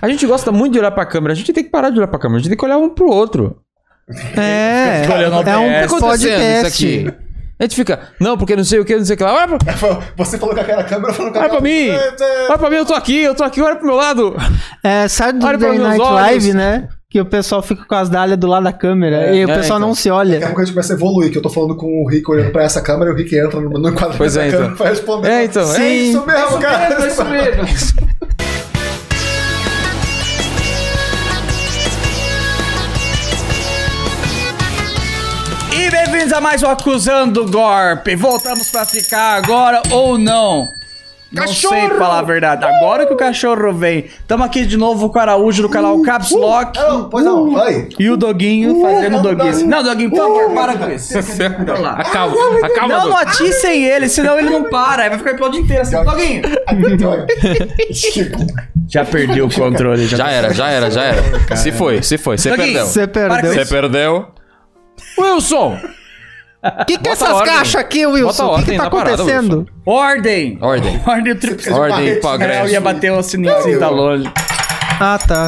A gente gosta muito de olhar pra câmera, a gente tem que parar de olhar pra câmera, a gente tem que olhar um pro outro. É, Fica olhando é a um peça. podcast. Isso aqui. A gente fica, não, porque não sei o que, não sei o que lá. Olha pra, Você falou com aquela câmera, É, falou com olha pra aquela... mim! Olha pra mim, eu tô aqui, eu tô aqui, olha pro meu lado! É, sabe do Olha pra Day meus Night olhos. Live, né? Que o pessoal fica com as dálias do lado da câmera e o é, pessoal então. não se Daqui a olha. pouco a gente começa a evoluir, que eu tô falando com o Rick olhando pra essa câmera e o Rick entra no, no enquadramento Pois é, da então. câmera pra responder. É, então, é É isso Sim. mesmo, cara. E bem-vindos a mais um Acusando Gorp. Voltamos pra ficar agora ou não? Não sei falar a verdade. Agora que o cachorro vem. Tamo aqui de novo com o Araújo do canal Caps Lock. Não, pois Uh. não, vai. E o Doguinho fazendo não, doguice. Não, Doguinho, por favor, para com isso. Acalma, acalma, Não, Doug. não atissem ele, senão ele não para. Aí vai ficar o episódio inteiro assim. Doguinho. então, Chico, Já perdeu o controle. Já era, já era, já era. Se foi, se foi, você Doguinho, perdeu. Você Para com perdeu. Você isso. perdeu. Wilson! Que que Bota é essas ordem. né? caixas aqui, Bota Wilson? O que que, ordem tá na parada, acontecendo? Ordem. Ordem. Ordem tríplice. Ordem, Ordem, Barreto, né, É, Eu progresso. ia bater o sininho assim, tá longe. ah, tá.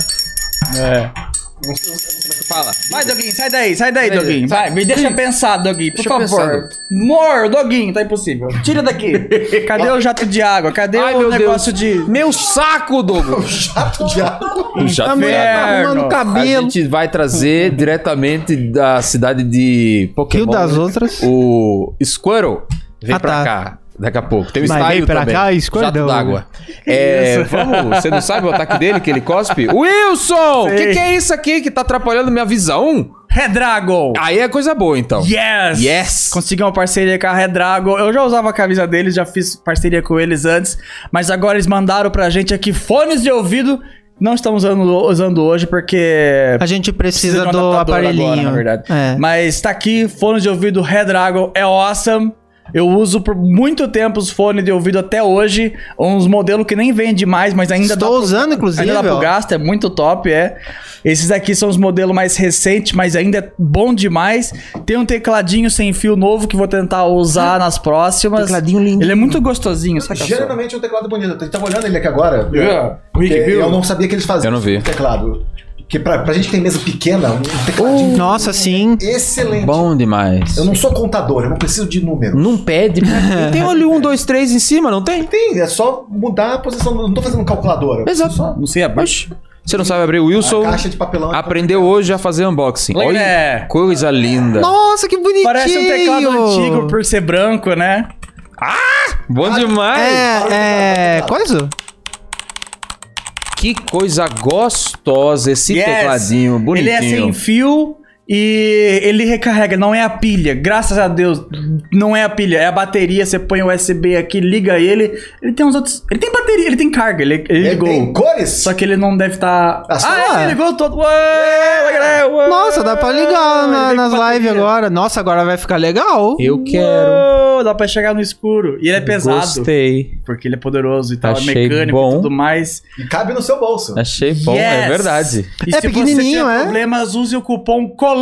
É. Fala. Vai, Doguinho, sai daí, sai daí, Doguinho. Vai, me deixa pensar, Doguinho, por Deixa eu favor. Mor, Doguinho, tá impossível. Tira daqui. Cadê o jato de água? Cadê Ai, o meu negócio de. Meu saco, Doug! chato de água. Já A mulher tá Inferno. arrumando A cabelo. gente vai trazer diretamente da cidade de Rio Pokémon. né? das né? outras. O Squirtle vem Ah, pra tá. cá. Daqui a pouco. Tem o Mas Style vem pra também. cá, Squirtle. Jato d'água. É, vamos, você não sabe o ataque dele que ele cospe? Wilson! O Sei. que, que é isso aqui que tá atrapalhando minha visão? Redragon! Aí é coisa boa, então. Yes! Yes! Consegui uma parceria com a Redragon. Eu já usava a camisa deles, já fiz parceria com eles antes, mas agora eles mandaram pra gente aqui fones de ouvido. Não estamos usando, usando hoje porque A gente Precisa precisa, de um do adaptador aparelhinho. agora, na verdade. É. Mas tá aqui, fone de ouvido Redragon é awesome. Eu uso por muito tempo os fones de ouvido até hoje. Uns modelos que nem vende mais, mas ainda Estou dá usando, inclusive. Ainda dá pro ó. gasto, é muito top, é. Esses aqui são os modelos mais recentes, mas ainda é bom demais. Tem um tecladinho sem fio novo que vou tentar usar nas próximas. Ah. Tecladinho lindo. Ele é muito gostosinho, saca só. Geralmente é um teclado bonito. Eu tava olhando ele aqui agora. O Rick porque viu? Eu não sabia que eles faziam Eu não vi. esse teclado. Porque pra, pra gente que tem mesa pequena, um tecladinho Nossa, sim. excelente. Uh. Bom demais. Eu não sou contador, eu não preciso de número. Não pede. E tem olho um, dois, três em cima, não tem? Tem, é só mudar a posição. Não tô fazendo calculadora. Exato. Não sei é abrir. Oxi. Você não sabe abrir o A Wilson? caixa é de papelão. Aprendeu hoje a fazer unboxing. Olha. Olha, coisa linda. Nossa, que bonitinho. Parece um teclado antigo por ser branco, né? Bom demais. É, é. Coisa? Que coisa gostosa esse Yes. tecladinho bonitinho. Ele é sem fio e ele recarrega, não é a pilha. Graças a Deus, não é a pilha, é a bateria. Você põe o USB aqui, liga ele. Ele tem uns outros. Ele tem bateria, ele tem carga, ele, ele Ele ligou. tem cores? Só que ele não deve estar. Ah, só- Ah, ah. É. ele ligou todo. Ué, galera, é, ué. Nossa, dá pra ligar Ele na- tem nas bateria. lives agora. Nossa, agora vai ficar legal. Eu quero. Uou, dá pra chegar no escuro. E ele é pesado. Gostei. Porque ele é poderoso e tal, Achei é mecânico bom. e tudo mais. E cabe no seu bolso. Achei bom, é Yes! verdade. E se É você pequenininho, tiver é? problemas, use o cupom COLôNIA.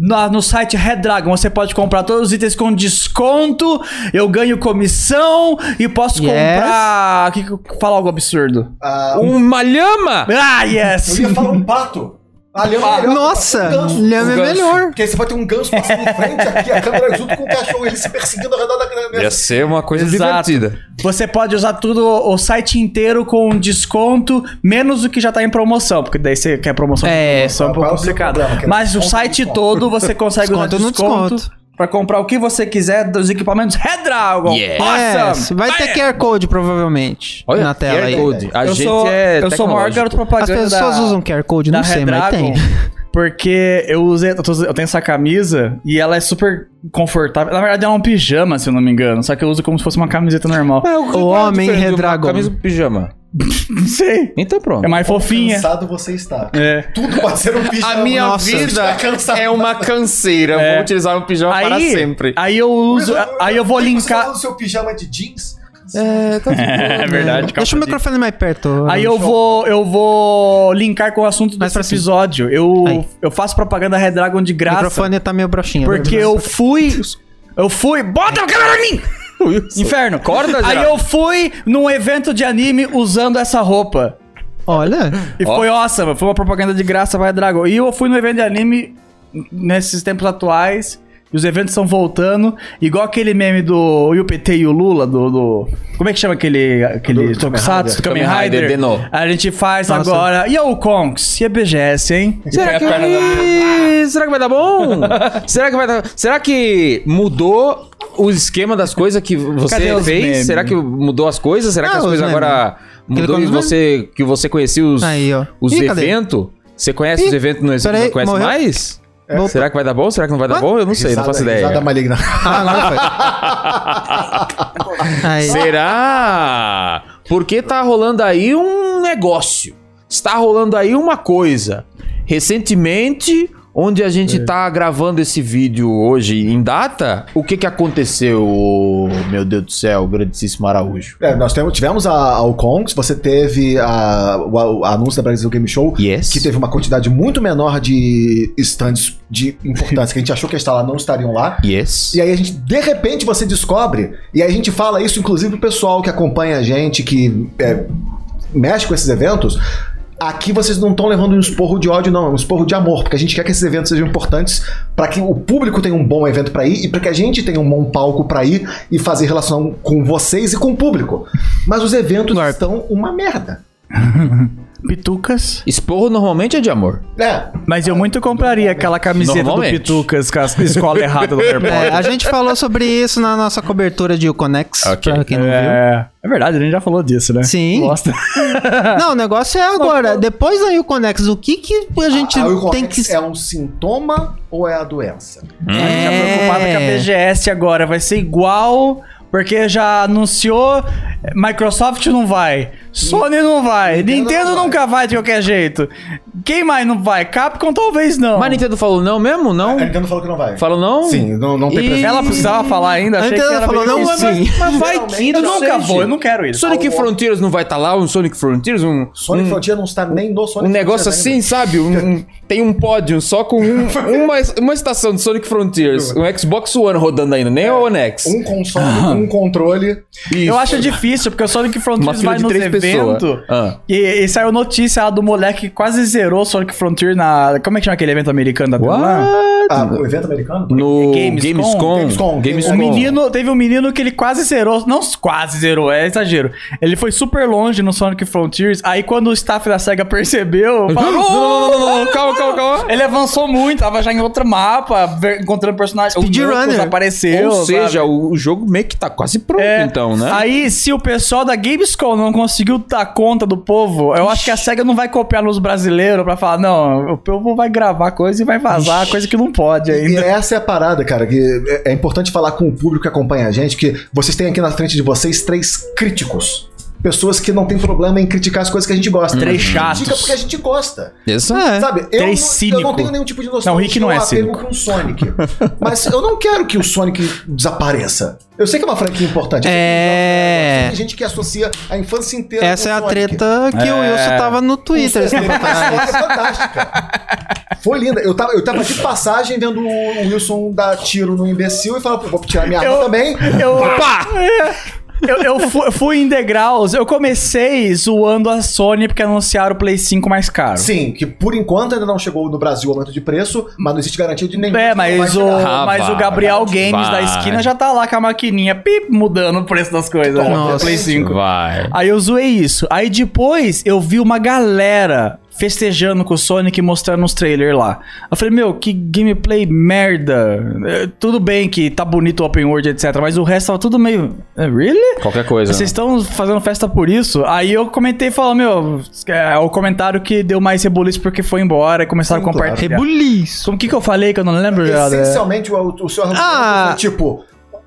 na- No site Redragon, você pode comprar todos os itens com desconto. Eu ganho comissão e posso Yes. comprar. O que que eu falo algo absurdo? Ah, Uma lhama? Ah, yes! eu ia falar um pato. Ah, lhama é melhor. Nossa, Um ganso. Lhama é ganso. melhor. Porque aí você vai ter um ganso passando em frente aqui, a câmera junto com o cachorro, ele se perseguindo ao redor da câmera. Ia ser uma coisa Exato. divertida. Você pode usar tudo, o site inteiro com um desconto, menos o que já tá em promoção, porque daí você quer promoção. É. promoção é um Qual pouco é o seu complicado. problema, que é Mas o desconto, site desconto. todo você consegue usar Desconto no desconto, desconto. pra comprar o que você quiser dos equipamentos Redragon. Yes. Yes. É, Vai ter QR Code, provavelmente. Olha, na tela QR aí. Code. A eu gente sou, é eu sou o maior garoto tecnológico. As propaganda. pessoas da- usam QR Code, da não sei, mas Redragon, tem. Porque eu usei, eu, tô- eu tenho essa camisa e ela é super confortável. Na verdade, é um pijama, se eu não me engano. Só que eu uso como se fosse uma camiseta normal. É, que O eu gosto homem diferente de uma redragão. Camisa um e pijama. Não sei. Então pronto. É mais fofinha. Cansado você está. É. Tudo pode ser um pijama. A minha Nossa, vida tá cansado. é uma canseira. Eu Vou utilizar um pijama para sempre. É. Aí eu uso. Aí eu vou Você tá linkar. usando seu pijama de jeans? É, tá É verdade, né? Deixa o microfone mais perto. Aí eu vou, eu vou linkar com o assunto Mais desse pra cima. episódio. Eu, assim, Aí. eu faço propaganda Redragon de O graça. microfone tá meio broxinho. Porque né? eu fui. Eu fui. Bota a câmera em mim! Inferno. Corda, Aí Geraldo. eu fui num evento de anime usando essa roupa. Olha. E Ó. foi awesome, foi uma propaganda de graça para Dragon. E eu fui no evento de anime nesses tempos atuais. E os eventos estão voltando. Igual aquele meme do e o PT e o Lula, do. do- como é que chama aquele. aquele Do Kamen Tokusatsu, Rider. Kamen Kamen Rider Rider? de novo. A gente faz Nossa. agora. E o Kongs? E a BGS, hein? Será que, pega a perna Ih, será que vai dar bom? será que vai dar... Será que mudou o esquema das coisas que Cadê você os memes? fez? Será que mudou as coisas? Será que Ah, as os coisas memes. agora mudou Aquele e com os você que você conhecia os Aí, ó. os Ih, cadê? eventos? Você conhece os Ih, eventos não, peraí, não conhece morreu? mais? Vou- Será que vai dar bom? Será que não vai dar bom? Eu não sei, não faço É. Risada ideia. maligna. Ah, agora Ah, foi. Aí. Será? Porque tá rolando aí um negócio. Está rolando aí uma coisa. Recentemente, onde a É. gente tá gravando esse vídeo hoje em data, o que que aconteceu, ô, meu Deus do céu, grandíssimo Araújo? É, nós temos- tivemos a, a Congs, você teve a, o, a- o anúncio da Brasil Game Show, Yes. que teve uma quantidade muito menor de stands de importância, que a gente achou que ia estar lá, não estariam lá. Yes. E aí a gente, de repente, você descobre, e aí a gente fala isso, inclusive, pro pessoal que acompanha a gente, que é, mexe com esses eventos. Aqui vocês não estão levando um esporro de ódio, não, é um esporro de amor, porque a gente quer que esses eventos sejam importantes para que o público tenha um bom evento para ir e para que a gente tenha um bom palco para ir e fazer relação com vocês e com o público. Mas os eventos Claro. estão uma merda. é? Pitucas. Esporro normalmente é de amor. É, Mas eu muito compraria aquela camiseta do Normalmente. Pitucas com a escola errada do Harry É, Potter. a gente falou sobre isso na nossa cobertura de Uconex, Ok. pra quem não viu. É, é verdade, a gente já falou disso, né? Sim. Bosta. Não, o negócio é agora. Depois da Uconex, o que, que a gente a- a tem que... Wilcox é um sintoma ou é a doença? A gente tá preocupado com a BGS agora. Vai ser igual, porque já anunciou. Microsoft não vai. Sony não vai. Nintendo, Nintendo não vai. nunca vai de qualquer jeito. Quem mais não vai? Capcom talvez não. Mas a Nintendo falou não mesmo? Não? A Nintendo falou que não vai. Falou não? É. Sim, não, não tem um. E- presença. Ela precisava falar ainda. A Achei que Nintendo era falou, meio não, mas- difícil. mas- Mas vai que Eu não nunca seja. vou, eu não quero isso. Sonic Frontiers não vai estar lá? Um Sonic Frontiers? Um, Sonic um Frontier não está nem no tá Sonic um negócio Frontier assim, ainda. sabe? Um- um- tem um pódio só com um- uma, uma estação de Sonic Frontiers. Um Xbox One rodando ainda, nem o One X. Um console, um controle. Isso. Eu acho difícil, porque o Sonic Uma Frontiers fila vai de nos três pessoas. eventos. Ah. E, e saiu notícia lá do moleque que quase zerou Sonic Frontier na. Como é que chama aquele evento americano da tela lá? Ah, o evento americano? No Gamescom? Gamescom. Gamescom. Gamescom. O menino, teve um menino que ele quase zerou, não quase zerou, é exagero. Ele foi super longe no Sonic Frontiers, aí quando o staff da SEGA percebeu, Não, falou, não, não, não, não, calma, calma, calma. ele avançou muito, tava já em outro mapa, ver- encontrando personagens Speedrunner. loucos, apareceu. sabe? Ou seja, o, o jogo meio que tá quase pronto, É, então, né? Aí, se o pessoal da Gamescom não conseguiu dar conta do povo, eu acho que a SEGA não vai copiar nos brasileiros pra falar, não, o povo vai gravar coisa e vai vazar, coisa que não pode E ainda. essa é a parada, cara, que é- é importante falar com o público que acompanha a gente, que vocês têm aqui na frente de vocês três críticos. Pessoas que não têm problema em criticar as coisas que a gente gosta. Três Critica chatos. porque a gente gosta. Isso. É. Sabe, eu, Três não, cínico. eu não tenho nenhum tipo de noção Não, o Rick não é cínico. com o Sonic. Mas eu não quero que o Sonic desapareça. Eu sei que é uma franquia importante. eu sei que É. Tem gente que associa a infância inteira Essa é com a Sonic. é treta que É. o Wilson tava no Twitter. esse tempo Mas atrás. foi fantástica. Foi linda. Eu tava, eu tava de passagem vendo o Wilson dar tiro no imbecil e falar, pô, vou tirar minha arma Eu- também. Eu, É. eu, eu fu- eu fui, em degraus, eu comecei zoando a Sony porque anunciaram o Play 5 mais caro. Sim, que por enquanto ainda não chegou no Brasil o aumento de preço, mas não existe garantia de nenhum. É, que não vai mas o, chegar. Ah, mas o vai, Gabriel vai. Games da esquina já tá lá com a maquininha pip, mudando o preço das coisas. né, do Nossa. Play 5. Vai. Aí eu zoei isso. Aí depois eu vi uma galera festejando com o Sonic e mostrando uns trailers lá. Eu falei, meu, que gameplay merda. É, Tudo bem que tá bonito o open world, etc. Mas o resto tava tudo meio. "É, Really? Qualquer coisa. Vocês estão fazendo festa por isso? Aí eu comentei e falei, meu, é o comentário que deu mais rebuliço porque foi embora e começaram a Sim, claro. compartilhar. Rebuliço. é. Como que, que eu falei que eu não lembro? Jada? é Essencialmente, o, o seu argumento Ah. foi tipo.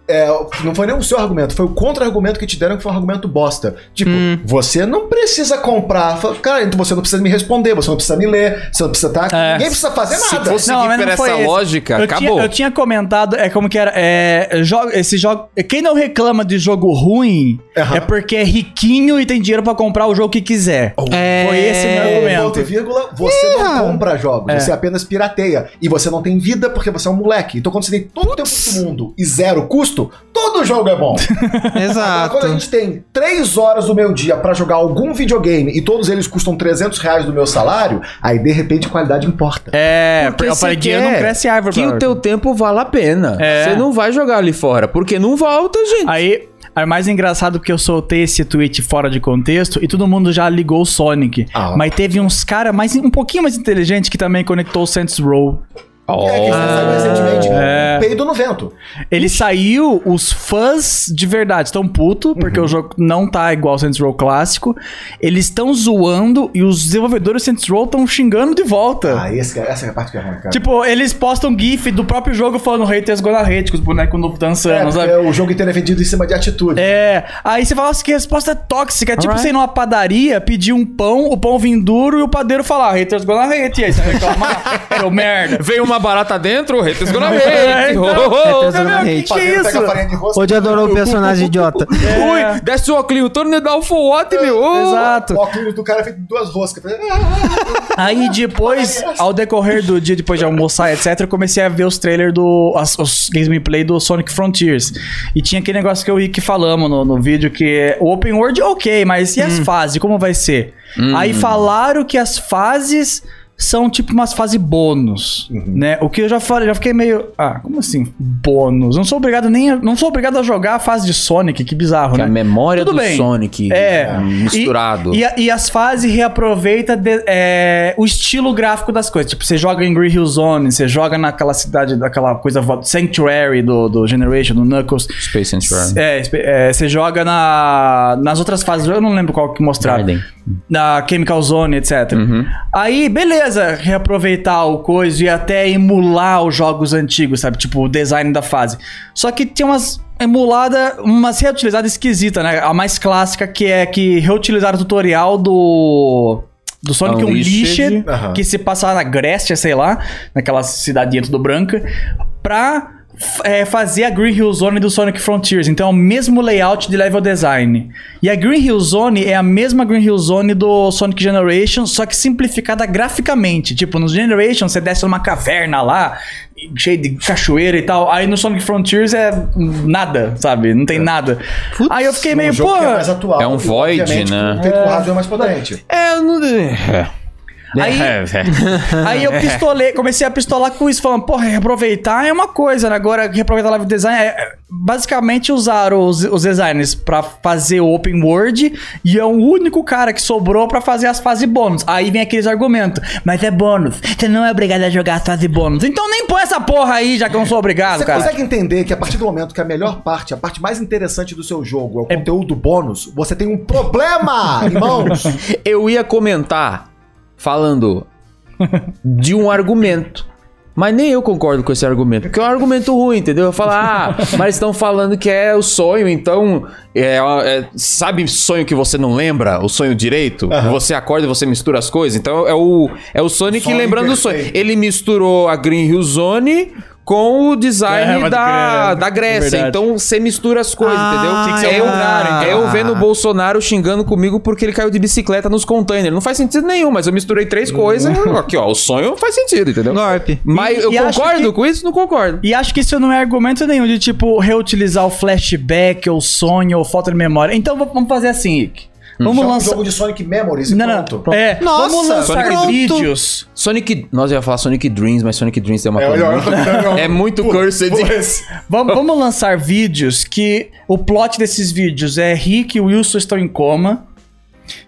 é, não foi nem o seu argumento, foi o contra-argumento que te deram que foi um argumento bosta. Tipo, você não precisa comprar. Fala, Cara, então você não precisa me responder, você não precisa me ler, você não precisa estar aqui. É. Ninguém precisa fazer nada. fosse- seguir mas por essa foi esse. lógica, eu acabou. Tinha, eu tinha comentado, é como que era, é, jo- esse jogo, quem não reclama de jogo ruim Aham. é porque é riquinho e tem dinheiro pra comprar o jogo que quiser. É. Foi esse o meu Ponto argumento. ponto Oh. e vírgula, você Ih, não compra jogos, É. você apenas pirateia. E você não tem vida porque você é um moleque. Então quando você tem todo o tempo do mundo e zero custo, todo jogo é bom. Agora, Exato. Quando a gente tem três horas do meu dia pra jogar algum videogame e todos eles custam 300 reais do meu salário, aí de repente a qualidade importa. É, Porque porque eu você falei, dinheiro quer não cresce árvore. Que o brother. teu tempo vale a pena. É. Você não vai jogar ali fora, porque não volta, gente. Aí, aí mais engraçado é que eu soltei esse tweet fora de contexto e todo mundo já ligou o Sonic. Ah. Mas teve uns cara mais um pouquinho mais inteligente que também conectou o Saints Row. E é que você saiu recentemente, Ah, é. peido no vento. Ele saiu, os fãs de verdade estão puto, porque Uhum. o jogo não tá igual ao Saints Row clássico. Eles estão zoando e os desenvolvedores do Saints Row estão xingando de volta. Ah, esse, essa é a parte que é ruim, cara. Tipo, eles postam GIF do próprio jogo falando haters gonna hate, com os bonecos novos é, dançando, porque né, sabe? o jogo inteiro é vendido em cima de atitude. É, aí você fala assim, que a resposta é tóxica. É tipo Alright. você ir numa padaria, pedir um pão, o pão vir duro e o padeiro falar, haters gonna hate. E aí você reclamar, seu merda. Veio uma barata dentro, retrosgonamento. É, então, retrosgonamento. Você vê, o que, que é Pega a isso? É. farinha de rosto. Hoje adorou o um personagem idiota. Ui, desce o óculos, torno e dá o full out, meu. Ô. Exato. O óculos do cara é feito de duas roscas. "Ah, Aí depois, ao decorrer do dia, depois de almoçar, etc, eu comecei a ver os trailers do. as- os gameplay do Sonic Frontiers. E tinha aquele negócio que eu e que falamos no, no vídeo, que é o Open World, ok, mas e as fases? Como vai ser? Aí falaram que as fases são tipo umas fases bônus, né? O que eu já falei, já fiquei meio, ah, como assim, bônus? Não sou obrigado nem, a- não sou obrigado a jogar a fase de Sonic, que bizarro, Que é né? a memória Tudo do bem. Sonic É. misturado. E, e a- e as fases reaproveita de- é, o estilo gráfico das coisas. Tipo, você joga em Green Hill Zone, você joga naquela cidade, daquela coisa vo- Sanctuary do, do Generation, do Knuckles. Space Sanctuary. É, espe- é, você joga na, nas outras fases, eu não lembro qual que mostraram. Garden. Na Chemical Zone, etc. Uhum. Aí, beleza, reaproveitar o coisa e até emular os jogos antigos, sabe? Tipo, o design da fase. Só que tem umas emulada, umas reutilizadas esquisitas, né? A mais clássica que é que reutilizaram o tutorial do. Do Sonic Unleashed. Unleashed, Aham. que se passava na Grécia, sei lá, naquela cidadinha tudo branca, pra f- é, fazer a Green Hill Zone do Sonic Frontiers. Então é o mesmo layout de level design. E a Green Hill Zone é a mesma Green Hill Zone do Sonic Generation, só que simplificada graficamente. Tipo, no Generation você desce numa caverna lá, cheia de cachoeira e tal. Aí no Sonic Frontiers é nada, sabe? Não tem nada. Aí eu fiquei meio, É. Um jogo pô. que é mais atual. É um e, void, obviamente, né? Feito com hardware mais potente. É, eu não. É. Aí- É, é. Aí eu pistolei, comecei a pistolar com isso, falando, porra, reaproveitar é uma coisa, né? Agora reaproveitar live design é- é. Basicamente usaram os, os designs pra fazer o open world e é o único cara que sobrou pra fazer as fases bônus. Aí vem aqueles argumentos, mas é bônus, você não é obrigado a jogar as fases bônus. Então nem põe essa porra aí, já que eu não sou obrigado, Você Ah, cara. consegue entender que a partir do momento que a melhor parte, a parte mais interessante do seu jogo é o conteúdo bônus, você tem um problema, irmãos. Eu ia comentar falando de um argumento. Mas nem eu concordo com esse argumento. Porque é um argumento ruim, entendeu? Eu falo, ah, mas estão falando que é o sonho, então. É, é- sabe sonho que você não lembra? O sonho direito? Você acorda e você mistura as coisas? Então é o, é o Sonic Sonho lembrando o sonho. perfeito. Ele misturou a Green Hill Zone com o É, design pode da, crer, da é Grécia. verdade. então você mistura as coisas, Ah, entendeu? Tinha que ser é eu, ao contrário, é eu então. vendo o Bolsonaro xingando comigo porque ele caiu de bicicleta nos containers. Não faz sentido nenhum, mas eu misturei três coisas. Aqui, ó, o sonho faz sentido, entendeu? Golpe. Mas E- eu e acho concordo que- com isso? Não concordo. E acho que isso não é argumento nenhum de, tipo, reutilizar o flashback, ou sonho, ou falta de memória. Então v- vamos fazer assim, Ick. Vamos Chama um lançar. jogo de Sonic Memories e Não, não. pronto. É, Nossa, vamos lançar pronto. vídeos. Sonic. Nós ia falar Sonic Dreams, mas Sonic Dreams é uma coisa. muito- É muito cursed. Vamos, vamos lançar vídeos que o plot desses vídeos é Rick e Wilson estão em coma.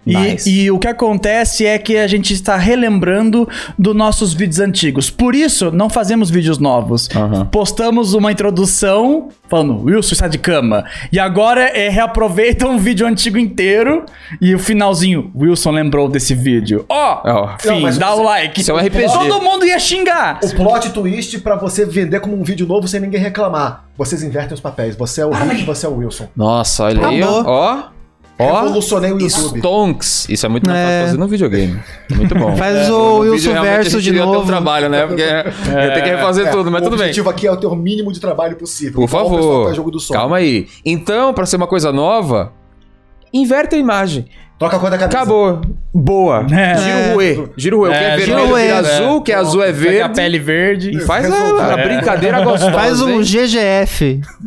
E, Nice. e o que acontece é que a gente está relembrando dos nossos vídeos antigos. Por isso, não fazemos vídeos novos. Aham. Postamos uma introdução falando, Wilson está de cama. E agora é, reaproveita um vídeo antigo inteiro e o finalzinho, Wilson lembrou desse vídeo. Ó, Ó. fim, Não, mas dá o like. isso é um RPG. Todo mundo ia xingar. O plot twist pra você vender como um vídeo novo sem ninguém reclamar. Vocês invertem os papéis. Você é o Rick, você é o Wilson. Nossa, olha aí, ó. Ó. Ó. Revolucionei o YouTube. Stonks. Isso é muito mais É. fácil fazer no videogame. Muito bom. É, Faz o No vídeo, Wilson realmente, a Verso gente de deu até um novo. trabalho, né? Porque tem que refazer É, tudo, mas o tudo bem. objetivo aqui é o ter o mínimo de trabalho possível. Por Igual o pessoal que favor. faz jogo do Sonic. Calma aí. Então, pra ser uma coisa nova, inverte a imagem. Troca a cor da camisa. Acabou. Boa. É. Giro ruê. Giro ruê. O que é É, giro vermelho ruê. vira azul, o que é azul é Pega a verde. pele É. verde. E faz a, a brincadeira gostosa. Faz um hein? GGF.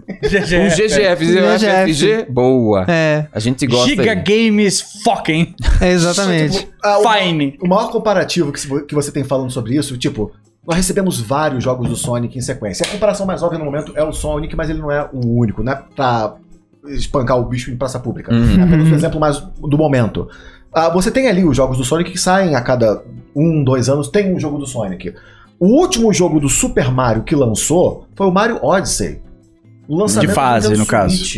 é. Um GGF, GGF. GGFG. Boa. É, A gente gosta. Giga hein? Games fucking é exatamente. Tipo, ah, o- fine. O maior comparativo que, se vo- que você tem falando sobre isso, tipo, nós recebemos vários jogos do Sonic em sequência. A comparação mais óbvia no momento é o Sonic, mas ele não é o único, né? Pra espancar o bicho em praça pública. Uhum. É apenas um exemplo mais do momento. Ah, você tem ali os jogos do Sonic que saem a cada um, dois anos, tem um jogo do Sonic. O último jogo do Super Mario que lançou foi o Mario Odyssey. O lançamento De fase, do Nintendo no caso. Switch.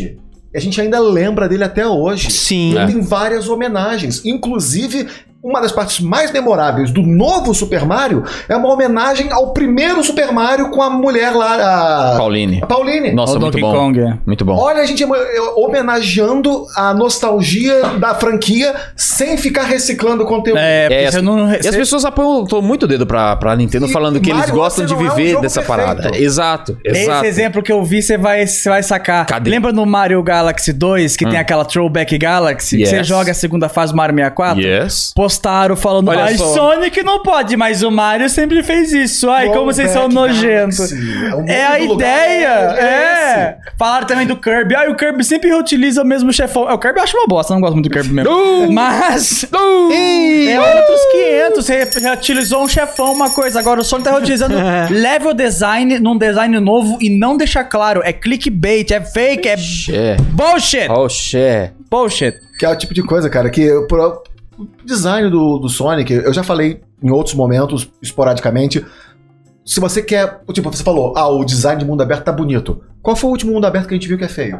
E A gente ainda lembra dele até hoje. Sim. É. Tem várias homenagens. Inclusive, uma das partes mais memoráveis do novo Super Mario é uma homenagem ao primeiro Super Mario com a mulher lá, a, Pauline. a Pauline. Nossa, Olha o muito Donkey bom. Kong. é. Muito bom. Olha, a gente emo- eh, homenageando a nostalgia da franquia sem ficar reciclando conteúdo. É, porque É, você não. E as Você, pessoas apontam muito o dedo pra, pra Nintendo E falando que eles Mario gostam de Odyssey não é um viver jogo dessa perfeito. parada. Exato, esse exato. exemplo que eu vi, você vai, você vai sacar. Cadê? Hum. Lembra no Mario Galaxy 2, que tem aquela Throwback Galaxy? Que você Yes. joga a segunda fase do Mario 64? Yes. Postaram falando, Olha ai, só." Sonic não pode, mas o Mario sempre fez isso. Ai, como vocês são Throwback nojentos. né, Galaxy. O mundo É a do lugar ideia! é É! Falaram também do Kirby. Ah, e o Kirby sempre reutiliza o mesmo chefão. É, o Kirby eu acho uma bosta, eu não gosto muito do Kirby mesmo. Mas. É outros 500. Você reutilizou um chefão, uma coisa. Agora o Sonic tá reutilizando É. level design num design novo e não deixa claro. É clickbait, é fake, é. Xé. Bullshit! Oh, xé. Bullshit! Que é o tipo de coisa, cara, que eu- pro- o design do, do Sonic, eu já falei em outros momentos, esporadicamente. Se você quer. Tipo, você falou, ah, o design de mundo aberto tá bonito. Qual foi o último mundo aberto que a gente viu que é feio?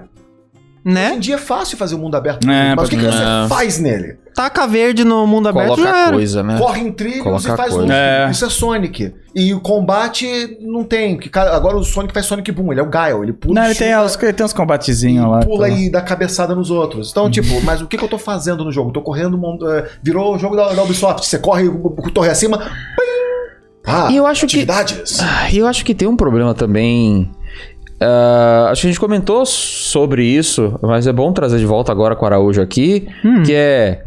Hoje Né? em dia é fácil fazer um mundo aberto, É, bonito, mas o que, que pode- você Não. faz nele? Taca verde no mundo aberto já Coloca era. coisa, né? corre em trilhos Coloca e faz coisa. um. É. Isso é Sonic. E o combate não tem. Que cara, agora o Sonic faz Sonic Boom, ele é o Gaio, ele pula, Não, e ele tem, chuta, os, ele tem uns combatezinhos lá. pula então. e dá cabeçada nos outros. Então, tipo, mas o que, que eu tô fazendo no jogo? Tô correndo, mon- eh, virou o jogo da, da Ubisoft. Você corre com a torre acima. pim! Ah, E eu acho que- atividades. Ah, E eu acho que tem um problema também. ah, acho que a gente comentou sobre isso, mas é bom trazer de volta agora com o Araújo aqui, Hum. que é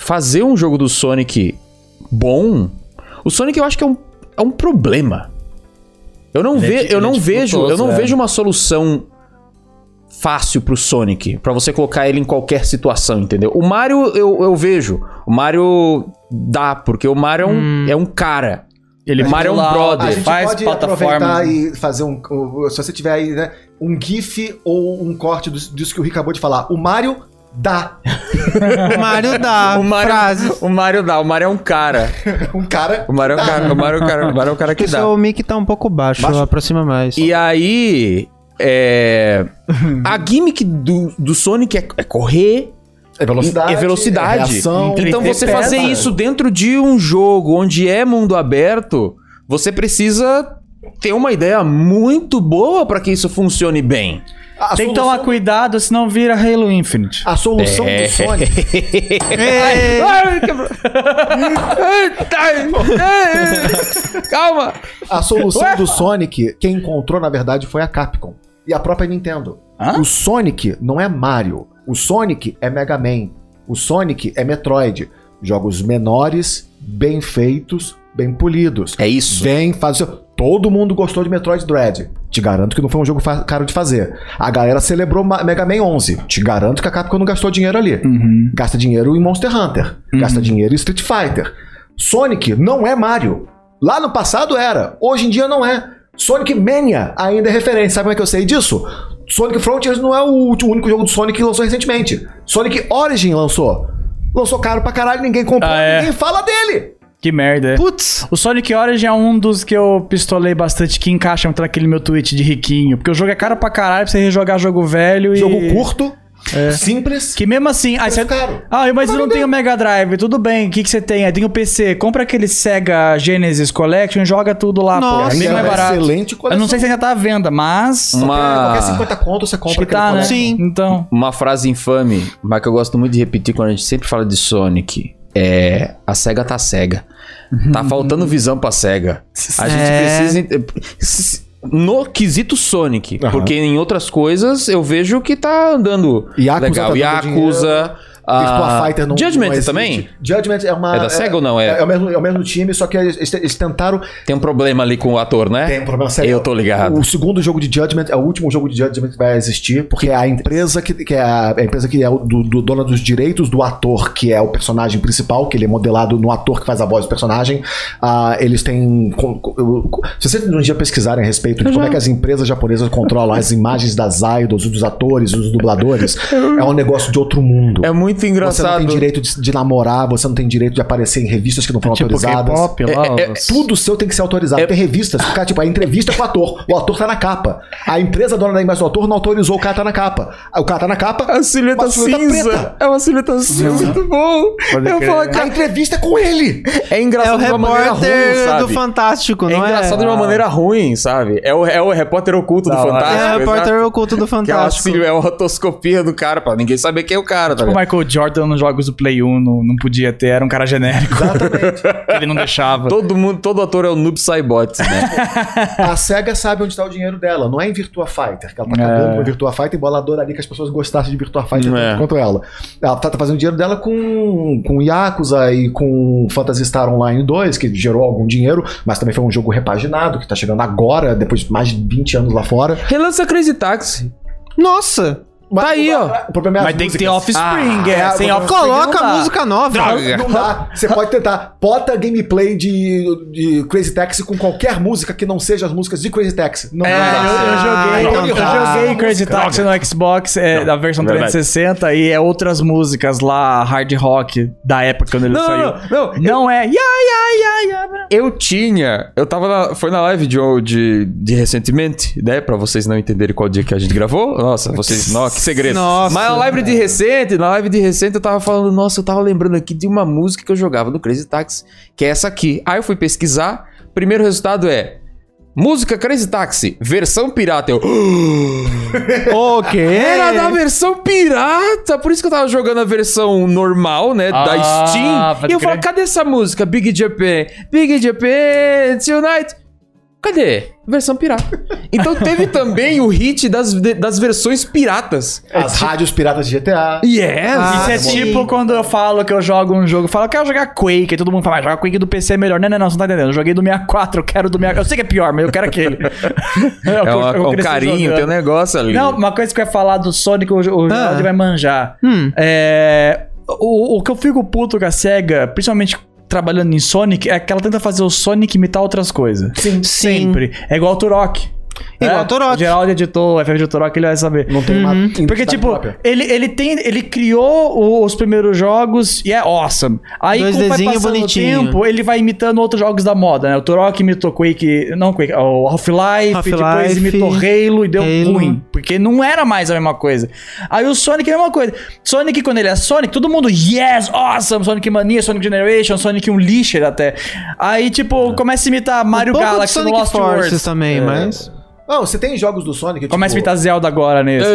fazer um jogo do Sonic bom. O Sonic eu acho que é um, é um problema. Eu não, Ele é ve- di- eu ele é não vejo, eu dificultoso, não é. vejo uma solução fácil pro Sonic, pra você colocar ele em qualquer situação, entendeu? O Mario eu, eu vejo, o Mario dá, porque o Mario é um- é um cara. Hum. Ele Mario é um pula alto, brother. A Ele gente faz pode plataforma. aproveitar e fazer um. o- Se você tiver aí, né? Um GIF ou um corte disso disso que o Rick acabou de falar. O Mario dá. O Mario dá O Mario, frases. o Mario dá, o Mario é um cara. Um cara. O Mario é um cara, o Mario é um cara, o Mario é um cara que Porque dá. seu mic tá um pouco baixo, Baixo? aproxima mais. E aí, é, a gimmick do, do Sonic é, é correr, É velocidade. é velocidade. reação. então você Interpreta. fazer isso dentro de um jogo onde é mundo aberto, você precisa ter uma ideia muito boa pra que isso funcione bem. A Tem que solução- tomar cuidado, senão vira Halo Infinite. A solução É. do Sonic. É, Ai, quebrou. Eita, ai, Calma. A solução do Sonic, quem encontrou, na verdade, foi a Capcom. E a própria Nintendo. Hã? O Sonic não é Mario. O Sonic é Mega Man. O Sonic é Metroid. Jogos menores, bem feitos, bem polidos. É isso. Vem, faz o seu. Todo mundo gostou de Metroid Dread. Te garanto que não foi um jogo fa- caro de fazer. A galera celebrou Ma- Mega Man 11. Te garanto que a Capcom não gastou dinheiro ali. Uhum. Gasta dinheiro em Monster Hunter. Gasta dinheiro em Street Fighter. Sonic não é Mario. Lá no passado era. Hoje em dia não é. Sonic Mania ainda é referência. Sabe como é que eu sei disso? Sonic Frontiers não é o ulti- o único jogo do Sonic que lançou recentemente. Sonic Origin lançou. Lançou caro pra caralho, ninguém comprou, Ah, é. ninguém fala dele. Que merda. é. Putz. O Sonic Origin é um dos que eu pistolei bastante, que encaixa muito naquele meu tweet de riquinho. Porque o jogo é caro pra caralho pra você rejogar jogo velho e... É. Jogo curto, simples. Que mesmo assim... Aí Preço você... é caro. Ah, mas eu não tenho Mega Drive. Tudo bem, o que, que você tem? Aí tem o PC. Compra aquele Sega Genesis Collection e joga tudo lá, Nossa. pô. Ainda Bem é mais uma barato. Excelente Eu coleção. não sei se ainda tá à venda, mas... Hum. Uma... Qualquer 50 conto você Acho compra que aquele tá, né? coleção. Sim. Então... Uma frase infame, mas que eu gosto muito de repetir quando a gente sempre fala de Sonic. É. A SEGA tá cega. Tá faltando visão pra SEGA. A gente É. precisa. ent- s- No quesito Sonic. Aham. Porque em outras coisas eu vejo que tá andando Yakuza legal. tá dando Yakuza. Ah, Virtua Fighter não Judgment não existe. também? Judgment é uma. É da SEGA ou não? É- É, o mesmo, é o mesmo time, só que eles, eles tentaram. Tem um problema ali com o ator, né? Tem um problema sério. Eu tô ligado. O segundo jogo de Judgment é o último jogo de Judgment que vai existir, porque é a empresa que, que é a, a empresa que é o do, do dona dos direitos do ator, que é o personagem principal, que ele é modelado no ator que faz a voz do personagem. Ah, eles têm. com- com- eu- Se vocês um dia pesquisarem a respeito de como é que as empresas japonesas controlam as imagens das idols, dos atores, dos dubladores, é um negócio de outro mundo. É muito Você não engraçado. tem direito de, de namorar, você não tem direito de aparecer em revistas que não foram Tipo autorizadas. K-pop lá. É- é- os- Tudo seu tem que ser autorizado. Tem revistas, o cara, tipo, a entrevista com o ator. O ator tá na capa. A empresa dona da imagem do ator não autorizou o cara tá na capa. O cara tá na capa. A silhueta Uma silhueta cinza. preta. É uma silhueta cinza. Muito bom. Pode Eu crer. falo, A cara, entrevista é com ele. é É o engraçado de uma maneira ruim, repórter sabe? do Fantástico, É não é? engraçado de uma maneira ruim, sabe? É o, é o repórter oculto Da do hora. Fantástico. É o repórter exato. oculto do Que é uma Fantástico. silhu- é uma rotoscopia do cara, pra ninguém saber quem é o cara, tá Tipo O ligado? Michael Jordan nos jogos do Play 1 não, não podia ter, era um cara genérico. Exatamente. que ele não deixava. Todo mundo, todo ator é o Noob Saibot, né? A SEGA sabe onde tá o dinheiro dela, não é em Virtua Fighter, que ela tá É. cagando com a Virtua Fighter, embora ela adoraria que as pessoas gostassem de Virtua Fighter Não é. tanto quanto ela. Ela tá, tá fazendo dinheiro dela com, com Yakuza e com Phantasy Star Online 2, que gerou algum dinheiro, mas também foi um jogo repaginado, que tá chegando agora, depois de mais de 20 anos lá fora. Relança Crazy Taxi. Nossa! Mas- Tá aí, ó. O problema é as Mas tem que ter músicas. Offspring, Ah, é. é, sem vou- Offspring Coloca não dá. a música nova. Droga. Não dá. Você pode tentar. Bota gameplay de, de Crazy Taxi com qualquer música que não seja as músicas de Crazy Taxi. Não É, dá. eu, eu joguei, então eu tá. joguei Crazy Taxi no Xbox, é, da versão verdade. 360, e é outras músicas lá, hard rock, da época quando ele Não, saiu. não, não, não. Não é. Ya, ya, ya, ya. Eu tinha. Eu tava na. Foi na live de, de, de recentemente, né? Pra vocês não entenderem qual dia que a gente gravou. Nossa, vocês. Nossa, que segredo. Nossa. Mas na live de recente, na live de recente, eu tava falando, nossa, eu tava lembrando aqui de uma música que eu jogava no Crazy Taxi, que é essa aqui. Aí eu fui pesquisar. Primeiro resultado é. Música Crazy Taxi, versão pirata. Eu. O quê? Era da versão pirata, por isso que eu tava jogando a versão normal, né, da Ah, Steam. pode E eu falo, crer. cadê essa música? Big Japan, Big Japan, Tonight. Cadê? Versão pirata. Então teve também o hit das, das versões piratas. As rádios piratas de GTA. Yes! Ah, Isso é sim. tipo quando eu falo que eu jogo um jogo, eu falo, eu quero jogar Quake, aí todo mundo fala, mas joga Quake do PC é melhor. Não, não, não, você não tá entendendo. Eu joguei do 64, eu quero do 64. Eu sei que é pior, mas eu quero aquele. Eu- é eu- uma- eu um cresci carinho, jogando. tem um negócio ali. Não, uma coisa que eu ia falar do Sonic, o, o Ronaldo vai manjar. Hum. É, o, o que eu fico puto com a SEGA, principalmente trabalhando em Sonic, é que ela tenta fazer o Sonic imitar outras coisas. Sim. Sempre. É igual o Turok. Igual É, o Turok. O Geraldo editou, o FF de Turok, ele vai saber. Não tem uma. Porque, identidade tipo, própria. ele, ele tem. Ele criou o- os primeiros jogos e é awesome. Aí, Dois como vai desenho passando bonitinho. o tempo, ele vai imitando outros jogos da moda, né? O Turok imitou Quake. Não, Quake, o Half-Life, Half-Life, depois imitou Halo e deu Halo. ruim. Porque não era mais a mesma coisa. Aí o Sonic é a mesma coisa. Sonic, quando ele é Sonic, todo mundo, yes, awesome! Sonic Mania, Sonic Generation, Sonic um lixer até. Aí, tipo, começa a imitar Mario um pouco de Galaxy no Sonic Lost Forces Worlds. também, É. mas... Não, você tem jogos do Sonic. Começa a tipo, imitar Zelda agora nesse.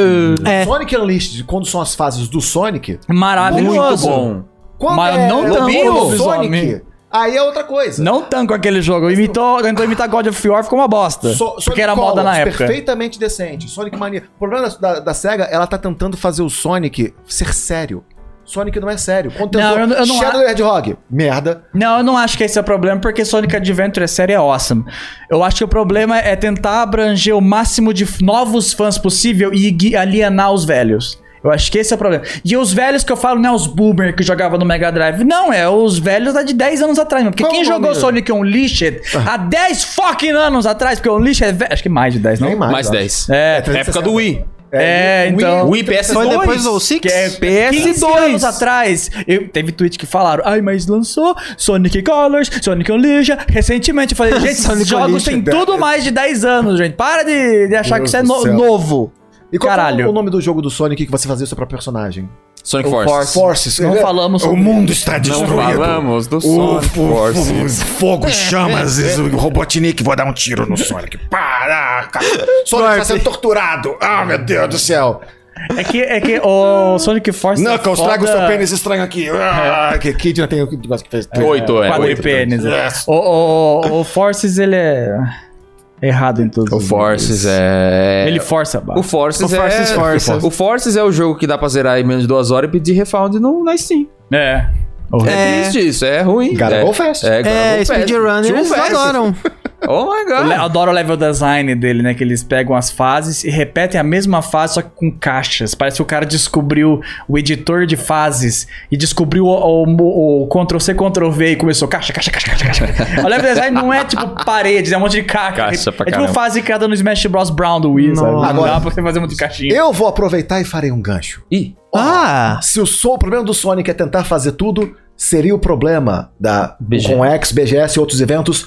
É. Sonic Unleashed, quando são as fases do Sonic. Maravilhoso. Muito bom. Quando Mas é não o também jogo o do Sonic. Sonic, aí é outra coisa. Não tanco aquele jogo. Imitou, tentou imitar God of War, ficou uma bosta. So- porque era Colors, moda na época. Perfeitamente decente. Sonic Mania. O problema da, da- da SEGA, ela tá tentando fazer o Sonic ser sério. Sonic não é sério. Quando Não, eu não- eu não Shadow the Hedgehog, merda. Não, eu não acho que esse é o problema, porque Sonic Adventure é série é awesome. Eu acho que o problema é tentar abranger o máximo de f- novos fãs possível e gui- alienar os velhos. Eu acho que esse é o problema. E os velhos que eu falo não é os boomer que jogava no Mega Drive. Não, é os velhos da de 10 anos atrás. mesmo. Porque Qual quem o nome jogou dele? Sonic Unleashed Ah. há 10 fucking anos atrás, porque Unleashed é velho. Acho que mais de 10, não? Nem mais. Mais ó. 10. É, Época do Wii. É, então. Wii PS2. Foi depois do Six? Que é PS2 PS2. anos atrás. Eu, teve tweet que falaram: Ai, mas lançou Sonic Colors, Sonic Unleashed. Recentemente eu falei: Gente, esses Sonic jogos têm Unleashed, tudo mais de 10 anos, gente. Para de, de achar Deus que isso é do no- céu. novo. E qual Caralho. é o nome do jogo do Sonic que você fazia o seu próprio personagem? Sonic O Force. Force. Forces. Não Ele é- falamos O sobre mundo está Não destruído. falamos do O, Sonic o- Force. o- os fogo, chamas, o Robotnik, vou dar um tiro no Sonic. Paraca! Sonic tá está sendo torturado. Ah, meu Deus do céu. É que, é que o Sonic Force. é Knuckles, traga o foda- É. seu pênis estranho aqui. Ah, que Kid né, não tem o negócio que fez. é, Oito, é. oito. Quadripênis. Yes. O, o, o Forces, ele é. errado em todos O os Forces níveis. é. Ele força a barra. O Forces, O Forces é... força. O Forces é o jogo que dá pra zerar em menos de duas horas e pedir refund no, na Steam. É. É, triste isso, é ruim. Cara, é, go fast. É, God É, of War Fest. Too speedrunners fast. adoram. Oh my Eu god. le- Ah. adoro o level design dele, né? Que eles pegam as fases e repetem a mesma fase, só que com caixas. Parece que o cara descobriu o editor de fases e descobriu o, o- o Ctrl-C, Ctrl-V e começou caixa, caixa, caixa, caixa, caixa. o level design não é tipo paredes, é um monte de caixa. Caixa é pra tipo caramba. fase criada no Smash Bros. Brown do Wii, sabe? Não Agora- dá pra você fazer muito caixinha. Eu vou aproveitar e farei um gancho. Ih, Ah, Se o, so- o problema do Sonic é tentar fazer tudo, seria o problema da BGS. com X, BGS e outros eventos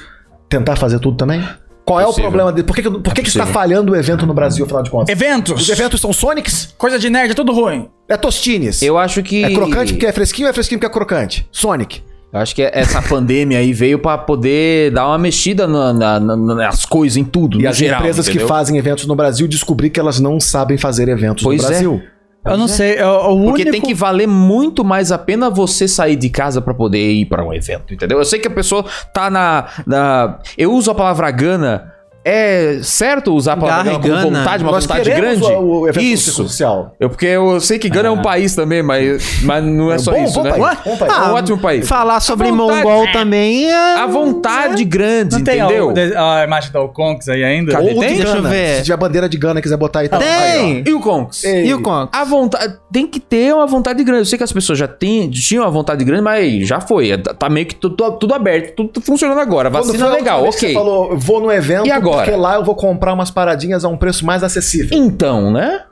tentar fazer tudo também? Qual é o Possível. problema dele? Por que, que- por que, que está possível. falhando o evento no Brasil, afinal de É contas? Os Eventos! eventos são Sonics? Coisa de nerd, é tudo ruim. É Tostines? eu acho que. É crocante porque é fresquinho ou é fresquinho porque é crocante? Sonic. Eu acho que essa pandemia aí veio pra poder dar uma mexida na- na- na- nas coisas, em tudo. E no as geral, empresas entendeu? que fazem eventos no Brasil descobrir que elas não sabem fazer eventos Pois é. no Brasil. Eu Né? não sei, eu- o Porque único... tem que valer muito mais a pena você sair de casa pra poder ir pra um evento, entendeu? Eu sei que a pessoa tá na. na- eu uso a palavra gana. É certo usar a palavra Garra e gana com gana. vontade, uma vontade grande? queremos o, o evento isso. social. Eu, porque eu sei que Gana é um país também, mas, mas não é só bom, isso, bom né? país, Ah, bom país. É um ótimo país. falar sobre Vontade- mongol também é... A vontade grande, Não tem a, entendeu? a imagem da Oconks aí ainda? Cadê? Ou de Tem? Gana. Deixa eu É. ver. Se tiver bandeira de Gana e quiser botar aí, tá Tem! E o Conks? E o Conk? A vontade. Tem que ter uma vontade grande. Eu sei que as pessoas já têm, tinham uma vontade grande, mas já foi. É, Tá meio que tu- tu- tudo, aberto, tudo funcionando agora. Vacina legal, ok. Você falou, eu vou no evento E agora? porque lá eu vou comprar umas paradinhas a um preço mais acessível. Então, né?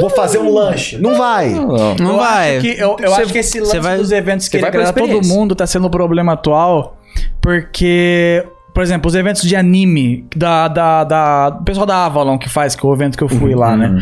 Vou fazer um lanche. Não vai. Não. Não eu vai. Acho que, eu eu Cê- acho que esse cê lance vai- dos eventos cê que ele vai pela agrada todo experiência. mundo tá sendo um problema atual, porque, por exemplo, os eventos de anime da, da, da- do pessoal da Avalon que faz, que é o evento que eu fui lá, né?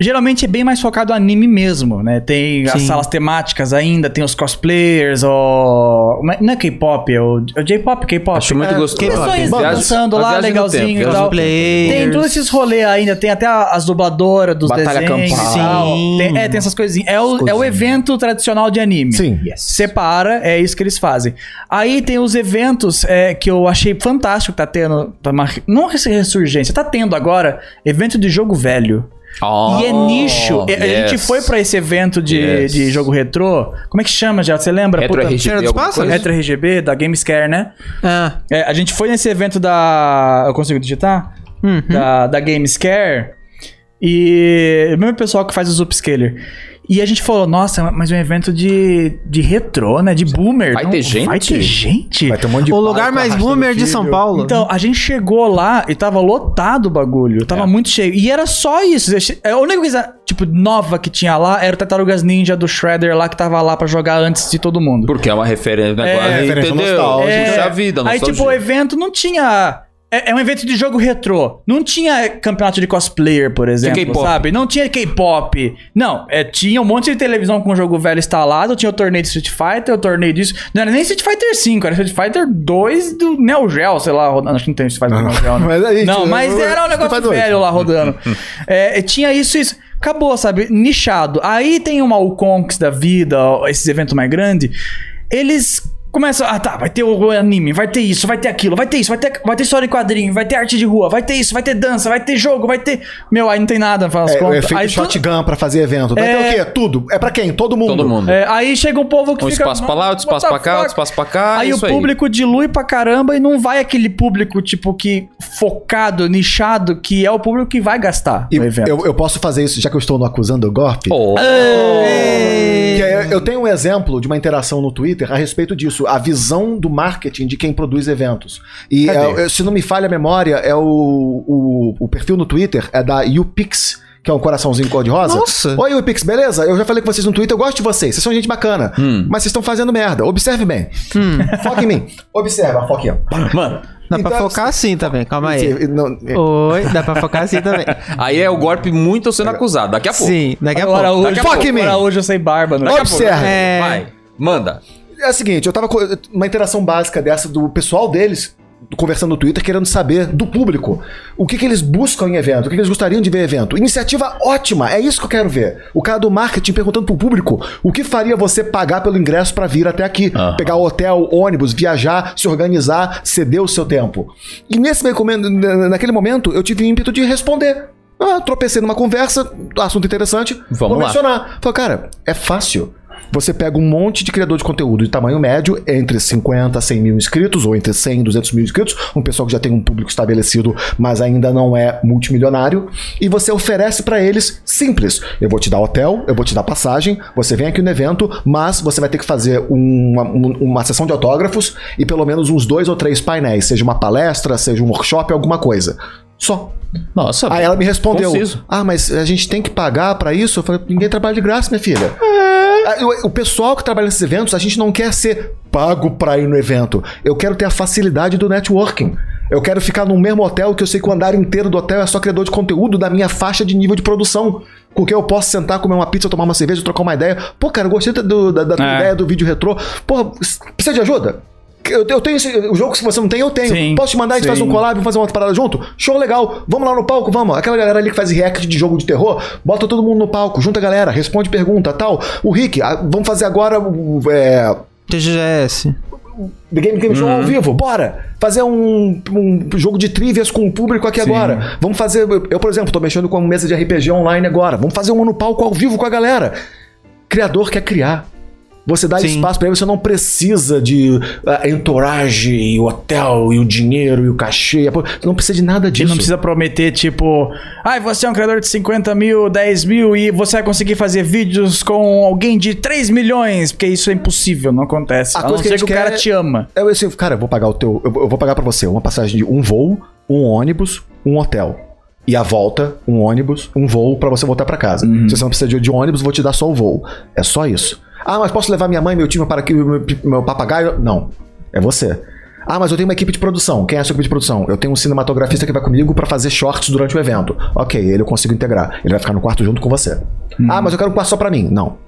Geralmente é bem mais focado no anime mesmo, né? Tem as Sim. salas temáticas ainda, tem os cosplayers, o... Não é K-pop, é o, é o J-pop, K-pop. Acho muito É, gostoso. quem só Viagem- está dançando a lá, viagem no legalzinho tempo, e viagem no tal. é tempo. Tem todos esses rolês ainda, tem até a- as dubladoras dos Batalha desenhos e campal. tal. Sim. Tem, é, tem essas coisinhas. É o, é o coisinhas. evento tradicional de anime. Sim. Separa, é isso que eles fazem. Aí tem os eventos é, que eu achei fantástico que tá tendo. Tá uma, não essa ressurgência, tá tendo agora evento de jogo velho. Oh, e é nicho. E- A gente yes. foi pra esse evento de, Yes. de jogo retrô. Como é que chama já? Você lembra? Retro Puta- RGB, Cheiro do alguma espaço? coisa? Retro RGB da Gamescare, né? Ah, É, a gente foi nesse evento da. Eu consigo digitar? Uhum. Da, da Gamescare. E. O mesmo pessoal que faz os upscaler. E a gente falou, nossa, mas é um evento de, de retrô, né? De boomer. Vai não- ter gente? Vai ter gente. Vai ter um monte de o palco lugar mais arrastando boomer de filho. São Paulo. Então, a gente chegou lá e tava lotado o bagulho. É. Tava muito cheio. E era só isso. Eu che- A única coisa, tipo, nova que tinha lá era o Tartarugas Ninja do Shredder lá que tava lá pra jogar antes de todo mundo. Porque é uma referência, né? Agora, referência entendeu? nostálgica. Puxa a vida, Aí, nostalgia. tipo, o evento não tinha. É, é um evento de jogo retrô. Não tinha campeonato de cosplayer, por exemplo, K-pop. sabe? Não tinha K-pop. Não, é, tinha um monte de televisão com o jogo velho instalado. Tinha o torneio de Street Fighter, o torneio disso. Não era nem Street Fighter 5, era Street Fighter 2 do Neo Geo, sei lá. rodando. Acho que não tem Street Fighter do Neo Geo, né? Mas aí, Não, tipo, mas era um negócio faz dois. velho lá rodando. É, tinha isso, isso. Acabou, sabe? Nichado. Aí tem uma o Conks da vida, ó, esses eventos mais grandes. Eles começam. Ah, tá, vai ter o anime, vai ter isso, vai ter aquilo, vai ter isso, vai ter, vai ter história em quadrinho, vai ter arte de rua, vai ter isso, vai ter dança, vai ter jogo, vai ter. Meu, aí não tem nada, faz as É, o contas. efeito aí, tu- shotgun pra fazer evento. Vai ter o quê? Tudo. É pra quem? Todo mundo. Todo mundo. é, aí chega um povo que Um fica. espaço pra lá, outro "What espaço pra the cá, outro fuck?" espaço pra cá. é Aí o isso público dilui pra caramba e não vai aquele público, tipo, que focado, nichado, que é o público que vai gastar E no evento. eu, eu posso fazer isso, já que eu estou no acusando o golpe? Oh. Que é- eu tenho um exemplo de uma interação no Twitter a respeito disso, a visão do marketing de quem produz eventos. E Cadê? é, se não me falha a memória, é o, o, o perfil no Twitter é da YouPix, que é um coraçãozinho cor-de-rosa. Nossa. Oi, YouPix, beleza? Eu já falei com vocês no Twitter, eu gosto de vocês, vocês são gente bacana, Hum. mas vocês estão fazendo merda. Observe bem. Foca em mim. Observa, foca aqui. ó. Mano, Hum. Dá pra Então, focar assim também, calma aí. Sim, não- Oi, dá pra focar assim também. aí é o golpe muito sendo acusado. Daqui a pouco. Sim, É daqui a Agora pouco. hoje, Daqui a pouco. Fuck me. agora hoje eu sei barba, né? Daqui a pouco. Observe. É. Vai, manda. É o seguinte, eu tava com uma interação básica dessa do pessoal deles conversando no Twitter querendo saber do público o que, que eles buscam em evento, o que, que eles gostariam de ver em evento. Iniciativa ótima, é isso que eu quero ver. O cara do marketing perguntando pro público o que faria você pagar pelo ingresso pra vir até aqui, pegar hotel, ônibus, viajar, se organizar, ceder o seu tempo. E nesse meio comen- na- naquele momento eu tive ímpeto de responder. Ah, tropecei numa conversa, assunto interessante, Vamos vou lá. mencionar. Falei, cara, é fácil. Você pega um monte de criador de conteúdo de tamanho médio, entre 50 a 100 mil inscritos, ou entre 100 e 200 mil inscritos, um pessoal que já tem um público estabelecido, mas ainda não é multimilionário, e você oferece pra eles simples: eu vou te dar hotel, eu vou te dar passagem, você vem aqui no evento, mas você vai ter que fazer uma, um- uma sessão de autógrafos e pelo menos uns dois ou três painéis, seja uma palestra, seja um workshop, alguma coisa. Só. Nossa, Aí ela me respondeu: Conciso. Ah, mas a gente tem que pagar pra isso? Eu falei: Ninguém trabalha de graça, minha filha. Ah, o- O pessoal que trabalha nesses eventos, a gente não quer ser pago pra ir no evento. Eu quero ter a facilidade do networking. Eu quero ficar no mesmo hotel que eu sei que o andar inteiro do hotel é só criador de conteúdo da minha faixa de nível de produção. Com que eu posso sentar, comer uma pizza, tomar uma cerveja, trocar uma ideia. Pô, cara, eu gostei do- da, da tua É. ideia do vídeo retrô. Porra, precisa de ajuda? Eu, eu tenho esse, o jogo que você não tem, eu tenho. Sim, Posso te mandar, a gente sim. faz um collab, vamos fazer uma parada junto? Show legal. Vamos lá no palco, vamos. Aquela galera ali que faz react de jogo de terror, bota todo mundo no palco, junta a galera, responde pergunta, tal. O Rick, ah, vamos fazer agora o é, TGS. The Game Game Uhum. Show ao vivo, bora! Fazer um, um jogo de trivias com o público aqui agora. Vamos fazer. Eu, por exemplo, tô mexendo com uma mesa de RPG online agora. Vamos fazer um no palco ao vivo com a galera. Criador quer criar. Você dá Sim. espaço pra ele, você não precisa de ah, entourage e hotel e o dinheiro e o cachê. Você não precisa de nada disso. Ele não precisa prometer, tipo, ai, você é um criador de 50 mil, 10 mil e você vai conseguir fazer vídeos com alguém de 3 milhões, porque isso é impossível, não acontece. A A, coisa não que a ser que gente o cara quer- te ama. Eu, assim, cara, eu vou pagar o teu. Eu, eu vou pagar pra você uma passagem de um voo, um ônibus, um hotel. E a volta, um ônibus, um voo pra você voltar pra casa. Se você não precisa de, de ônibus, eu vou te dar só o voo. É só isso. Ah, mas posso levar minha mãe, meu time para aqui, meu, meu papagaio? Não. É você. Ah, mas eu tenho uma equipe de produção. Quem é a sua equipe de produção? Eu tenho um cinematografista que vai comigo pra fazer shorts durante o evento. Ok, ele eu consigo integrar. Ele vai ficar no quarto junto com você. Ah, mas eu quero um quarto só pra mim. Não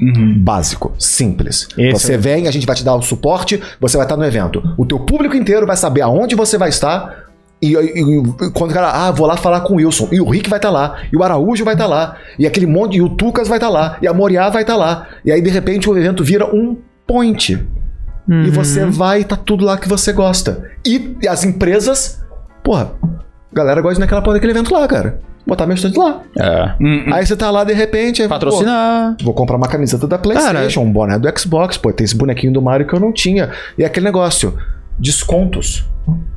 Uhum. básico, simples. Esse você vem, a gente vai te dar o suporte, você vai estar no evento. O teu público inteiro vai saber aonde você vai estar. E, e- e quando o cara, ah, vou lá falar com o Wilson. E o Rick vai estar lá. E o Araújo vai estar lá. E aquele monte. E o Tucas vai estar lá. E a Moriá vai estar lá. E aí, de repente, o evento vira um point. E você vai, tá tudo lá que você gosta. E, as empresas. Porra, a galera gosta daquela porra daquele evento lá, cara. Botar meu estante lá. É. Aí você tá lá, de repente. aí, pô, Patrocinar. Vou comprar uma camiseta da PlayStation, um boné do Xbox, pô, tem esse bonequinho do Mario que eu não tinha. E aquele negócio, descontos.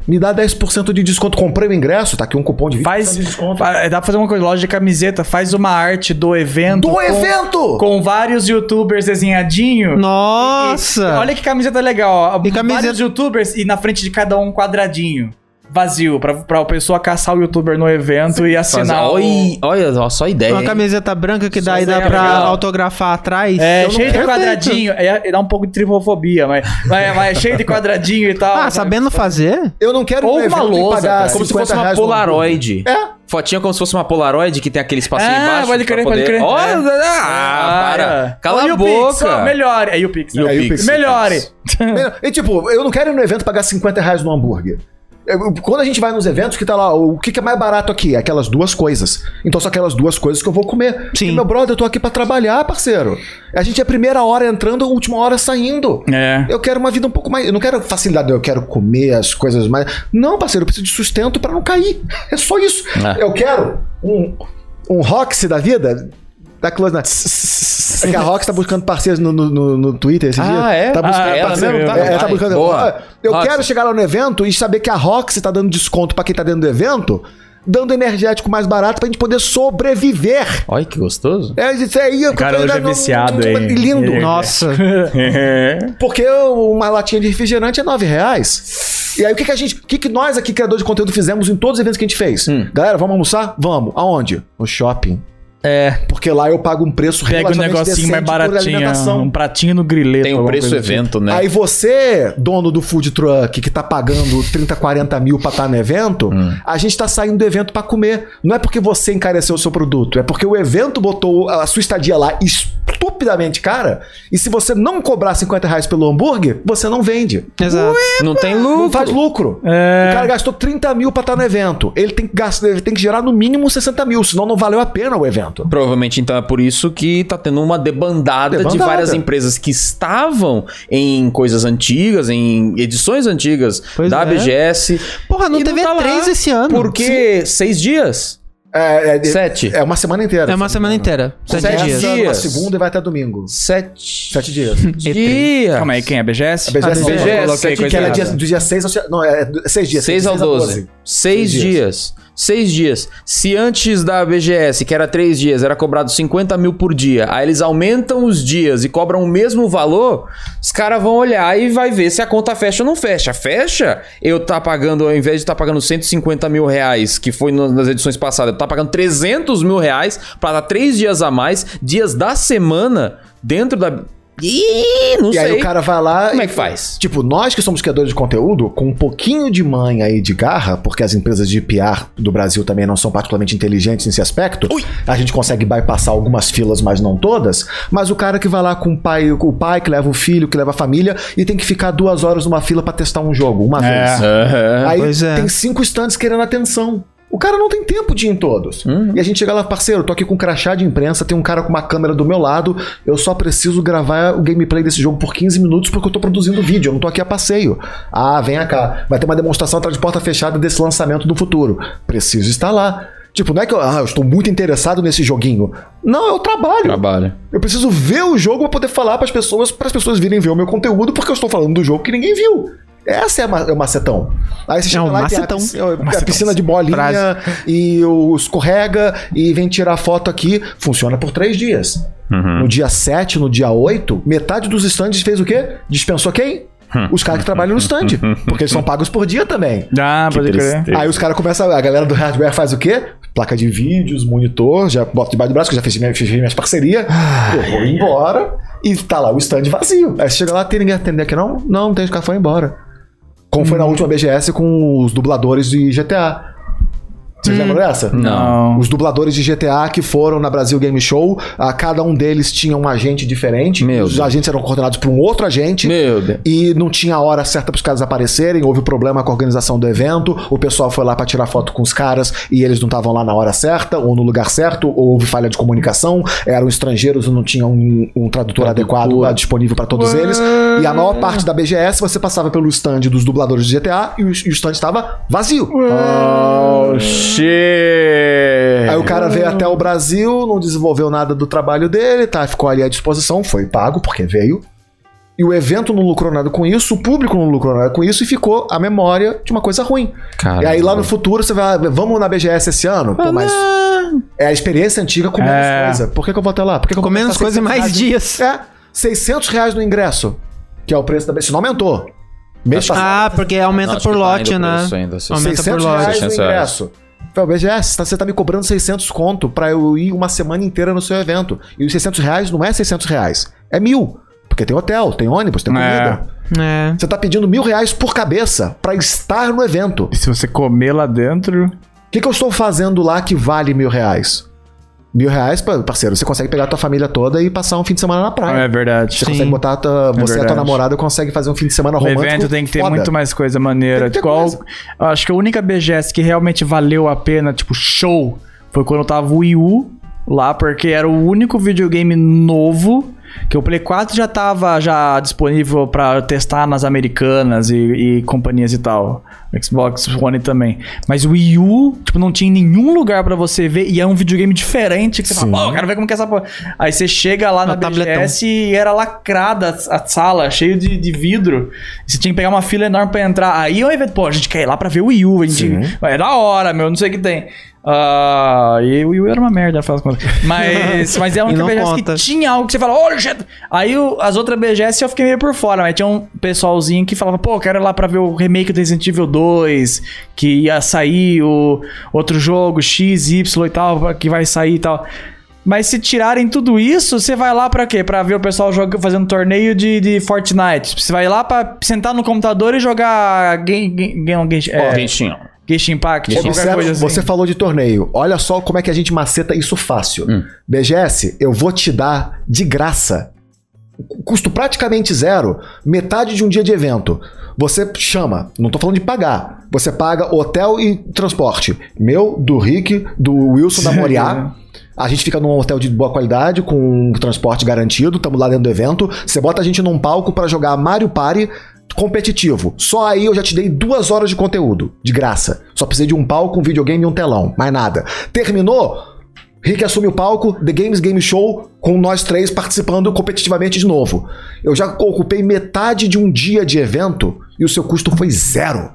Me dá 10% de desconto. Comprei o ingresso, tá aqui um cupom de 20% Faz. de desconto. fa- Dá pra fazer uma coisa, loja de camiseta, faz uma arte do evento. Do com- evento! Com vários youtubers desenhadinho. Nossa! E- Olha que camiseta legal, ó. E camiseta- Vários youtubers e na frente de cada um um quadradinho. Vazio, pra, pra pessoa caçar o youtuber no evento e Fazer- assinar. o- Olha, olha só, só ideia. Uma hein? camiseta branca que Só daí dá desenhar pra é legal. autografar atrás. É, Eu não- cheio de Perfeito. quadradinho. É, é, dá um pouco de tripofobia, mas, mas, mas é cheio de quadradinho e tal. Ah, Mas- sabendo É. fazer? Eu não quero ir Ou no uma evento e lousa, pagar cara. É como se 50 fosse uma reais no- Polaroid. É. Fotinha como se fosse uma Polaroid que tem aquele espacinho Ah, embaixo. pode pra crer, pode crer. Ó, É. Ah, para. é. Cala Olha a o Pix, ó, boca. melhore. Aí o Pix. E o né? Aí o Pix. Pix. Melhore. E tipo, eu não quero ir no evento pagar 50 reais no hambúrguer. Eu- Quando a gente vai nos eventos que tá lá, o que, que é mais barato aqui? Aquelas duas coisas. Então são aquelas duas coisas que eu vou comer. Sim. E, meu brother, eu tô aqui pra trabalhar, parceiro. A gente é a primeira hora entrando, a última hora saindo. É. Eu quero uma vida um pouco mais. Eu não quero facilidade, eu quero comer as coisas mais. Não, parceiro, eu preciso de sustento pra não cair. É só isso. É. Eu quero um, um Roxy da vida. Da close na. É que a Roxy tá buscando parceiros no, no, no- no Twitter esse Ah, dia. é? Tá buscando Ah, ela parceiro. mesmo, tá, tá? é, tá Vai, buscando. boa. Eu Roxy. quero chegar lá no evento e saber que a Roxy tá dando desconto pra quem tá dentro do evento, dando energético mais barato pra gente poder sobreviver. Olha que gostoso. É isso aí. eu tô Cara, hoje é falando, viciado, hein? Lindo. É. Nossa. um Porque uma latinha de refrigerante é 9 reais. E aí o que, que a gente. O que, que nós aqui, criador de conteúdo, fizemos em todos os eventos que a gente fez? Hum. Galera, vamos almoçar? Vamos. Aonde? No shopping. É. Porque lá eu pago um preço Pega um relativamente negocinho mais decente por baratinho. alimentação. Um pratinho no grileto. Tem o alguma preço coisa assim. evento, né? Aí você, dono do food truck, que tá pagando 30, 40 mil pra estar no evento, Hum. a gente tá saindo do evento pra comer. Não é porque você encareceu o seu produto, é porque o evento botou a sua estadia lá, es- estupidamente cara. E se você não cobrar 50 reais pelo hambúrguer, você não vende. Exato. Não tem Não lucro. faz lucro. O cara gastou 30 mil pra estar no evento. Ele tem, que gastar, ele tem que gerar no mínimo 60 mil, senão não valeu a pena o evento. Provavelmente então é por isso que tá tendo uma debandada, de Debandada. várias empresas que estavam em coisas antigas, em edições antigas Pois da é. Ah, BGS. Porra, não E teve tá lá, E3 é esse ano. Porque seis dias? É, é, Sete? é uma semana inteira. É uma semana inteira. Sete, Sete dias. dias. Na segunda e vai até domingo. Sete. Sete dias. dias. Calma aí, quem é? BGS? A BGS, BGS, eu coloquei coloquei que é? coisa era errada. dia, do dia 6 ao... dia- Não, é do- seis dias. 6 ao 12. 6 Seis dias. 6 dias. Se antes da BGS, que era 3 dias, era cobrado 50 mil por dia, aí eles aumentam os dias e cobram o mesmo valor, os caras vão olhar e vai ver se a conta fecha ou não fecha. Fecha, eu tá pagando, ao invés de estar tá pagando 150 mil reais, que foi no- nas edições passadas, eu tá pagando 300 mil reais pra dar 3 dias a mais, dias da semana, dentro da... Ih, não E sei. aí o cara vai lá... Como é e- que faz? Tipo, nós que somos criadores de conteúdo, com um pouquinho de manha aí de garra, porque as empresas de PR do Brasil também não são particularmente inteligentes nesse aspecto, a gente consegue bypassar algumas filas, mas não todas. Mas o cara que vai lá com o pai, com o pai que leva o filho, que leva a família, e tem que ficar duas horas numa fila pra testar um jogo, uma É. vez. Aham. Aí Pois é. tem cinco estantes querendo atenção. O cara não tem tempo de ir em todos. Uhum. E a gente chega lá, parceiro, tô aqui com um crachá de imprensa, tem um cara com uma câmera do meu lado, eu só preciso gravar o gameplay desse jogo por 15 minutos porque eu tô produzindo vídeo, eu não tô aqui a passeio. Ah, vem cá, vai ter uma demonstração atrás de porta fechada desse lançamento do futuro. Preciso estar lá. Tipo, não é que eu, ah, eu estou muito interessado nesse joguinho. Não, é o trabalho. Trabalho. Eu preciso ver o jogo pra poder falar pras pessoas, para as pessoas virem ver o meu conteúdo, porque eu estou falando do jogo que ninguém viu. Essa é, ma é o macetão. Aí você chega É um lá e tem macetão. A, piscina, a Macetão. piscina de bolinha Frase. e o escorrega e vem tirar foto aqui. Funciona por três dias. No dia 7, no dia 8, metade dos estandes fez o quê? Dispensou quem? Os caras que trabalham no stand. Porque eles são pagos por dia também. Ah, pode crer. Aí os caras começam, a galera do hardware faz o quê? Placa de vídeos, monitor, já bota debaixo do braço, que eu já fiz, minha, fiz minhas parcerias. Ah, Eu é. vou embora e tá lá o stand vazio. Aí você chega lá, tem ninguém atender aqui não? Não, não tem, os caras foram embora. Como foi na Hum. última BGS com os dubladores de GTA. Vocês Hum. lembram dessa? Não. Os dubladores de GTA que foram na Brasil Game Show, a cada um deles tinha um agente diferente. Meu os Deus. agentes eram coordenados por um outro agente. Meu Deus. E não tinha a hora certa pros caras aparecerem, houve problema com a organização do evento, o pessoal foi lá pra tirar foto com os caras e eles não estavam lá na hora certa, ou no lugar certo, ou houve falha de comunicação, eram estrangeiros e não tinha um, um tradutor adequado lá disponível pra todos eles. E a maior parte da BGS você passava pelo stand dos dubladores de GTA e o, e o stand estava vazio. Oh, shit. Aí o cara veio até o Brasil, não desenvolveu nada do trabalho dele, tá? Ficou ali à disposição, foi pago, porque veio. E o evento não lucrou nada com isso, o público não lucrou nada com isso e ficou a memória de uma coisa ruim. Cara, E aí lá no futuro você vai, ah, vamos na BGS esse ano? Pô, mas é a experiência antiga com menos É. coisa. Por que, que eu vou até lá? Por que que eu Com vou menos gastar coisa e 600 mais reais? dias. É, 600 reais no ingresso, que é o preço da BGS. Isso não aumentou. Mês passado, Ah, porque aumenta Não, acho por que tá lote, ainda o né? preço ainda, sim. Aumenta por 600 lote. reais no 600 reais. ingresso. Falei, BGS, tá- você tá me cobrando 600 conto pra eu ir uma semana inteira no seu evento. E os 600 reais não é 600 reais, é mil. Porque tem hotel, tem ônibus, tem comida. É. Você tá pedindo mil reais por cabeça pra estar no evento. E se você comer lá dentro. O que, que eu estou fazendo lá que vale mil reais? Mil reais, pa- parceiro, você consegue pegar a tua família toda e passar um fim de semana na praia. É verdade. Você consegue botar a tua, você e a tua verdade. namorada consegue fazer um fim de semana O romântico. evento tem que ter foda. muito mais coisa Tem maneira. que ter Tipo, coisa. eu acho que a única BGS que realmente valeu a pena, tipo, show, foi quando eu tava o Wii U lá, porque era o único videogame novo que o Play 4 já tava já disponível pra testar nas americanas e, e companhias e tal. Xbox One também. Mas o Wii U, tipo, não tinha em nenhum lugar pra você ver e é um videogame diferente que você fala, pô, eu quero ver como que é essa porra. Aí você chega lá É na um tabletão. BGS e era lacrada a a sala, cheio de, de vidro. Você tinha que pegar uma fila enorme pra entrar. Aí o evento, pô, a gente quer ir lá pra ver o Wii U, a gente. É da hora, meu, não sei o que tem. Ah, e o Wii U era uma merda, faz conta. Mas, mas é a única não BGS conta. que tinha algo que você fala, olha, gente. Aí o- as outras BGS eu fiquei meio por fora, mas tinha um pessoalzinho que falava, pô, quero ir lá pra ver o remake do Resident Evil 2, que ia sair o outro jogo, X, Y e tal, que vai sair e tal. Mas se tirarem tudo isso, você vai lá pra quê? Pra ver o pessoal joga, fazendo torneio de, de Fortnite. Você vai lá pra sentar no computador e jogar game, game, game, é, Quentinho. Genshin Impact, Observa- qualquer coisa assim. Você falou de torneio. Olha só como é que a gente maceta isso fácil. BGS, eu vou te dar de graça. Custo praticamente zero, metade de um dia de evento. Você chama, não tô falando de pagar. Você paga hotel e transporte. Meu, do Rick, do Wilson da Moriá. A gente fica num hotel de boa qualidade, com um transporte garantido, estamos lá dentro do evento. Você bota a gente num palco pra jogar Mario Party competitivo. Só aí eu já te dei duas horas de conteúdo, de graça. Só precisei de um palco, um videogame e um telão, mais nada. Terminou? Rick assume o palco, The Games Game Show, com nós três participando competitivamente de novo. Eu já ocupei metade de um dia de evento e o seu custo foi zero.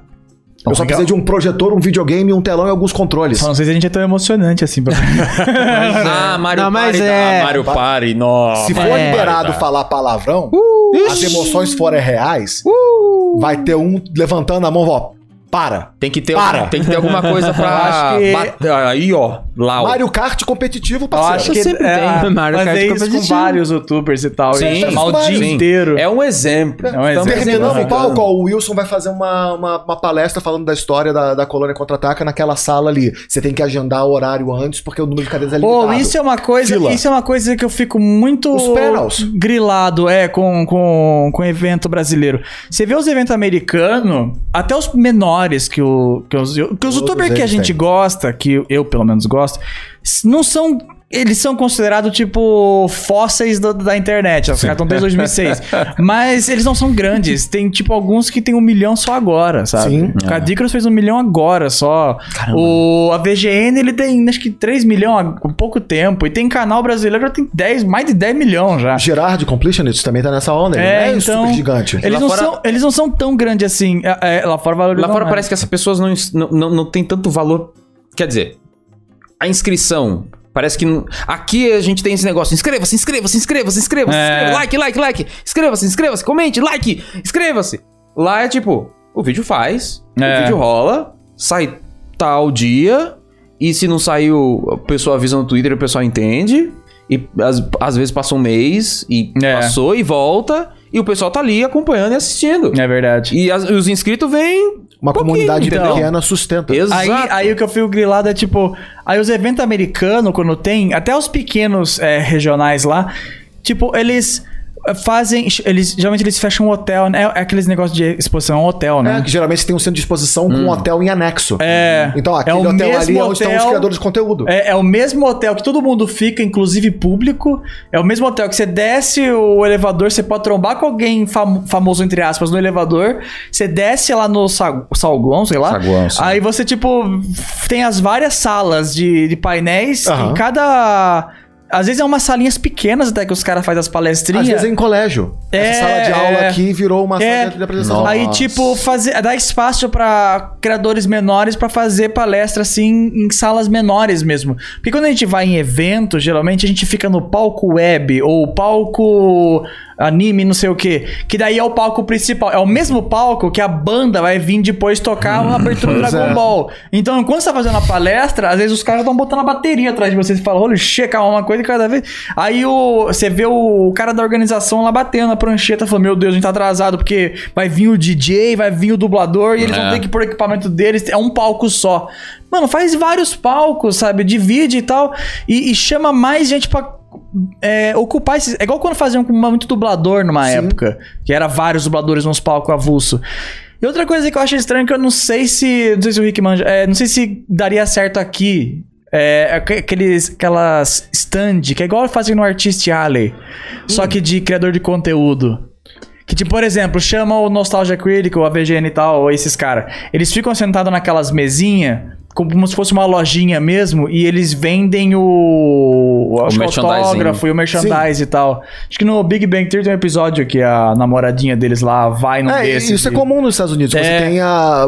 Eu só precisei de um projetor, um videogame, um telão e alguns controles. Só não sei se a gente é tão emocionante assim pra Ah, Mario Não, mas Party. é- Ah, Mario Party, nossa. Se for Mario liberado Party. falar palavrão, Uh! as emoções forem reais, vai ter um levantando a mão, ó. Para. Tem que ter, Para. Tem que ter alguma coisa pra. Acho que- bater- Aí, ó. Lá, ó. Mario Kart competitivo, Eu parceiro. acho que sempre é, tem. Mario Kart fazer isso com competitivo. vários youtubers e tal. Sim, e chamar sim, o dia sim. é inteiro. É um exemplo. É um exemplo. Terminamos Exato. o palco, ó, o Wilson vai fazer uma, uma, uma palestra falando da história da, da colônia contra-ataca naquela sala ali. Você tem que agendar o horário antes, porque o número de cadeiras é limitado. Pô, isso é uma coisa, Fila. isso é uma coisa que eu fico muito Os panels. grilado, é, com, com, com evento brasileiro. Você vê os eventos americanos, até os menores que, o, que os, que os Todos youtubers que a eles gente têm. gosta, que eu pelo menos gosto, s- não são... Eles são considerados, tipo, fósseis do- da internet. Os caras estão desde 2006. Mas eles não são grandes. Tem, tipo, alguns que tem um milhão só agora, sabe? Sim. É. O Cadícaros fez um milhão agora só. O, a VGN, ele tem acho que 3 milhões há pouco tempo. E tem canal brasileiro que já tem 10, mais de 10 milhões já. Gerard Completionist também tá nessa onda, ele É, não então, super gigante. Eles Lá não, fora- são, eles não são tão grandes assim. É, é, lá fora valorizam Lá fora mais. parece que essas pessoas não, ins- não, não, não tem tanto valor. Quer dizer, a inscrição. Parece que. não- Aqui a gente tem esse negócio. Inscreva-se, inscreva-se, inscreva-se, inscreva-se. É. inscreva- Like, like, like. Inscreva-se, inscreva-se, comente, like, inscreva-se. Lá é tipo, o vídeo faz, É. o vídeo rola, sai tal dia. E se não saiu, o pessoal avisa no Twitter, o pessoal entende. E às, às vezes passa um mês e É. passou e volta. E o pessoal tá ali acompanhando e assistindo. É verdade. E as- os inscritos vêm um Uma pouquinho, comunidade então. entendeu? pequena sustenta. Exato. Aí, aí o que eu fico grilado é tipo. Aí os eventos americanos, quando tem, até os pequenos é, regionais lá, tipo, eles é, fazem. Eles, geralmente eles fecham um hotel, né? É aqueles negócios de exposição, é um hotel, né? É, que geralmente tem um centro de exposição com um hotel em anexo. É. Então, aquele É o hotel ali mesmo é onde estão os hotel- criadores de conteúdo. É, é o mesmo hotel que todo mundo fica, inclusive público. É o mesmo hotel que você desce o elevador, você pode trombar com alguém fam- famoso, entre aspas, no elevador. Você desce lá no sa- salgão, sei lá. Saguão, sim. Aí você, tipo, tem as várias salas de, de painéis. Aham. Em cada. Às vezes é umas salinhas pequenas até que os caras fazem as palestrinhas. Às vezes é em colégio. É, Essa sala de aula é. aqui virou uma sala É. dentro da apresentação. Aí, Nossa. tipo, fazer, dar espaço pra criadores menores pra fazer palestra assim em salas menores mesmo. Porque quando a gente vai em evento, geralmente a gente fica no palco web ou palco anime, não sei o que, que daí é o palco principal. É o mesmo palco que a banda vai vir depois tocar uma abertura do pois Dragon é. Ball. Então, enquanto você tá fazendo a palestra, às vezes os caras estão botando a bateria atrás de você e fala, olha, checa uma coisa cada vez. Aí o, você vê o cara da organização lá batendo na prancheta, falando, meu Deus, a gente tá atrasado, porque vai vir o DJ, vai vir o dublador, e eles vão ter que pôr o equipamento deles, é um palco só. Mano, faz vários palcos, sabe? Divide e tal, e, e chama mais gente pra é, ocupar esses. É igual quando faziam com muito dublador numa época, que era vários dubladores nos palcos avulso. E outra coisa que eu acho estranho, é que eu não sei se. Não sei se o Rick manja. é, não sei se daria certo aqui. É, aqu- aqueles, aquelas stand, que é igual fazem no Artist Alley, só que de criador de conteúdo. Que, tipo, por exemplo, chama o Nostalgia Critical, a VGN e tal, ou esses caras. Eles ficam sentados naquelas mesinhas, como se fosse uma lojinha mesmo, e eles vendem o. O, acho que o merchandising. autógrafo e o merchandise e tal. Acho que no Big Bang Theory tem um episódio que a namoradinha deles lá vai num É, desses. isso é e- comum nos Estados Unidos. Você É. tem a,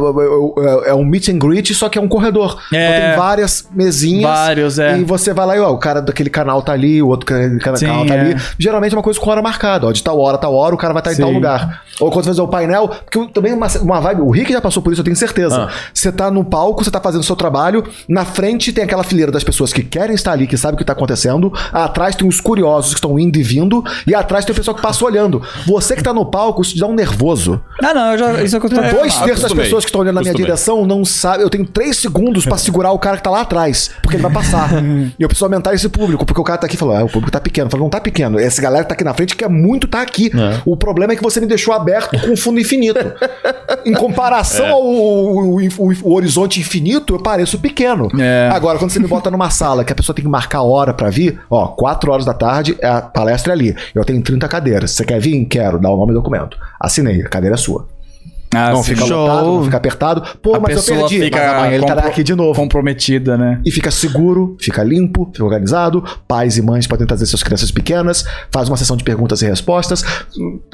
é um meet and greet, só que é um corredor. É. Então tem várias mesinhas. Vários, é. E você vai lá e ó, o cara daquele canal tá ali, o outro cara daquele canal Sim, tá é. ali. Geralmente é uma coisa com hora marcada, ó. De tal hora, tal hora, o cara vai estar Sim. em tal lugar. Ou é quando você fazer o painel, porque eu- também uma, uma vibe, o Rick já passou por isso, eu tenho certeza. Você tá no palco, você tá fazendo seu trabalho. Na frente tem aquela fileira das pessoas que querem estar ali, que sabem o que tá acontecendo. Atrás tem os curiosos que estão indo e vindo. E atrás tem o pessoal que passa olhando. Você que tá no palco, isso te dá um nervoso. Não, não, eu já, isso é o que eu tô Dois terços das acostumei. pessoas que estão olhando na minha Acostumei. direção não sabem. Eu tenho três segundos pra segurar o cara que tá lá atrás, porque ele vai passar. e eu preciso aumentar esse público, porque o cara tá aqui e fala, ah, o público tá pequeno. Eu falo, não tá pequeno. Essa galera que tá aqui na frente quer muito tá aqui. O problema é que você me deixou aberto com o fundo infinito. em comparação ao, o- o- o horizonte infinito, eu pareço pequeno. É. Agora, quando você me bota numa sala que a pessoa tem que marcar a hora pra vir, ó, 4 horas da tarde, a palestra é ali. Eu tenho 30 cadeiras. Você quer vir? Quero. Dá o nome e documento. Assinei, a cadeira é sua Ah, não sim. fica Show. lotado, não fica apertado. Pô, A mas eu pessoa perdi. fica mas amanhã ele estará compro- aqui de novo. comprometida, né? E fica seguro, fica limpo, fica organizado. Pais e mães podem trazer suas crianças pequenas. Faz uma sessão de perguntas e respostas.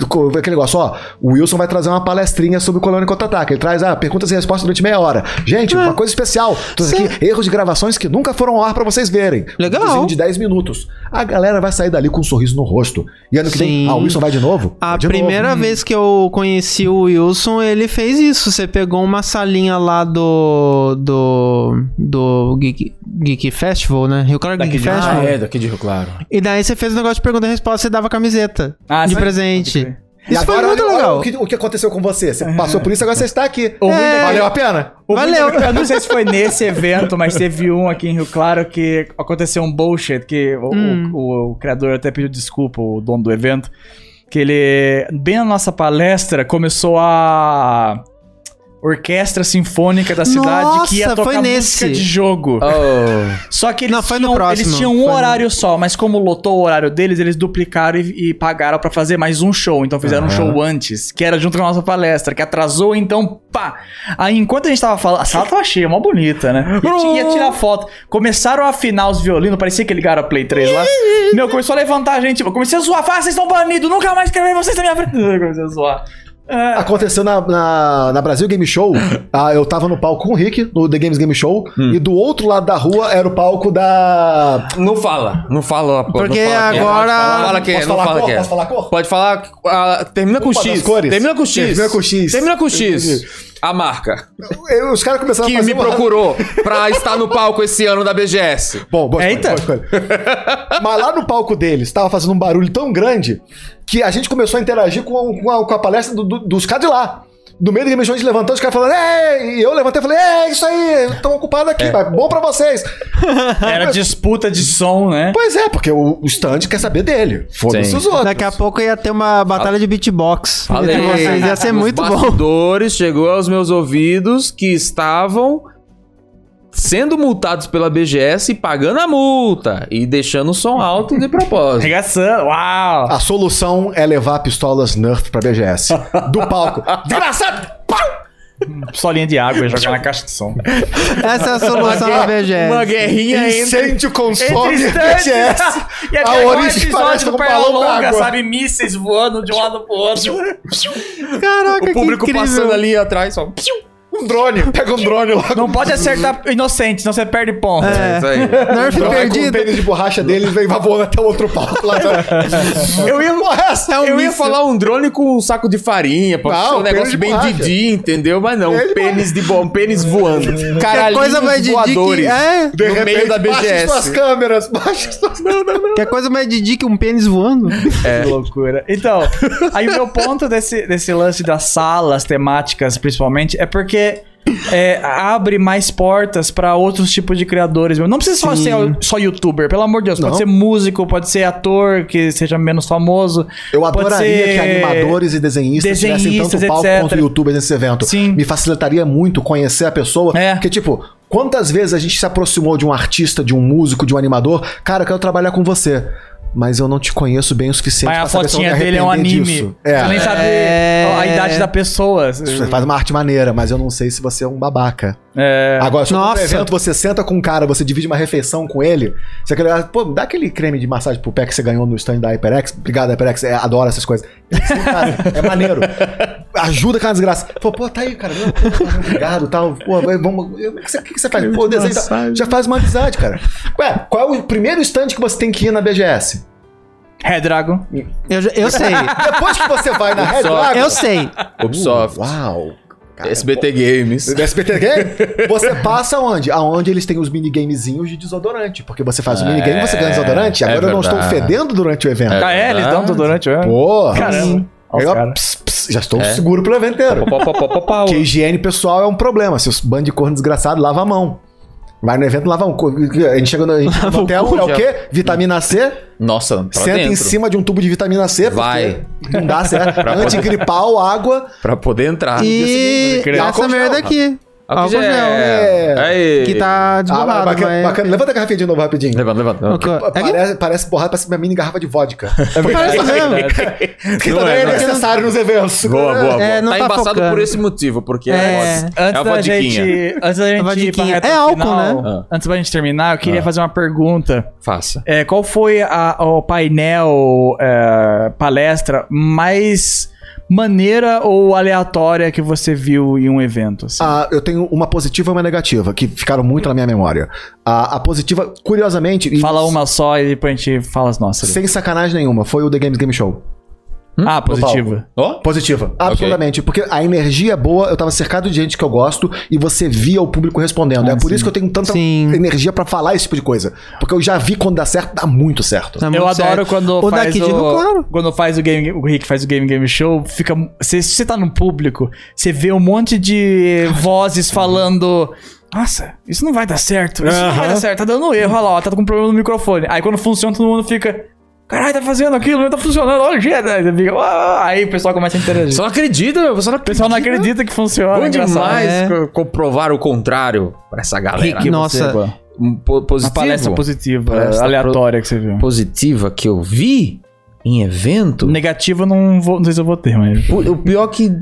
Co- Aquele negócio, ó. O Wilson vai trazer uma palestrinha sobre o Colônia Contra-Ataque. Ele traz ah, perguntas e respostas durante meia hora. Gente, uma coisa especial. Trouxe aqui erros de gravações que nunca foram ao ar pra vocês verem. Legal. Um videozinho de 10 minutos. A galera vai sair dali com um sorriso no rosto. E ano que vem, Sim. ah, o Wilson vai de novo? A Vai de novo. primeira vez que eu conheci o Wilson, ele fez isso. Você pegou uma salinha lá do. do. do Geek, Geek Festival, né? Rio Claro Geek Festival. Ah, é, daqui de Rio Claro. E daí você fez um negócio de pergunta e resposta, você dava camiseta Ah, de sim. presente. Pode E Isso foi agora, muito olha- olha legal. O que, o que aconteceu com você? Você passou por isso, agora você está aqui. É. O ruim é que- Valeu a pena? O Valeu. muito- eu não sei se foi nesse evento, mas teve um aqui em Rio Claro que aconteceu um bullshit, que o, o- o- o criador até pediu desculpa, o dono do evento, que ele, bem na nossa palestra, começou a orquestra sinfônica da cidade que ia Nossa, tocar foi música nesse. Ah. de jogo. Só que eles, Não, foi no tinham, próximo. eles tinham um Foi no- horário só, mas como lotou o horário deles, eles duplicaram e, e pagaram pra fazer mais um show. Então fizeram um show antes, que era junto com a nossa palestra, que atrasou, então pá! Aí enquanto a gente tava falando, a sala tava cheia, mó bonita, né? E ti- ia tirar foto. Começaram a afinar os violinos, parecia que ligaram a Play 3 lá. Meu, começou a levantar a gente, eu comecei a zoar, fala, "Ah, vocês estão banidos, nunca mais quero ver vocês na minha frente. Eu comecei a zoar. É. Aconteceu na, na, na Brasil Game Show. ah, eu tava no palco com o Rick, no The Games Game Show. Hum. E do outro lado da rua era o palco da. Não fala, não fala. pô, Porque não fala quem é. agora- Não fala quem é, Posso não falar fala cor? quem é. Posso falar cor? Pode falar. ah, termina com Opa, X. das cores. Termina com X. Termina com X. Termina com X. A marca Eu- os caras começaram a que fazer. me uma- procurou pra estar no palco esse ano da BGS. Bom, boa escolha, então. Eita. boa escolha. Mas lá no palco deles, tava fazendo um barulho tão grande que a gente começou a interagir com a, com a- com a palestra do- do- dos caras de lá. No meio do Game Show, a gente levantou, os caras falando, ei! E eu levantei e falei, é isso aí, estão ocupados É. aqui, mas bom pra vocês. Era disputa de som, né? Pois é, porque o, o stand quer saber dele. Foda-se Sim. os outros. Daqui a pouco ia ter uma batalha de beatbox entre vocês. Ia ser Os muito bom. bastidores chegou aos meus ouvidos que estavam sendo multados pela BGS e pagando a multa e deixando o som alto de propósito. Arregaçando, uau! A solução é levar pistolas Nerf pra BGS. Do palco. Desgraçado! Pau! Pistolinha de água, ia jogar na caixa de som. Essa é a solução da Uma BGS. guerrinha entre Incêndio consome BGS. e é até a agora origem parece episódio com do um balão Perna Longa, d'água. sabe? Mísseis voando de um lado pro outro. Caraca, o público que incrível. passando ali atrás, só. Um drone. Pega um drone lá. Não pode acertar inocente, senão você perde ponto. É isso aí. Nerf Então vai com o perdido. pênis de borracha dele e vem voando até o outro palco lá. Eu ia, é um eu ia míssil. falar um drone com um saco de farinha, pra Não, ser um pênis de negócio bem borracha. Didi, entendeu? Mas não, Pênis de pênis de bom, pênis voando. Que é Caralhinhos coisa mais de voadores que, é, no meio da Baixa suas BGS. câmeras. Baixa suas câmeras. que é coisa mais Didi que um pênis voando. Que loucura. Então, aí o meu ponto desse, desse lance das salas temáticas, principalmente, é porque é, abre mais portas pra outros tipos de criadores. Não precisa só ser só youtuber, pelo amor de Deus. Pode Não. ser músico, pode ser ator que seja menos famoso. Eu pode adoraria ser- que animadores e desenhistas, tivessem desenhistas, tanto palco etc.. quanto youtubers nesse evento. Sim. Me facilitaria muito conhecer a pessoa. É. Porque, tipo, quantas vezes a gente se aproximou de um artista, de um músico, de um animador? Cara, eu quero trabalhar com você. Mas eu não te conheço bem o suficiente Aí a pra saber se eu vou fotinha me dele é um arrepender anime. disso. Você nem É. sabe É. a idade da pessoa. Você faz uma arte maneira, mas eu não sei se você é um babaca. É. Agora, se no Nossa. evento você senta com um cara, você divide uma refeição com ele, você quer olhar, pô, dá aquele creme de massagem pro pé que você ganhou no stand da HyperX. Obrigado, HyperX, é, adoro essas coisas. Sim, cara, é maneiro. Ajuda com a desgraça. Pô, pô, tá aí, cara. Não, pô, obrigado, tal. Pô, vai, vamos. eu- O que você, o que você faz? Pô, desenho. e tal. Já faz uma amizade, cara. Ué, qual é o primeiro stand que você tem que ir na BGS? Red Dragon. Eu, já- eu sei, Depois que você vai na Red Dragon. eu sei. Ubisoft. Uh, Uau. SBT Games. Do SBT Game, você passa onde? Aonde eles têm os minigamezinhos de desodorante. Porque você faz o minigame, você ganha desodorante. é Agora eu não estou verdade. fedendo durante o evento. É. Ah, é? Eles dão desodorante, é? Porra! Caramba. Olha Eu, os cara. ps, ps, já estou É. seguro pro evento inteiro. Pau, pau, pau, pau, pau. Porque higiene pessoal é um problema. Seus bando de corno desgraçado, lava a mão. Vai no evento, lava a mão. A gente chega no, a gente chega no o hotel, cu, é o um já. quê? Vitamina C. Nossa, pra senta dentro. em cima de um tubo de vitamina C. porque Vai. Não dá certo. Antigripal, água. Pra poder entrar. E seguinte, álcool essa gel, merda rapaz. aqui. Álcool Álcool gel. gel. é. Aí. Que tá desbolado, Ah, bacana, mas... bacana. Levanta a garrafinha de novo rapidinho. Levanta, levanta. levanta. Ah, É que- Parece, parece borrado, parece uma mini garrafa de vodka. Parece mesmo. Que também é necessário nos eventos. né? Boa, boa, boa. É, não tá, tá embaçado focando. por esse motivo, porque É. é, a- é Antes a da vodiquinha. gente, antes da gente ir pra vodiquinha. reta É álcool, final, né? antes da gente terminar, eu queria fazer uma pergunta. Faça. É, qual foi a- o painel, é, palestra mais maneira ou aleatória que você viu em um evento? assim? Ah, eu tenho uma positiva e uma negativa, que ficaram muito na minha memória. A, a positiva, curiosamente. e Fala uma só e depois a gente fala as nossas. Sem sacanagem nenhuma, foi o The Games Game Show. Ah, positiva. Ó, Positiva. Absolutamente. Porque a energia é boa, eu tava cercado de gente que eu gosto e você via o público respondendo. Ah, é por isso que eu tenho tanta Sim. energia pra falar esse tipo de coisa. Porque eu já vi quando dá certo, dá muito certo. Tá eu muito adoro certo. quando O faz daqui o, de Rio Claro. quando faz o game, o Rick faz o game game show, fica se se você tá no público, você vê um monte de vozes falando nossa, isso não vai dar certo. Isso não vai dar certo. Tá dando erro, olha lá, ó, tá com problema no microfone. Aí quando funciona, todo mundo fica Caralho, tá fazendo aquilo, não tá funcionando. Olha o jeito. Aí você fica, "Ah", Aí o pessoal começa a interagir. você não acredita, meu. Você não o pessoal não acredita que funciona. Bom é engraçado. demais É. co- comprovar o contrário pra essa galera. Rick, Nossa. Você, um po- Uma positivo. palestra positiva, Palestra aleatória que você viu. positiva que eu vi em evento. Negativa, não, vou, não sei se eu vou ter, mas. O, o pior que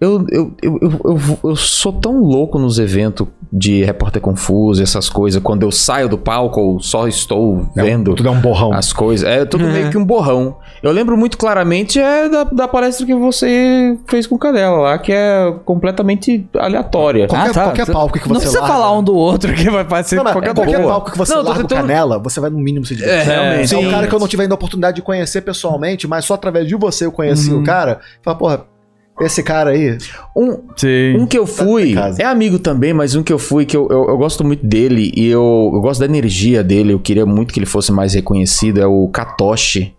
eu, eu, eu, eu, eu- eu sou tão louco nos eventos de repórter confuso, essas coisas. Quando eu saio do palco ou só estou vendo Tudo é um borrão. Ah, as coisas. É tudo meio que um borrão. Eu lembro muito claramente é da, da palestra que você fez com o Cadela lá, que é completamente aleatória. Qualquer, Ah, tá. qualquer palco que você não precisa larga. né? falar um do outro, que vai parecer Não, mas qualquer qualquer, qualquer boa. palco que você Não, eu tô larga o tentando- canela, você vai no mínimo se divertir. É, realmente. É um Sim. cara que eu não tive ainda a oportunidade de conhecer pessoalmente, mas só através de você eu conheci Uhum. o cara. Fala, porra, esse cara aí. Um, Sim. Um que eu fui, Tá em casa. é amigo também, mas um que eu fui, que eu, eu, eu gosto muito dele e eu, eu gosto da energia dele, eu queria muito que ele fosse mais reconhecido, é o Katoshi.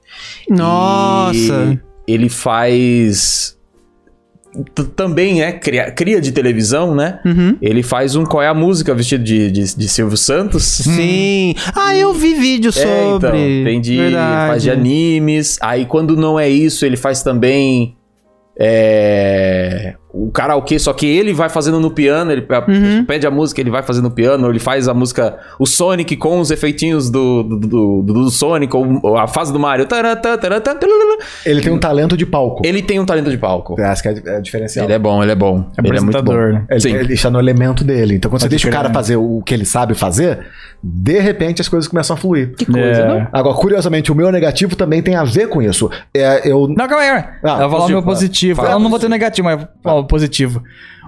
Nossa. E ele faz. t- Também, né? Cria, cria de televisão, né? Uhum. Ele faz um Qual é a Música vestido de, de, de Silvio Santos. Sim. Ah, eu vi vídeo sobre. É, então, tem de, ele Verdade. faz de animes. Aí quando não é isso, ele faz também é, o karaokê, só que ele vai fazendo no piano, ele a- Uhum. pede a música, ele vai fazendo no piano, ou ele faz a música, o Sonic com os efeitinhos do, do, do- do- do Sonic, ou, ou a fase do Mario. Taratã, taratã, talalala. Ele tem um talento de palco. Ele tem um talento de palco. Acho que é, é diferencial. Ele é bom, ele é bom. É ele é muito bom. apresentador, né? Ele, Sim. ele está no elemento dele. Então, quando você Pode deixa o crer. cara fazer o que ele sabe fazer, de repente as coisas começam a fluir. Que coisa, É. né? Agora, curiosamente, o meu negativo também tem a ver com isso. É, eu. Não, calma aí. calma aí. Ah, eu vou falar o meu positivo. Fala, eu não vou ter negativo, mas vou falar o positivo.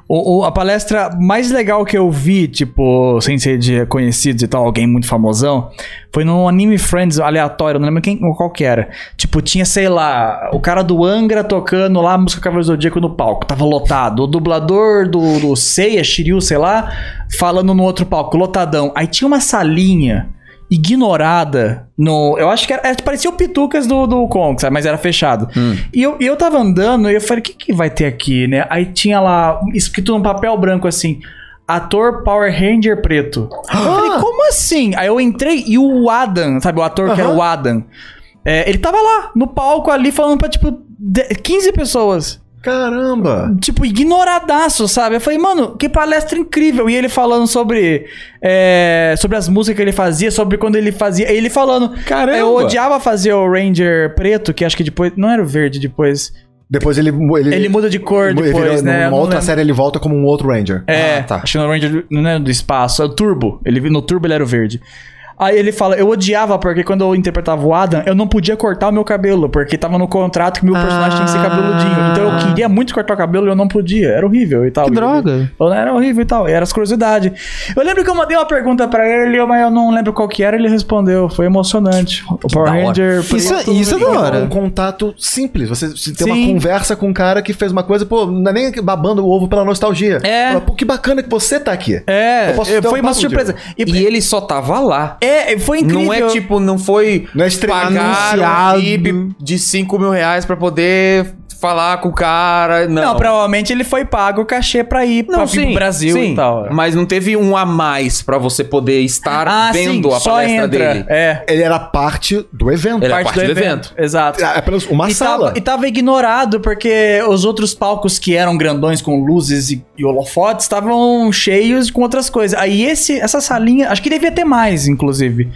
O, o- a palestra mais legal que eu vi, tipo, sem ser de conhecidos e tal, alguém muito famosão, foi num Anime Friends aleatório, eu não lembro quem, qual que era. Tipo, tinha, sei lá, o cara do Angra tocando lá a música Cavaleiro Zodíaco no palco, tava lotado. O dublador do, do Seiya, Shiryu, sei lá, falando no outro palco, lotadão. Aí tinha uma salinha ignorada no. Eu acho que era. era- parecia o Pitucas do, do Kong, sabe? Mas era fechado. E eu, e eu tava andando e eu falei, o que, que vai ter aqui, né? Aí tinha lá, escrito num papel branco assim. Ator Power Ranger preto. Eu falei, como assim? Aí eu entrei e o Adam, sabe, o ator que era o Adam, é, ele tava lá, no palco ali, falando pra tipo de- 15 pessoas Caramba! tipo, ignoradaço, sabe? Eu falei, mano, que palestra incrível. E ele falando sobre. é, sobre as músicas que ele fazia, sobre quando ele fazia. Ele falando. "É, Caramba! Eu odiava fazer o Ranger preto, que acho que depois. Não era o verde depois. Depois ele. Ele, Ele muda de cor ele depois, virou- né? Eu Numa não outra lembro. série ele volta como um outro Ranger. É, Ah, tá. né, acho que no Ranger do- não era do espaço, é o Turbo. Ele, no Turbo ele era o verde. Aí ele fala, eu odiava porque quando eu interpretava o Adam, eu não podia cortar o meu cabelo, porque tava no contrato que meu personagem tinha que ser cabeludinho. Então eu queria muito cortar o cabelo e eu não podia. Era horrível e tal. Que E- droga. eu- Era horrível e tal. E era as curiosidades. Eu lembro que eu mandei uma pergunta pra ele, mas eu não lembro qual que era, ele respondeu. Foi emocionante. O Power Ranger. preto- Isso, isso é É da Um hora. contato simples. Você, você tem Sim. uma conversa com um cara que fez uma coisa, pô, não é nem babando o ovo pela nostalgia. É. Fala, pô, que bacana que você tá aqui. É, Eu posso é, ter foi um uma papo, surpresa. E ele só tava lá. É, foi incrível. Não é tipo, não foi Não é estreado. pagar Anunciado. um VIP de 5 mil reais pra poder falar com o cara. Não, Não, provavelmente ele foi pago o cachê pra ir pra, vir pro Brasil sim, e tal. Mas não teve um a mais pra você poder estar Ah, vendo a palestra dele. É. Ele era parte do evento. Ele é parte do evento. Exato. É apenas uma e, sala. Tava, e tava ignorado, porque os outros palcos que eram grandões com luzes e, e holofotes estavam cheios com outras coisas. Aí esse, essa salinha, acho que devia ter mais, inclusive.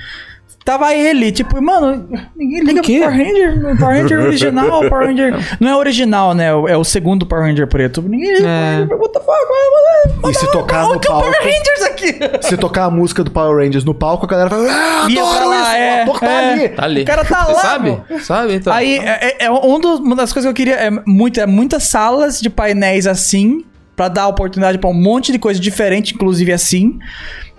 Tava ele, tipo, mano, ninguém liga pro quê? Power Ranger. o Power Ranger é original, o Power Ranger. Não é original, né? É o segundo Power Ranger preto. Ninguém liga É. pro Power Ranger. What the fuck? E se tocar no Olha o palco. Power Rangers aqui. Se tocar a música do Power Rangers no palco, a galera vai. Ah, Ia pra adoro lá, isso! é, o ator tá é. ali. Tá ali. O cara tá Você lá, sabe? meu. Sabe? Tá. Então. Aí, é, é- é um dos- uma das coisas que eu queria é, muito, é muitas salas de painéis assim, pra dar oportunidade pra um monte de coisa diferente, inclusive assim.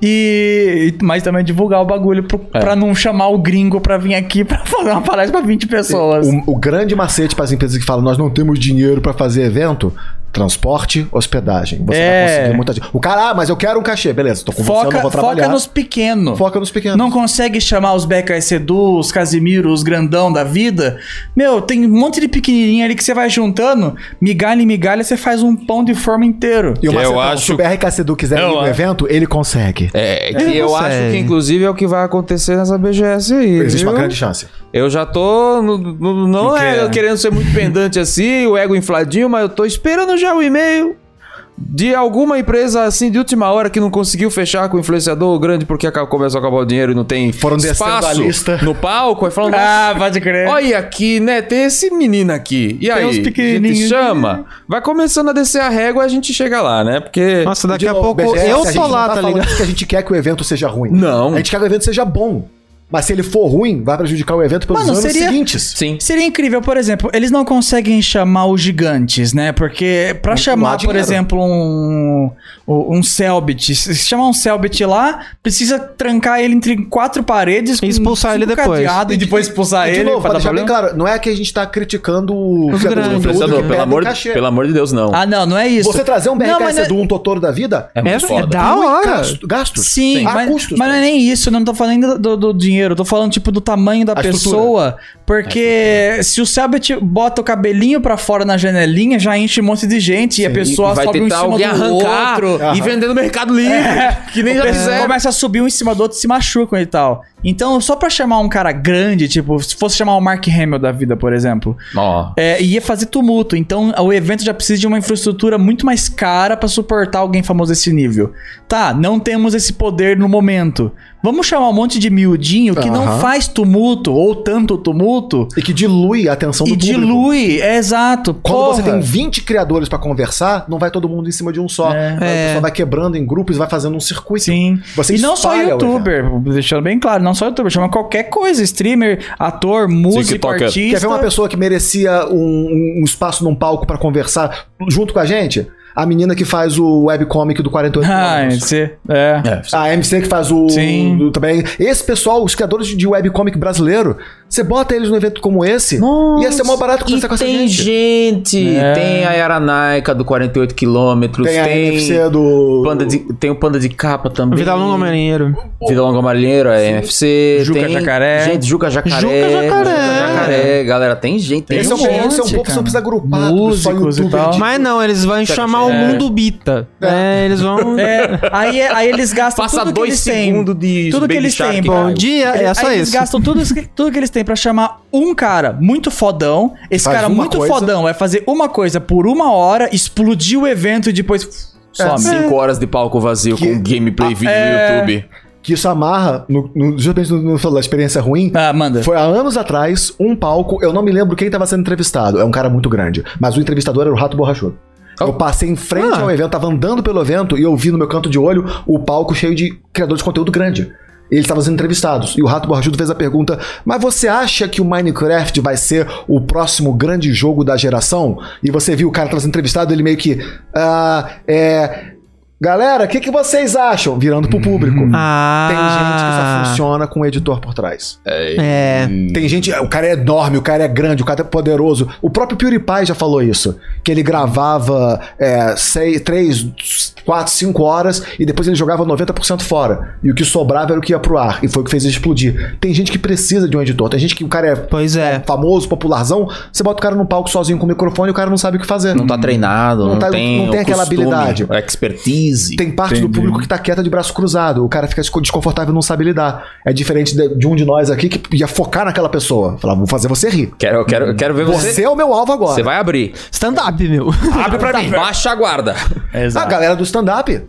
E, mas também divulgar o bagulho pro, É. pra não chamar o gringo pra vir aqui pra fazer uma palestra pra 20 pessoas. O, o grande macete para as empresas que falam nós não temos dinheiro para fazer evento, transporte, hospedagem. Você É. vai conseguir muita gente. O cara, ah, mas eu quero um cachê. Beleza, tô com você, eu não Foca, vou foca trabalhar. nos pequenos. Foca nos pequenos. Não consegue chamar os Becker Sedu, os Casimiro, os grandão da vida. Meu, tem um monte de pequenininha ali que você vai juntando, migalha em migalha, você faz um pão de forma inteiro. E o Eu macetão, acho- se o BRKC Du quiser ir Eu no acho- evento, ele consegue. É, que Ele eu consegue. acho que inclusive é o que vai acontecer nessa BGS aí. Existe viu? uma grande chance. Eu já tô. no- no- não é eu querendo ser muito pendente assim, o ego infladinho, mas eu tô esperando já o e-mail de alguma empresa assim de última hora que não conseguiu fechar com o influenciador grande porque acabou- começou a acabar o dinheiro e não tem Foram descendo a lista. é. no palco. Aí falando, Ah, pode crer. Olha aqui, né? Tem esse menino aqui. E aí, uns a gente pequenininhos. chama. Vai começando a descer a régua e a gente chega lá, né? Porque. Nossa, daqui De a novo, pouco BGS, a eu gente tô não lá, tá tá falando ligado? que a gente quer que o evento seja ruim. Não. A gente quer que o evento seja bom. Mas se ele for ruim, vai prejudicar o evento pelos Mano, anos seria- seguintes. Sim. Seria incrível, por exemplo, eles não conseguem chamar os gigantes, né? Porque pra chamar, por dinheiro. exemplo, um um Selbit, se chamar um Selbit lá, precisa trancar ele entre quatro paredes E expulsar com cinco ele depois. cadeado E depois Ah, expulsar E de ele novo, pra pra dar deixar bem problema. claro, não é que a gente tá criticando o criador Os de grandes. conteúdo Influenciador, que pelo pede amor, cachê. pelo amor de Deus, não. Ah, não, não é isso. Você trazer um Não, mas é- BRKC não- do um Totoro da vida É muito É- é foda. da- hora. gasto- gastos. Sim, Há mas, custos, mas não é né? nem isso, eu não tô falando ainda do, do dinheiro, eu tô falando tipo do tamanho da A pessoa, porque se o Selbit bota o cabelinho pra fora na janelinha, já enche um monte de gente e a pessoa vai sobe um em tentar cima alguém do arrancar outro. e vender no Mercado Livre. Que nem O já pessoal fizeram. começa a subir um em cima do outro e se machucam e tal. Então, só pra chamar um cara grande, tipo, se fosse chamar o Mark Hamill da vida, por exemplo, Ó. é, ia fazer tumulto. Então, o evento já precisa de uma infraestrutura muito mais cara pra suportar alguém famoso desse nível. Tá, não temos esse poder no momento. Vamos chamar um monte de miudinho que não Aham. faz tumulto ou tanto tumulto E que dilui a atenção do e público. dilui. É exato. Quando você porra. tem um 20 criadores pra conversar, não vai todo mundo em cima de um só. É. Aí O pessoal vai quebrando em grupos e vai fazendo um circuito. Sim. Você e não só espalha o youtuber, deixando bem claro, não só youtuber, chama qualquer coisa, streamer, ator, músico, TikToker. artista. Quer ver uma pessoa que merecia um, um- um espaço num palco pra conversar junto com a gente? A menina que faz o webcomic do 48 Ah, anos. você. É. A MC que faz o. Sim. do- também. Esse pessoal, os criadores de webcomic brasileiro, você bota eles num evento como esse, ia ser mó barato conversar e com essa tem gente. gente. É. Tem a Aranaica do 48 quilômetros. Tem a Tem, NFC do. Panda de- tem o Panda de Capa também. Vida longa, marinheiro. Vida Longa Marinheiro, é NFC. Juca tem Jacaré. Gente, Juca Jacaré. Juca Jacaré. Jacaré, Galera, tem gente. Tem Esse é um, gente. monte, esse é um pouco que cara. você não precisa agrupar. Músicos e tal. Mas não, eles vão chamar o mundo Bita. É, eles vão. É, aí, aí eles gastam Passa tudo que dois eles têm. segundos de. Tudo que Baby eles Shark, têm, Bom caralho. dia, é só aí eles isso. gastam tudo, isso que- tudo que eles têm pra chamar um cara muito fodão. Esse Faz cara uma muito coisa. fodão vai fazer uma coisa por uma hora, explodir o evento e depois É. Só some. cinco horas de palco vazio Que- com gameplay vídeo é. no YouTube. Que isso amarra, no, no, justamente no, no, na experiência ruim. Ah, manda. Foi há anos atrás, um palco, eu não me lembro quem tava sendo entrevistado, é um cara muito grande, mas o entrevistador era o Rato Borrachudo. Eu passei em frente Oh. Ah. ao evento, tava andando pelo evento e eu vi no meu canto de olho o palco cheio de criadores de conteúdo grande. Ele estava sendo entrevistados. E o Rato Borjudo fez a pergunta: Mas você acha que o Minecraft vai ser o próximo grande jogo da geração? E você viu o cara que tava sendo entrevistado, ele meio que. Ah, é. Galera, o que, que vocês acham? Virando pro público. Ah. Tem gente que só funciona com o editor por trás. É. Tem gente. O cara é enorme, o cara é grande, o cara é poderoso. O próprio PewDiePie já falou isso. Que ele gravava é, seis, três, quatro, cinco horas e depois ele jogava 90% fora. E o que sobrava era o que ia pro ar. E foi o que fez ele explodir. Tem gente que precisa de um editor. Tem gente que o cara é Pois é. famoso, popularzão. Você bota o cara no palco sozinho com o microfone e o cara não sabe o que fazer. Não tá treinado, não, tá- tem, não o tem aquela costume, habilidade. a expertise. Tem parte do público que tá quieta de braço cruzado. O cara fica desco- desconfortável e não sabe lidar. É diferente de, de um de nós aqui que ia focar naquela pessoa. Falar, vou fazer você rir. Quero, eu quero, eu quero ver Você, você. é o meu alvo agora. Você vai Tá abrir. Stand-up, meu. Abre pra mim. Baixa a guarda. A galera do stand-up.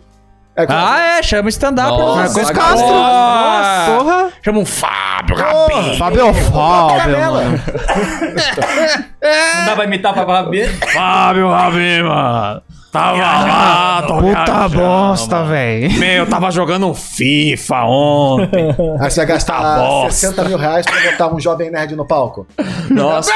É claro. Ah, é, chama stand-up. Nossa, Marcos a Castro. galera- Nossa. Porra. Chama um Fábio Porra, Rabin. Fábio Fábio, Canela. mano. Não dá pra imitar Fábio Rabin? Fábio Rabin, mano. Tava lá, tô Puta viajando, bosta, mano. velho. Meu, eu tava jogando um FIFA ontem. Aí você vai gastar Puta bosta. 60 mil reais pra botar um jovem nerd no palco. Nossa.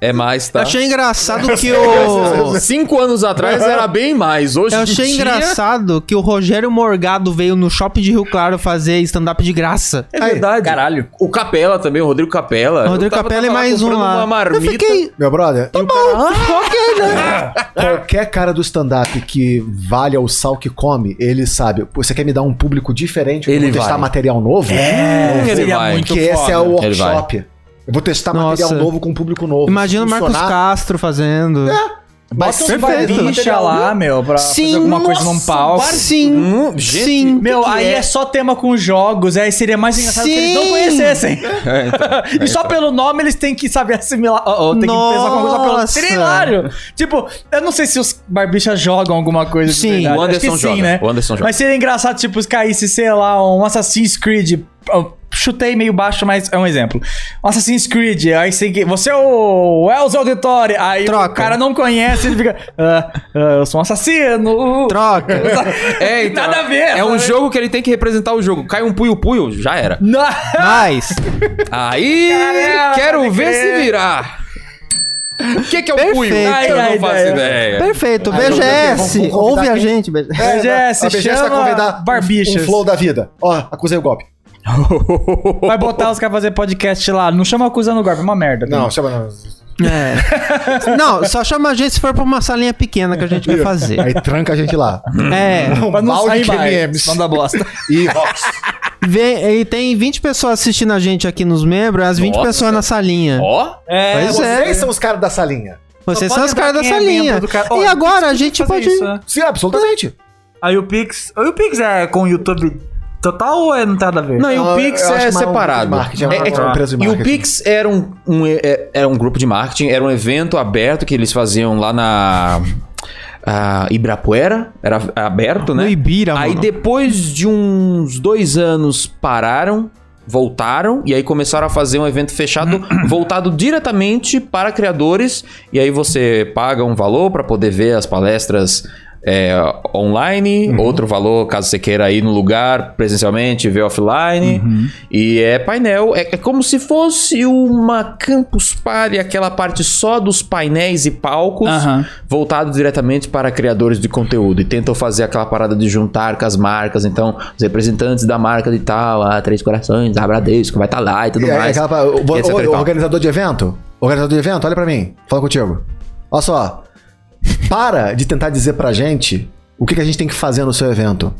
É mais, Eu tá? achei engraçado que o. Cinco anos atrás era bem mais. Hoje Eu em achei dia- engraçado que o Rogério Morgado veio no shopping de Rio Claro fazer stand-up de graça. É verdade. Caralho. O Capela também, o Rodrigo Capela. O Rodrigo Eu tava- Capela e tava mais um comprando lá. Uma marmita. Eu fiquei. Meu brother, Tá bom, ok, né? qualquer cara do stand-up que valha o sal que come, ele sabe. "Pô, Você quer me dar um público diferente? pra eu Ele testar vai. material novo? É, ele vai. Porque esse é o Ele vai. workshop. Eu vou testar material Nossa. novo com um público novo. Imagina o Se Marcos funcionar, Castro fazendo. Bota um Perfeito. Bicha material lá, novo. meu, pra fazer alguma coisa num palco. Sim. Hum, gente. sim. Meu, Que que aí é? só tema com jogos, aí seria mais engraçado se eles não Sim. É, conhecessem. e só pelo nome eles têm que saber assimilar. Oh, oh, tem que pensar alguma coisa pelo. Seria Nossa. hilário. Tipo, eu não sei se os barbichas jogam alguma coisa Sim, né? verdade. o Acho Anderson que né? joga, o Anderson joga. Mas seria engraçado, tipo, se caísse, sei lá, um Assassin's Creed. Eu Chutei meio baixo, mas é um exemplo. Um Assassin's Creed, aí você, você é o Wells Auditori, aí o Troca. cara não conhece, ele fica. "Ah, ah, eu sou um assassino. Troca. É, então, Nada a ver. É um sabe? jogo que ele tem que representar o jogo. Cai um puio-puio, já era. Não. Mas. Aí, Caramba, quero pode ver crer. se virar. O que, que é o Perfeito. puio? Ai, eu não ai, faço ai. ideia. Perfeito. vamos- vamos BGS. convidar Ouve a quem- gente, BGS. É, BGS, a BGS vai chama convidar Barbichas. um flow da vida. Ó, acusei o golpe. Vai botar os caras fazer podcast lá. Não chama acusando o golpe, é uma merda. Não, chama não. É. Não, só chama a gente se for pra uma salinha pequena que a gente quer fazer. Aí tranca a gente lá. Um É. Pra não balde sair de mais. M&Ms. Não dá bosta. E Rox. Vê, e tem 20 pessoas assistindo a gente aqui nos membros, as 20 Nossa. pessoas na salinha. Ó, É, Pois é. Vocês são os caras da salinha. Vocês Só são pode os caras da entrar quem é salinha. membro do cara. E Olha, né? agora a gente pode. né? Sim, absolutamente. Aí o Pix. Aí o Pix é com o YouTube total ou é não tem nada a ver? não, e Eu- o Pix eu acho é mais um separado. grupo de marketing, é É- uma- é- uma empresa de e o marketing. Pix era um, um- é- era um grupo de marketing, era um evento aberto que eles faziam lá na ah, Ibrapuera, era aberto, né? No Ibira, Aí mano. depois de uns dois anos pararam, voltaram e aí começaram a fazer um evento fechado voltado diretamente para criadores. E aí você paga um valor para poder ver as palestras é, online, outro valor caso você queira ir no lugar presencialmente, ver offline. E é painel, é, é como se fosse uma campus party, aquela parte só dos painéis e palcos Aham. voltado diretamente para criadores de conteúdo e tentam fazer aquela parada de juntar com as marcas, então os representantes da marca de tal, a Três Corações, a Bradesco, vai estar lá e tudo É, é mais. aquela pa- o, E etc e o- o tal. organizador de evento? Organizador de evento, olha pra mim. Fala contigo. Olha só. Para de tentar dizer pra gente o que, que a gente tem que fazer no seu evento.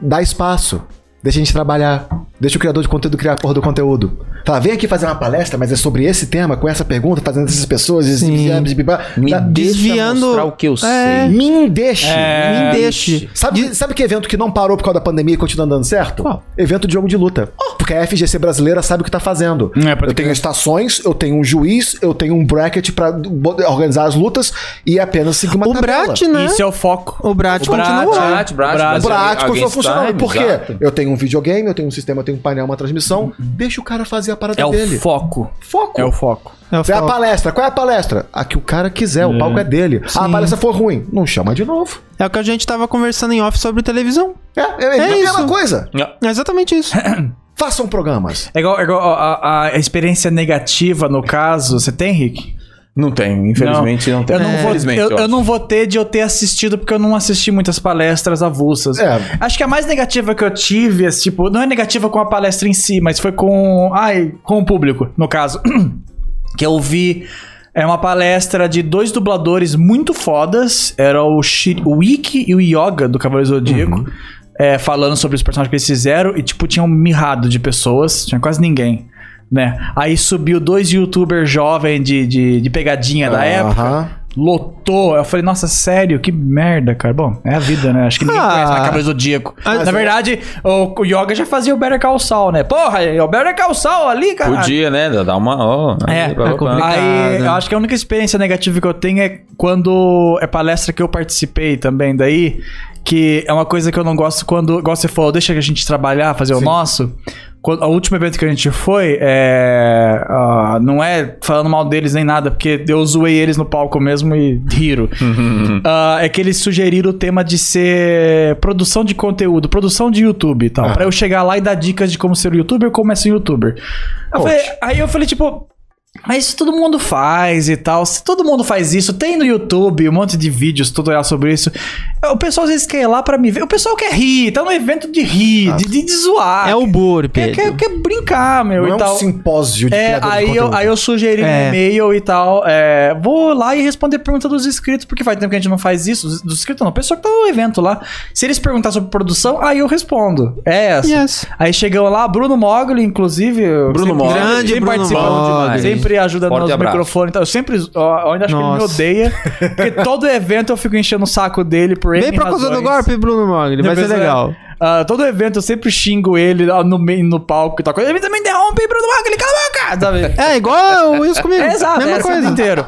Dá espaço. Deixa a gente trabalhar. Deixa o criador de conteúdo criar a porra do conteúdo. Fala, vem aqui fazer uma palestra, mas é sobre esse tema, com essa pergunta, fazendo essas pessoas. esses- Me Dá- deixa desviando- mostrar o que eu É. sei. Me deixe. Me deixe. Sabe, sabe que evento que não parou por causa da pandemia e continua dando certo? Evento de jogo de luta. Oh. Porque a FGC brasileira sabe o que tá fazendo. É, pode eu tenho estações, eu tenho um juiz, eu tenho um bracket pra bo- organizar as lutas e é apenas seguir uma O tabela. Brat, né? Isso é o foco. O Brat O Brat, continua. Brat, Ah, Brat, Brat, O Brat alguém continua está, funcionando. Por quê? exato. Eu tenho um videogame, eu tenho um sistema, eu tenho um painel, uma transmissão. Deixa o cara fazer fazer a parada É o dele. foco. Foco. É o foco. É o Você é a foco. palestra. Qual é a palestra? A que o cara quiser, o palco é dele. Ah, a palestra for ruim, não chama de novo. É o que a gente tava conversando em off sobre televisão. É, é, É a mesma isso. coisa. É exatamente isso. Façam programas. É igual, é igual a, a- a experiência negativa, no caso. Você tem, Rick? Não tem, infelizmente não, tem. Eu não, vou, Infelizmente, eu, eu acho. não vou ter de eu ter assistido, porque eu não assisti muitas palestras avulsas. É. Acho que a mais negativa que eu tive, é, tipo, não é negativa com a palestra em si, mas foi com. Ai, com o público, no caso. que eu vi. É uma palestra de dois dubladores muito fodas. Era o, Shi- o Ikki e o Yoga do Cavaleiro Zodíaco. é, falando sobre os personagens que eles fizeram. E, tipo, tinha um mirrado de pessoas. Tinha quase ninguém, né? Aí subiu dois youtubers jovens de, de, de pegadinha É da época. Aham. Lotou. Eu falei, nossa, sério? Que merda, cara. Bom, é a vida, né? Acho que ninguém Ah. conhece mais Cavaleiro Zodíaco. Na verdade, o, o Yoga já fazia o Better Call Saul, né? Porra, é o Better Call Saul ali, cara. Podia, né? Dá uma. ó, É, blá, blá, é blá. complicado. Aí, eu acho que a única experiência negativa que eu tenho é quando é palestra que eu participei também daí, que é uma coisa que eu não gosto quando, igual você falou, deixa que a gente trabalhar, fazer o nosso. Quando, o último evento que a gente foi, é, ah, não é falando mal deles nem nada, porque eu zoei eles no palco mesmo e riro. Ah, é que eles sugeriram o tema de ser produção de conteúdo, produção de YouTube e tal. Ah. Pra eu chegar lá e dar dicas de como ser um youtuber, como é ser um youtuber. Eu falei- aí eu falei, tipo, mas isso todo mundo faz e tal. Se todo mundo faz isso, tem no YouTube um monte de vídeos, tutorial sobre isso. O pessoal às vezes quer ir lá pra me ver. O pessoal quer rir, tá no evento de Ah. rir, de, de, de zoar. É o Bur, quer, Pedro. quer, quer brincar, meu, Não e é tal. um simpósio de É, criador de aí eu, conteúdo. aí eu sugeri um É. e-mail e tal. é, vou lá e responder pergunta dos inscritos, porque faz tempo que a gente não faz isso. Dos dos inscritos não, pessoa que tá no evento lá. Se eles perguntar sobre produção, aí eu respondo. É essa. Yes. Aí chegam lá, Bruno Mogli, inclusive. eu Bruno sempre- Mogli. Grande sempre Bruno participando Mogli. demais, Sempre ajudando Forte nos abraço. microfones. e tal. Eu sempre. ó, Eu ainda acho que ele me Nossa. odeia. Porque todo evento eu fico enchendo o saco dele por ele. Vem pra causa do golpe, Bruno Mogli. Vai ser legal. todo evento eu sempre xingo ele lá no, meio- no palco e tal. coisa. Ele também interrompe, Bruno Mogli, cala a boca! sabe? É, igual o Wilson comigo. É, exato, Mesma é, coisa. coisa. inteiro.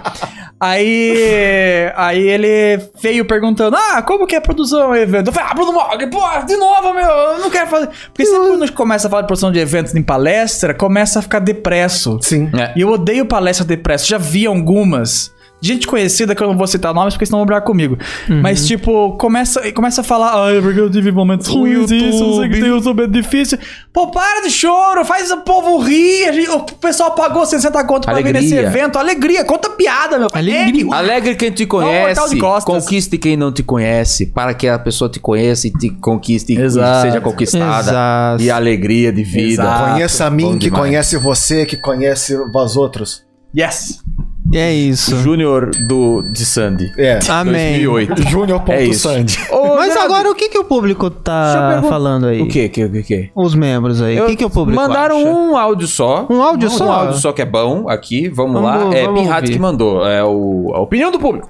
Aí, aí ele veio perguntando: Ah, como que é a produção de evento? Eu falei, ah, Bruno Morgan, pô, de novo, meu, eu não quero fazer. Porque sempre quando a gente começa a falar de produção de eventos em palestra, começa a ficar depresso. Sim. É. E eu odeio palestra depresso, já vi algumas. de Gente conhecida que eu não vou citar nomes porque senão vão brigar comigo. Mas, tipo, começa, começa a falar, ai, porque eu tive momentos ruins, isso, não sei o que tem, eu sou bem difícil. Pô, para de choro, faz o povo rir. a gente- o pessoal pagou 60 conto pra vir nesse Alegria. evento. Alegria, conta piada, meu. Alegria. Alegre quem te Não, tal conhece, de costas. conquiste quem não te conhece, para que a pessoa te conheça e te conquiste Exato. e seja conquistada. Exato. E alegria de vida. Exato. Tá. Conheça a mim, Bom que demais. conhece você, que conhece os outros. Yes. E é isso. Júnior do de Sandy. É. Amém. 2008. É isso. Júnior.sand. Mas agora o que, que o público tá falando aí? O que? O que? O que? Os membros aí. O que, que o público Mandaram acha? um áudio só. Um áudio só? Um áudio só que é bom aqui. Vamos, Vamos- lá. É vamos Pinhat ouvir. que mandou. É o, a opinião do público.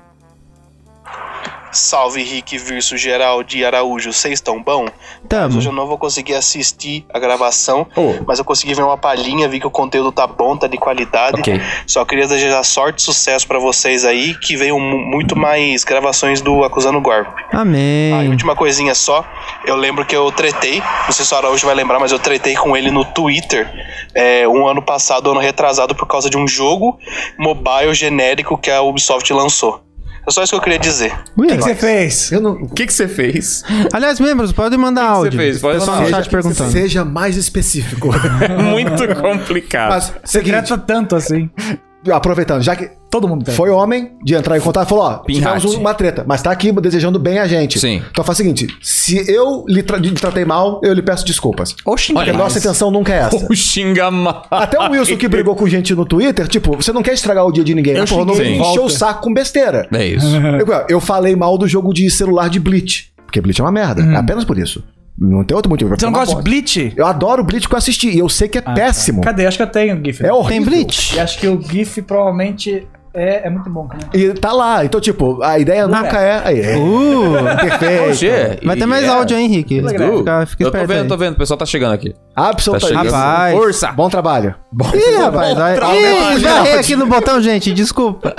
Salve Rick Virso Geral de Araújo, vocês estão bom? Tamo. Hoje eu não vou conseguir assistir a gravação, Oh, mas eu consegui ver uma palhinha, vi que o conteúdo tá bom, tá de qualidade. ok. Só queria desejar sorte e sucesso pra vocês aí, que venham mu- muito mais gravações do Acusando Golpe. Ah, e Amém. última coisinha só, eu lembro que eu tretei, não sei se o Araújo vai lembrar, mas eu tretei com ele no Twitter é, um ano passado, ano retrasado, por causa de um jogo mobile genérico que a Ubisoft lançou. É só isso que eu queria dizer. O que, que você fez? Eu não. O que que você fez? Aliás, membros, podem mandar O que que você áudio. fez? Pode o pessoal mandar no chat Seja, perguntando. seja mais específico. Muito complicado. Mas, seguinte, Secreta tanto assim. aproveitando, já que Todo mundo tem. foi homem de entrar em contato, falou: ó, Pinhate. tivemos uma treta, mas tá aqui desejando bem a gente. Sim. Então faz o seguinte: se eu lhe, tra- lhe tratei mal, eu lhe peço desculpas. Oxi, Porque a nossa intenção nunca é essa. O xingamar. Até o Wilson que brigou com gente no Twitter, tipo, você não quer estragar o dia de ninguém. Eu né? Porra, não xinguei ele. encheu o Volta. saco com besteira. É isso. Eu, eu falei mal do jogo de celular de Bleach. Porque Bleach é uma merda. É apenas por isso. Não tem outro motivo. Você não gosta de Bleach? Eu adoro Bleach que eu assisti. E eu sei que é péssimo. Cadê? Acho que eu tenho o GIF. É horrível. Tem Blitz? E acho que o GIF provavelmente. É, é muito bom, né? cara. E tá lá. Então, tipo, a ideia nunca é. Aí, é. Uh! Perfeito. Oxê, Vai ter e mais é. áudio, hein, Henrique? Du, Fica, fica eu tô esperto vendo, aí. tô vendo. O pessoal tá chegando aqui. Tá Absolutamente. chegando. Rapaz. Força! Bom trabalho. Bom Ih, rapaz, vai. trabalho, Ih, já errei aqui no botão, gente, desculpa.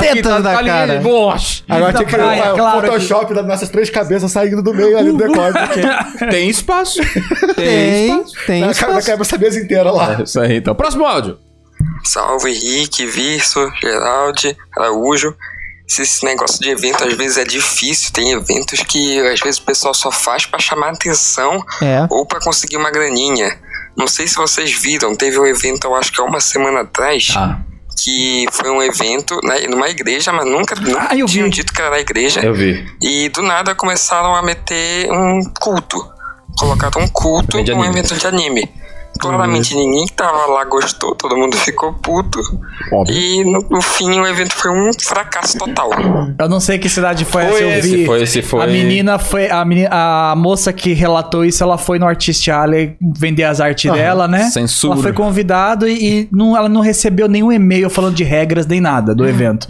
Tentando da cara. tá Bosch. Agora tinha que praia, criar o claro Photoshop das nossas três cabeças saindo do meio ali do decote. Tem espaço. Tem, tem. Na espaço. ca- na cabeça mesa inteira lá. É Isso aí, então. Próximo áudio. Salve Henrique, Virso, Geraldi, Araújo. Esse- Esse negócio de evento às vezes é difícil. Tem eventos que às vezes o pessoal só faz pra chamar atenção É. ou pra conseguir uma graninha. Não sei se vocês viram, teve um evento, eu acho que há uma semana atrás, Ah. que foi um evento né, numa igreja, mas nunca, nunca Ah, eu vi. tinham dito que era na igreja. Eu vi. E do nada começaram a meter um culto. Colocaram um culto Evento de num anime. Uhum. evento de anime. Claramente ninguém que tava lá gostou, todo mundo ficou puto. E no, no fim o evento foi um fracasso total. Eu não sei que cidade foi, essa, eu esse, vi. foi esse, foi. A menina foi. A, menina, a moça que relatou isso, ela foi no Artist Alley vender as artes dela, né? Censura. Ela foi convidada e, e não, ela não recebeu nenhum e-mail falando de regras nem nada do evento.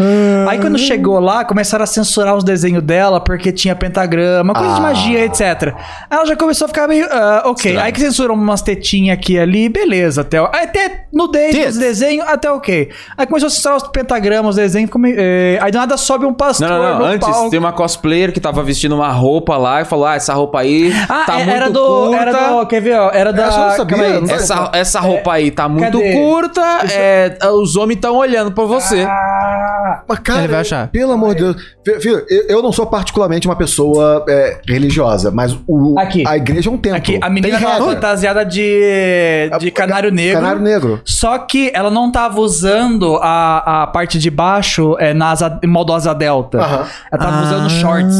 Aí quando chegou lá, começaram a censurar os desenhos dela porque tinha pentagrama, coisa de magia, etc. Aí ela já começou a ficar meio. ah, ok. Aí que censurou umas tetinhas aqui e ali, beleza, até. Até nudez Tits. dos desenhos, até ok. Aí começou a censurar os pentagramas, os desenhos. ficou meio, eh, aí do nada sobe um pastor. Não, não, no não. Antes palco. tem uma cosplayer que tava vestindo uma roupa lá e falou: Ah, essa roupa aí Ah, tá é- muito era do. curta. Era do. Quer ver, ó? Era da. Essa eu não sabia, calma aí. eu não Essa, essa roupa aí tá muito cadê? curta, é, os homens estão olhando pra você. Mas, cara, Ele vai achar. pelo amor de Deus. Fi- Filho, eu, eu não sou particularmente uma pessoa é, religiosa, mas o, Aqui. a igreja é um templo. Aqui, a menina Tem tava regra. É fantasiada de. de canário negro. Canário negro. Só que ela não tava usando a, a parte de baixo é, na asa, em modo asa delta. Aham. Ela tava usando shorts.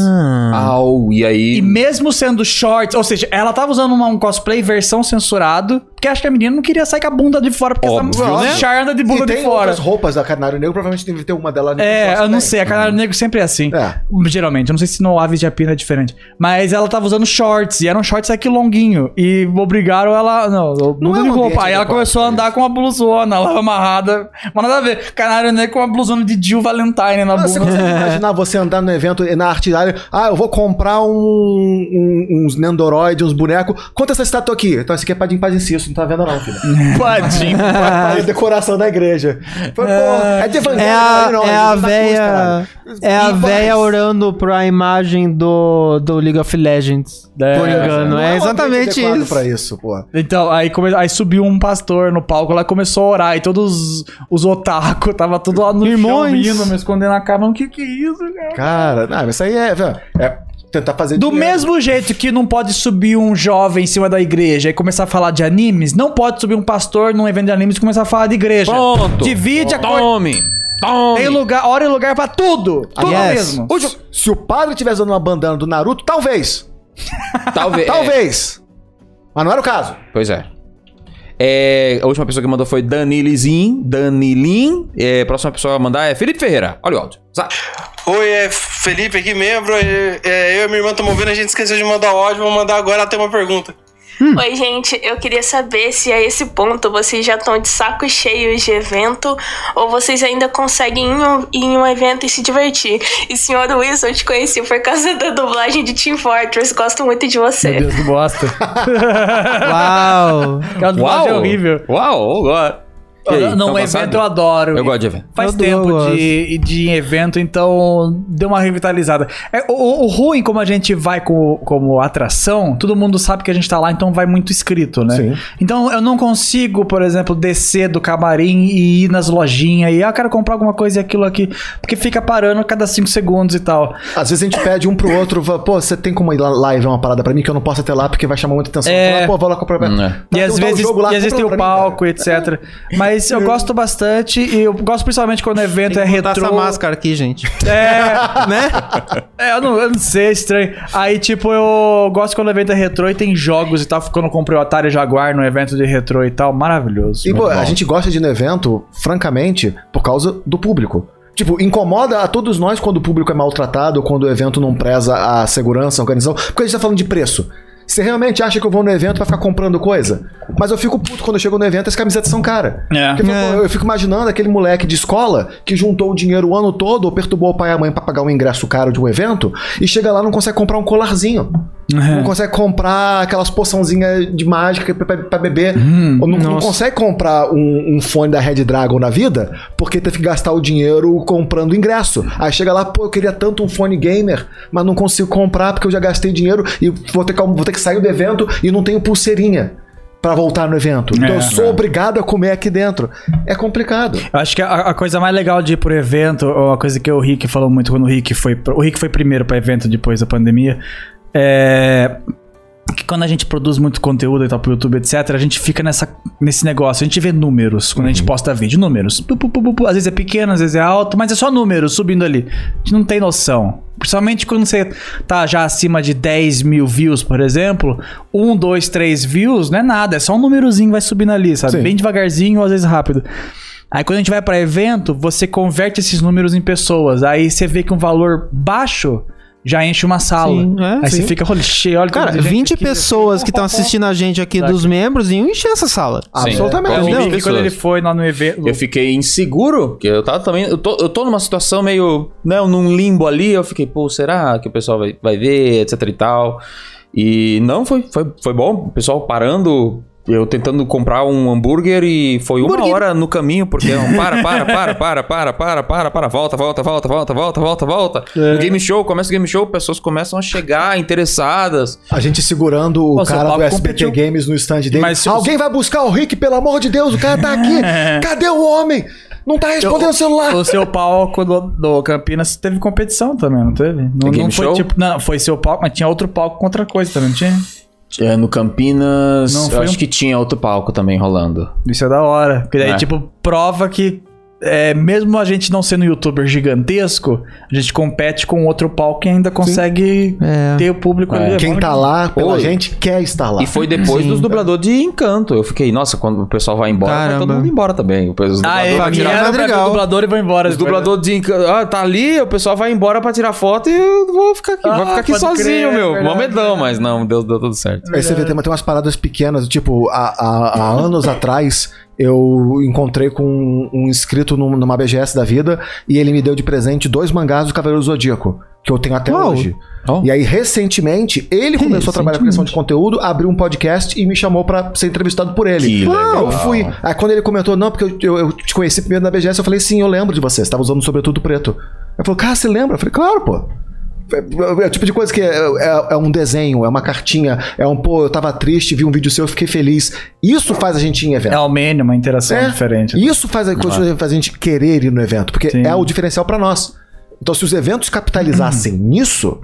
Ah. Au, e aí. E mesmo sendo shorts, ou seja, ela tava usando uma- um cosplay versão censurado, porque acho que a menina não queria sair com a bunda de fora, porque Óbvio, essa né? char anda de bunda e tem de fora. outras roupas da Canário Negro, provavelmente deve ter uma dela. É, negócio eu não também. sei, a canário negro sempre é assim. Uhum. É. Geralmente, eu não sei se no Aves de Apina é diferente. Mas ela tava usando shorts, e eram shorts aqui longuinho. E obrigaram ela. Não, Não não é é um de ambiente roupa. Aí ela adequado começou a pra andar com uma blusona lá amarrada. Mas nada a ver. Canário negro com uma blusona de Jill Valentine na Ah, Você bunda. consegue imaginar você andar no evento e na arte área, ah, eu vou comprar um, um- uns Nendoroid, uns bonecos. Quanto essa estátua aqui? Então, esse aqui é Padim Pazincis, não tá vendo não, filho. Padim. Aí, decoração da igreja. Foi, pô, é de evangelho, É aí não, a, é aí a não dá custo, caralho. véia. É a véia orando pra imagem do, do League of Legends. por engano. Não É, um ambiente exatamente adequado isso. pra isso, pô. Então, aí, come- aí subiu um pastor no palco, lá começou a orar, e todos os, os otaku tava tudo lá no Irmãos. chão, rindo, me escondendo na cara, mano, que que é isso, cara? Cara, não, mas isso aí é, velho, é tentar fazer Do dinheiro. mesmo jeito que não pode subir um jovem em cima da igreja e começar a falar de animes, não pode subir um pastor num evento de animes e começar a falar de igreja. Pronto. Divide a cor. Tome! Tome! Tem lugar, hora e lugar pra tudo. Tudo Yes. mesmo. Hoje, se o padre tivesse dando uma bandana do Naruto, talvez. Talvez. É. Talvez. Mas não era o caso. é, pois é. É, A última pessoa que mandou foi Danilizin. Danilin. É, a próxima pessoa a mandar é Felipe Ferreira. Olha o áudio. Zap. Oi, é Felipe aqui, membro. É, é, eu e minha irmã estamos ouvindo, a gente esqueceu de mandar o áudio, vou mandar agora até uma pergunta. Oi, gente, eu queria saber se a esse ponto vocês já estão de saco cheio de evento ou vocês ainda conseguem ir em um, ir em um evento e se divertir. E senhor Wilson, eu te conheci por causa da dublagem de Team Fortress, gosto muito de você. Meu Deus, que bosta. Uau! Aquela dublagem é horrível. Uau, eu gosto. E aí, não, tão um evento cansado? eu adoro. Tá Eu gosto de evento. Faz Eu tempo gosto. de, de evento, então deu uma revitalizada. É, o- o, o ruim, como a gente vai com, como atração, todo mundo sabe que a gente tá lá, então vai muito escrito, né? Sim. Então eu não consigo, por exemplo, descer do camarim e ir nas lojinhas e ah, eu quero comprar alguma coisa e aquilo aqui, porque fica parando a cada cinco segundos e tal. Às vezes a gente pede um pro outro, fala, pô, você tem como ir lá lá e ver uma parada pra mim que eu não posso até lá porque vai chamar muita atenção. É. Fala, pô, vou lá comprar. Hum, é. Dá- E às dá um vezes, jogo lá, e às vezes tem compra o pra mim, É. palco, etc. Mas eu gosto bastante e eu gosto principalmente quando o evento é Tem que botar retrô. essa máscara aqui, gente. É, né? É, eu não, eu não sei, é estranho. Aí, tipo, eu gosto quando o evento é retrô e tem jogos e tal. Quando eu comprei o Atari Jaguar no evento de retrô e tal, maravilhoso. E, pô, muito bom. a gente gosta de ir no evento, francamente, por causa do público. Tipo, incomoda a todos nós quando o público é maltratado, quando o evento não preza a segurança, a organização. Porque a gente tá falando de preço. Você realmente acha que eu vou no evento pra ficar comprando coisa? Mas eu fico puto quando eu chego no evento e as camisetas são caras. É. Porque eu, fico- eu fico imaginando aquele moleque de escola que juntou o dinheiro o ano todo ou perturbou o pai e a mãe pra pagar um ingresso caro de um evento e chega lá e não consegue comprar um colarzinho. É. Uhum. Não consegue comprar aquelas poçãozinhas de mágica é pra, pra beber. Ou não, não consegue comprar um, um fone da Red Dragon na vida porque teve que gastar o dinheiro comprando ingresso. Aí chega lá, pô, eu queria tanto um fone gamer, mas não consigo comprar porque eu já gastei dinheiro e vou ter que, vou ter que sair do evento e não tenho pulseirinha. Pra voltar no evento. Então É, eu sou é. obrigado a comer aqui dentro. É complicado. Eu acho que a, a coisa mais legal de ir pro evento, ou a coisa que o Rick falou muito quando o Rick foi. pro- O Rick foi primeiro pro evento depois da pandemia. É. Que quando a gente produz muito conteúdo e tal pro YouTube, etc., a gente fica nessa, nesse negócio. A gente vê números quando a gente posta vídeo. Números. Pu, pu, pu, pu, pu. Às vezes é pequeno, às vezes é alto, mas é só números subindo ali. A gente não tem noção. Principalmente quando você tá já acima de 10 mil views, por exemplo. Um, dois, três views não é nada. É só um númerozinho que vai subindo ali, sabe? Sim. Bem devagarzinho ou às vezes rápido. Aí quando a gente vai pra evento, você converte esses números em pessoas. Aí você vê que um valor baixo já enche uma sala. Sim, é, né? Aí você sim. fica, olha, cheio, olha Cara, tanta gente 20 aqui." pessoas que estão assistindo a gente aqui dos membros iam encher essa sala. Absolutamente. Sim. Eu Não, vi que quando pessoas. ele foi lá no evento. Eu fiquei inseguro, porque eu tava também. Eu tô, eu tô numa situação meio. Né, num limbo ali. Eu fiquei, pô, será que o pessoal vai, vai ver, etc e tal. E não, foi, foi, foi bom. O pessoal parando. Eu tentando comprar um hambúrguer e foi uma hora no caminho, porque é um para, para, para, para, para, para, para, para, volta, volta, volta, volta, volta, volta, volta. No game show, começa o game show, pessoas começam a chegar interessadas. A gente segurando o Nossa, o cara do Paulo SBT competiu. Games no stand dele. Mas se É. eu- Alguém vai buscar o Rick, pelo amor de Deus, o cara tá aqui. Cadê o homem? Não tá respondendo o celular. O seu palco do, do Campinas teve competição também, não teve? Não, Game não foi show? tipo. Não, foi seu palco, mas tinha outro palco com outra coisa também, não tinha? É, no Campinas, Não, eu foi acho um- que tinha outro palco também rolando. Isso é da hora. Porque daí, É. tipo, prova que. é, mesmo a gente não sendo um youtuber gigantesco, a gente compete com outro palco e ainda consegue ter o público É. ali. Quem bom tá lá pela Oi. gente quer estar lá. E foi depois Sim. dos dubladores de Encanto. Eu fiquei, nossa, quando o pessoal vai embora, vai todo Caramba. mundo embora também. O pessoal- Os Ah, é, dubladores vai vieram tirar- pra ver o Madrigal. dublador e vão embora. né? os dubladores de Encanto. Ah, tá ali, o pessoal vai embora pra tirar foto e eu vou ficar aqui. Ah, vou ficar aqui pode sozinho, crer, é meu. verdade, Momedão, verdade. mas não, Deus deu tudo certo. Esse evento tem umas paradas pequenas, tipo, há, há- há anos atrás eu encontrei com um, um inscrito num- numa BGS da vida e ele me deu de presente dois mangás do Cavaleiro Zodíaco, que eu tenho até Uau. hoje. Oh. E aí, recentemente, ele começou a trabalhar com criação de conteúdo, abriu um podcast e me chamou pra ser entrevistado por ele. Que legal. Eu fui. Aí quando ele comentou, não, porque eu, eu- eu te conheci primeiro na BGS, eu falei, sim, eu lembro de você, você tava usando sobretudo preto. Ele falou, cara, você lembra? Eu falei, claro, pô. É, é o tipo de coisa que é, é- é um desenho, é uma cartinha, é um, pô, eu tava triste, vi um vídeo seu, eu fiquei feliz. Isso faz a gente ir em evento. É ao menos uma interação É. diferente. Isso faz a, faz a gente querer ir no evento, porque Sim. é o diferencial pra nós. Então, se os eventos capitalizassem nisso,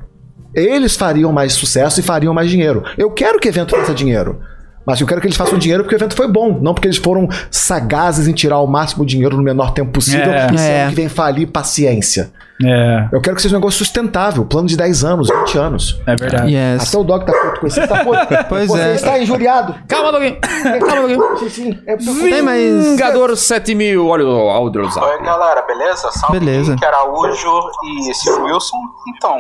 eles fariam mais sucesso e fariam mais dinheiro. Eu quero que o evento faça dinheiro. Mas eu quero que eles façam dinheiro porque o evento foi bom, não porque eles foram sagazes em tirar o máximo dinheiro no menor tempo possível É. e se É. ano que vem falir, paciência. É, Eu quero que seja um negócio sustentável, plano de 10 anos, 20 anos. é verdade. Yes. Até o Dog tá puto com esse, tá puto. Pois Você é. está injuriado. Calma, Doguinho. Calma, Doguinho. Sim, sim, é porque eu- Tem, mas. Vingador 7000. Olha o áudio. Oi, galera, beleza? Salve, Beleza. Henrique Araújo e Ciro Wilson. Então,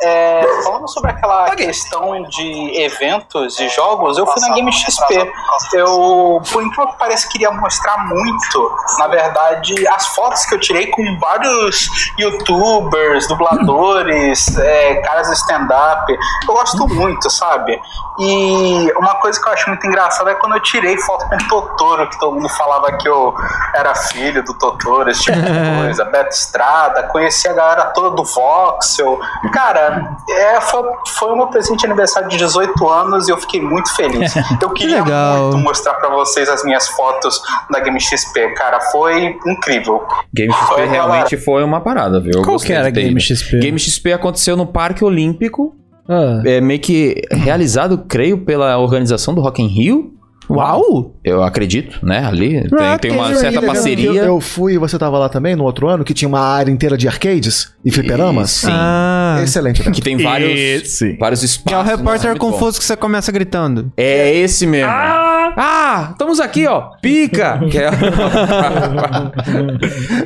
é, falando sobre aquela questão de eventos e jogos, eu fui na Game XP. Eu, por incrível que pareça, queria mostrar muito, na verdade, as fotos que eu tirei com vários youtubers, dubladores, é, caras do stand-up. Eu gosto muito, sabe? E uma coisa que eu acho muito engraçada é quando eu tirei foto com o Totoro, que todo mundo falava que eu era filho do Totoro, esse tipo de coisa. Beto Estrada, conheci a galera toda do Voxel. Cara, é, foi, foi o meu presente de aniversário de 18 anos e eu fiquei muito feliz. Eu queria legal. muito mostrar pra vocês as minhas fotos da Game XP, cara. Foi incrível. Game XP Oi, realmente foi uma parada, viu? Eu Qual que gostei era a de ter Game ido. XP? Game XP aconteceu no Parque Olímpico. Ah. É meio que realizado, creio, pela organização do Rock in Rio. Uau! Eu acredito, né? Ali tem, tem uma Aquele certa evento que parceria. Eu, eu fui e você tava lá também no outro ano, que tinha uma área inteira de arcades e fliperamas. Sim. Ah. Excelente. evento. Que tem vários, Sim. vários Que é o espaços. repórter Nossa, muito bom. confuso que você começa gritando. É esse mesmo. É. Ah, Ah, estamos aqui, ó. Pica! Que é...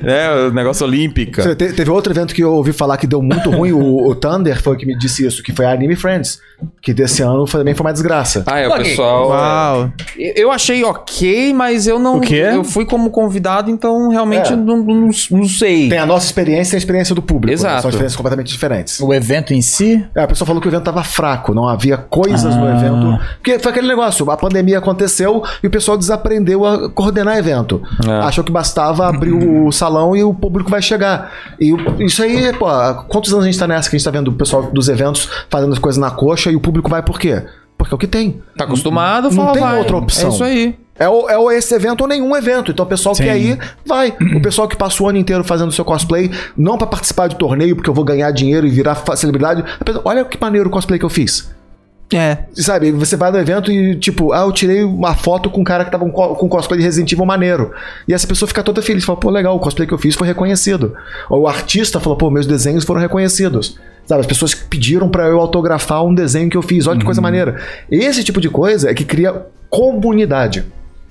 é, o negócio olímpica. Você te- teve outro evento que eu ouvi falar que deu muito ruim, o, o Thunder foi o que me disse isso, que foi a Anime Friends, que desse ano foi- também foi uma desgraça. Ah, é, o Ok. pessoal. Uau. Eu eu achei ok, mas eu não. O quê? Eu fui como convidado, então realmente É. não, não- não sei. Tem a nossa experiência e a experiência do público. né? Exato. São experiências completamente diferentes. O evento em si? É, a pessoa falou que o evento tava fraco, não havia coisas no Ah. evento. Porque foi aquele negócio, a pandemia aconteceu e o pessoal desaprendeu a coordenar evento. Achou que bastava abrir o salão e o público vai chegar. E o- isso aí, pô, há quantos anos a gente tá nessa que a gente tá vendo o pessoal dos eventos fazendo as coisas na coxa e o público vai por quê? Porque é o que tem. Tá acostumado, Não fala, tem vai. outra opção. É isso aí. É, o, é o esse evento ou nenhum evento. Então o pessoal que Sim. quer ir, vai. O pessoal que passa o ano inteiro fazendo seu cosplay, não pra participar de torneio, porque eu vou ganhar dinheiro e virar fa- celebridade. A pessoa, Olha que maneiro o cosplay que eu fiz. É. Sabe, você vai no evento e, tipo, ah, eu tirei uma foto com um cara que tava com co- com cosplay de Resident Evil maneiro. E essa pessoa fica toda feliz, fala, pô, legal, o cosplay que eu fiz foi reconhecido. Ou o artista falou, pô, meus desenhos foram reconhecidos. Sabe, as pessoas pediram pra eu autografar um desenho que eu fiz, olha que coisa maneira. Esse tipo de coisa é que cria comunidade.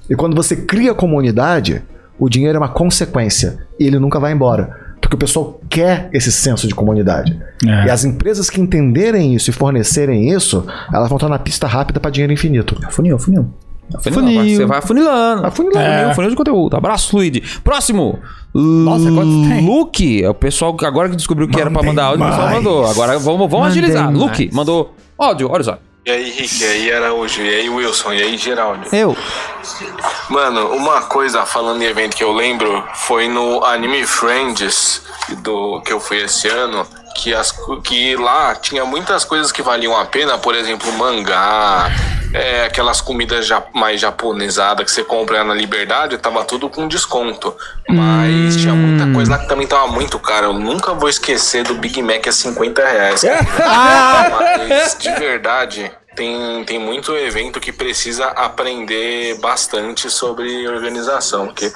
E quando você cria comunidade, o dinheiro é uma consequência e ele nunca vai embora. Porque o pessoal quer esse senso de comunidade. É. É. E as empresas que entenderem isso e fornecerem isso, elas vão estar na pista rápida para dinheiro infinito. Funil, funil. É Afunilando, Funil. agora Você vai afunilando. Afunilando. É. Funil, funil de conteúdo. Abraço, Luigi. Próximo. Nossa, quantos tem? Luke. É o pessoal que agora que descobriu que era pra Mandem mandar áudio, o pessoal mais. mandou. Agora vamos, vamos Mandem agilizar. mais. Luke mandou áudio, olha só. E aí, Rick, e aí, Araújo, e aí, Wilson, e aí, Geraldo. Eu. Mano, uma coisa falando em evento que eu lembro foi no Anime Friends do que eu fui esse ano, que as co- que lá tinha muitas coisas que valiam a pena, por exemplo, mangá, é, aquelas comidas ja- mais japonesadas que você compra na Liberdade, tava tudo com desconto. Mas tinha muita coisa lá que também tava muito cara. Eu nunca vou esquecer do Big Mac a 50 reais. Mas, de verdade, tem, tem muito evento que precisa aprender bastante sobre organização, porque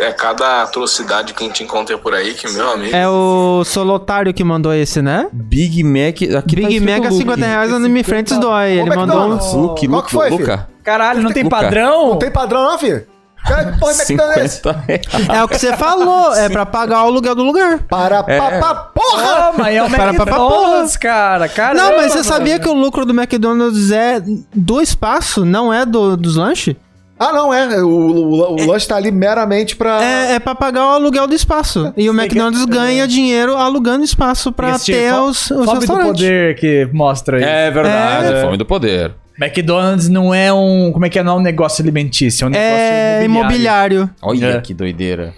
é cada atrocidade que a gente encontra por aí, que meu amigo. É o Solotário que mandou esse, né? Big Mac. Aqui Big tá escrito Mac a Luke. 50 reais, anime é frentes dói. Ele mandou um. McDonald's. Luke, Qual Luke, que foi, filho? Luca. Caralho, não tem Luca. padrão? Não tem padrão, não, filho? Que Porra, é que tá nesse? 50 reais. É o que você falou, é pra pagar o aluguel do lugar. Para, pa, pa, porra! Ah, mas é o Para, para, para, McDonald's, cara. Caramba, Não, mas você mano. sabia que o lucro do McDonald's é do espaço, não é do, dos lanches? Ah, não, é. O, o, o lanche tá ali meramente Ah. pra. É, é pra pagar o aluguel do espaço. E o McDonald's ganha dinheiro alugando espaço pra Esse ter fo- os, os Fome do restaurantes. poder que mostra aí. É verdade, fome do poder. McDonald's não é um. Como é que é? Não é um negócio alimentício, é um negócio É imobiliário. Olha que doideira.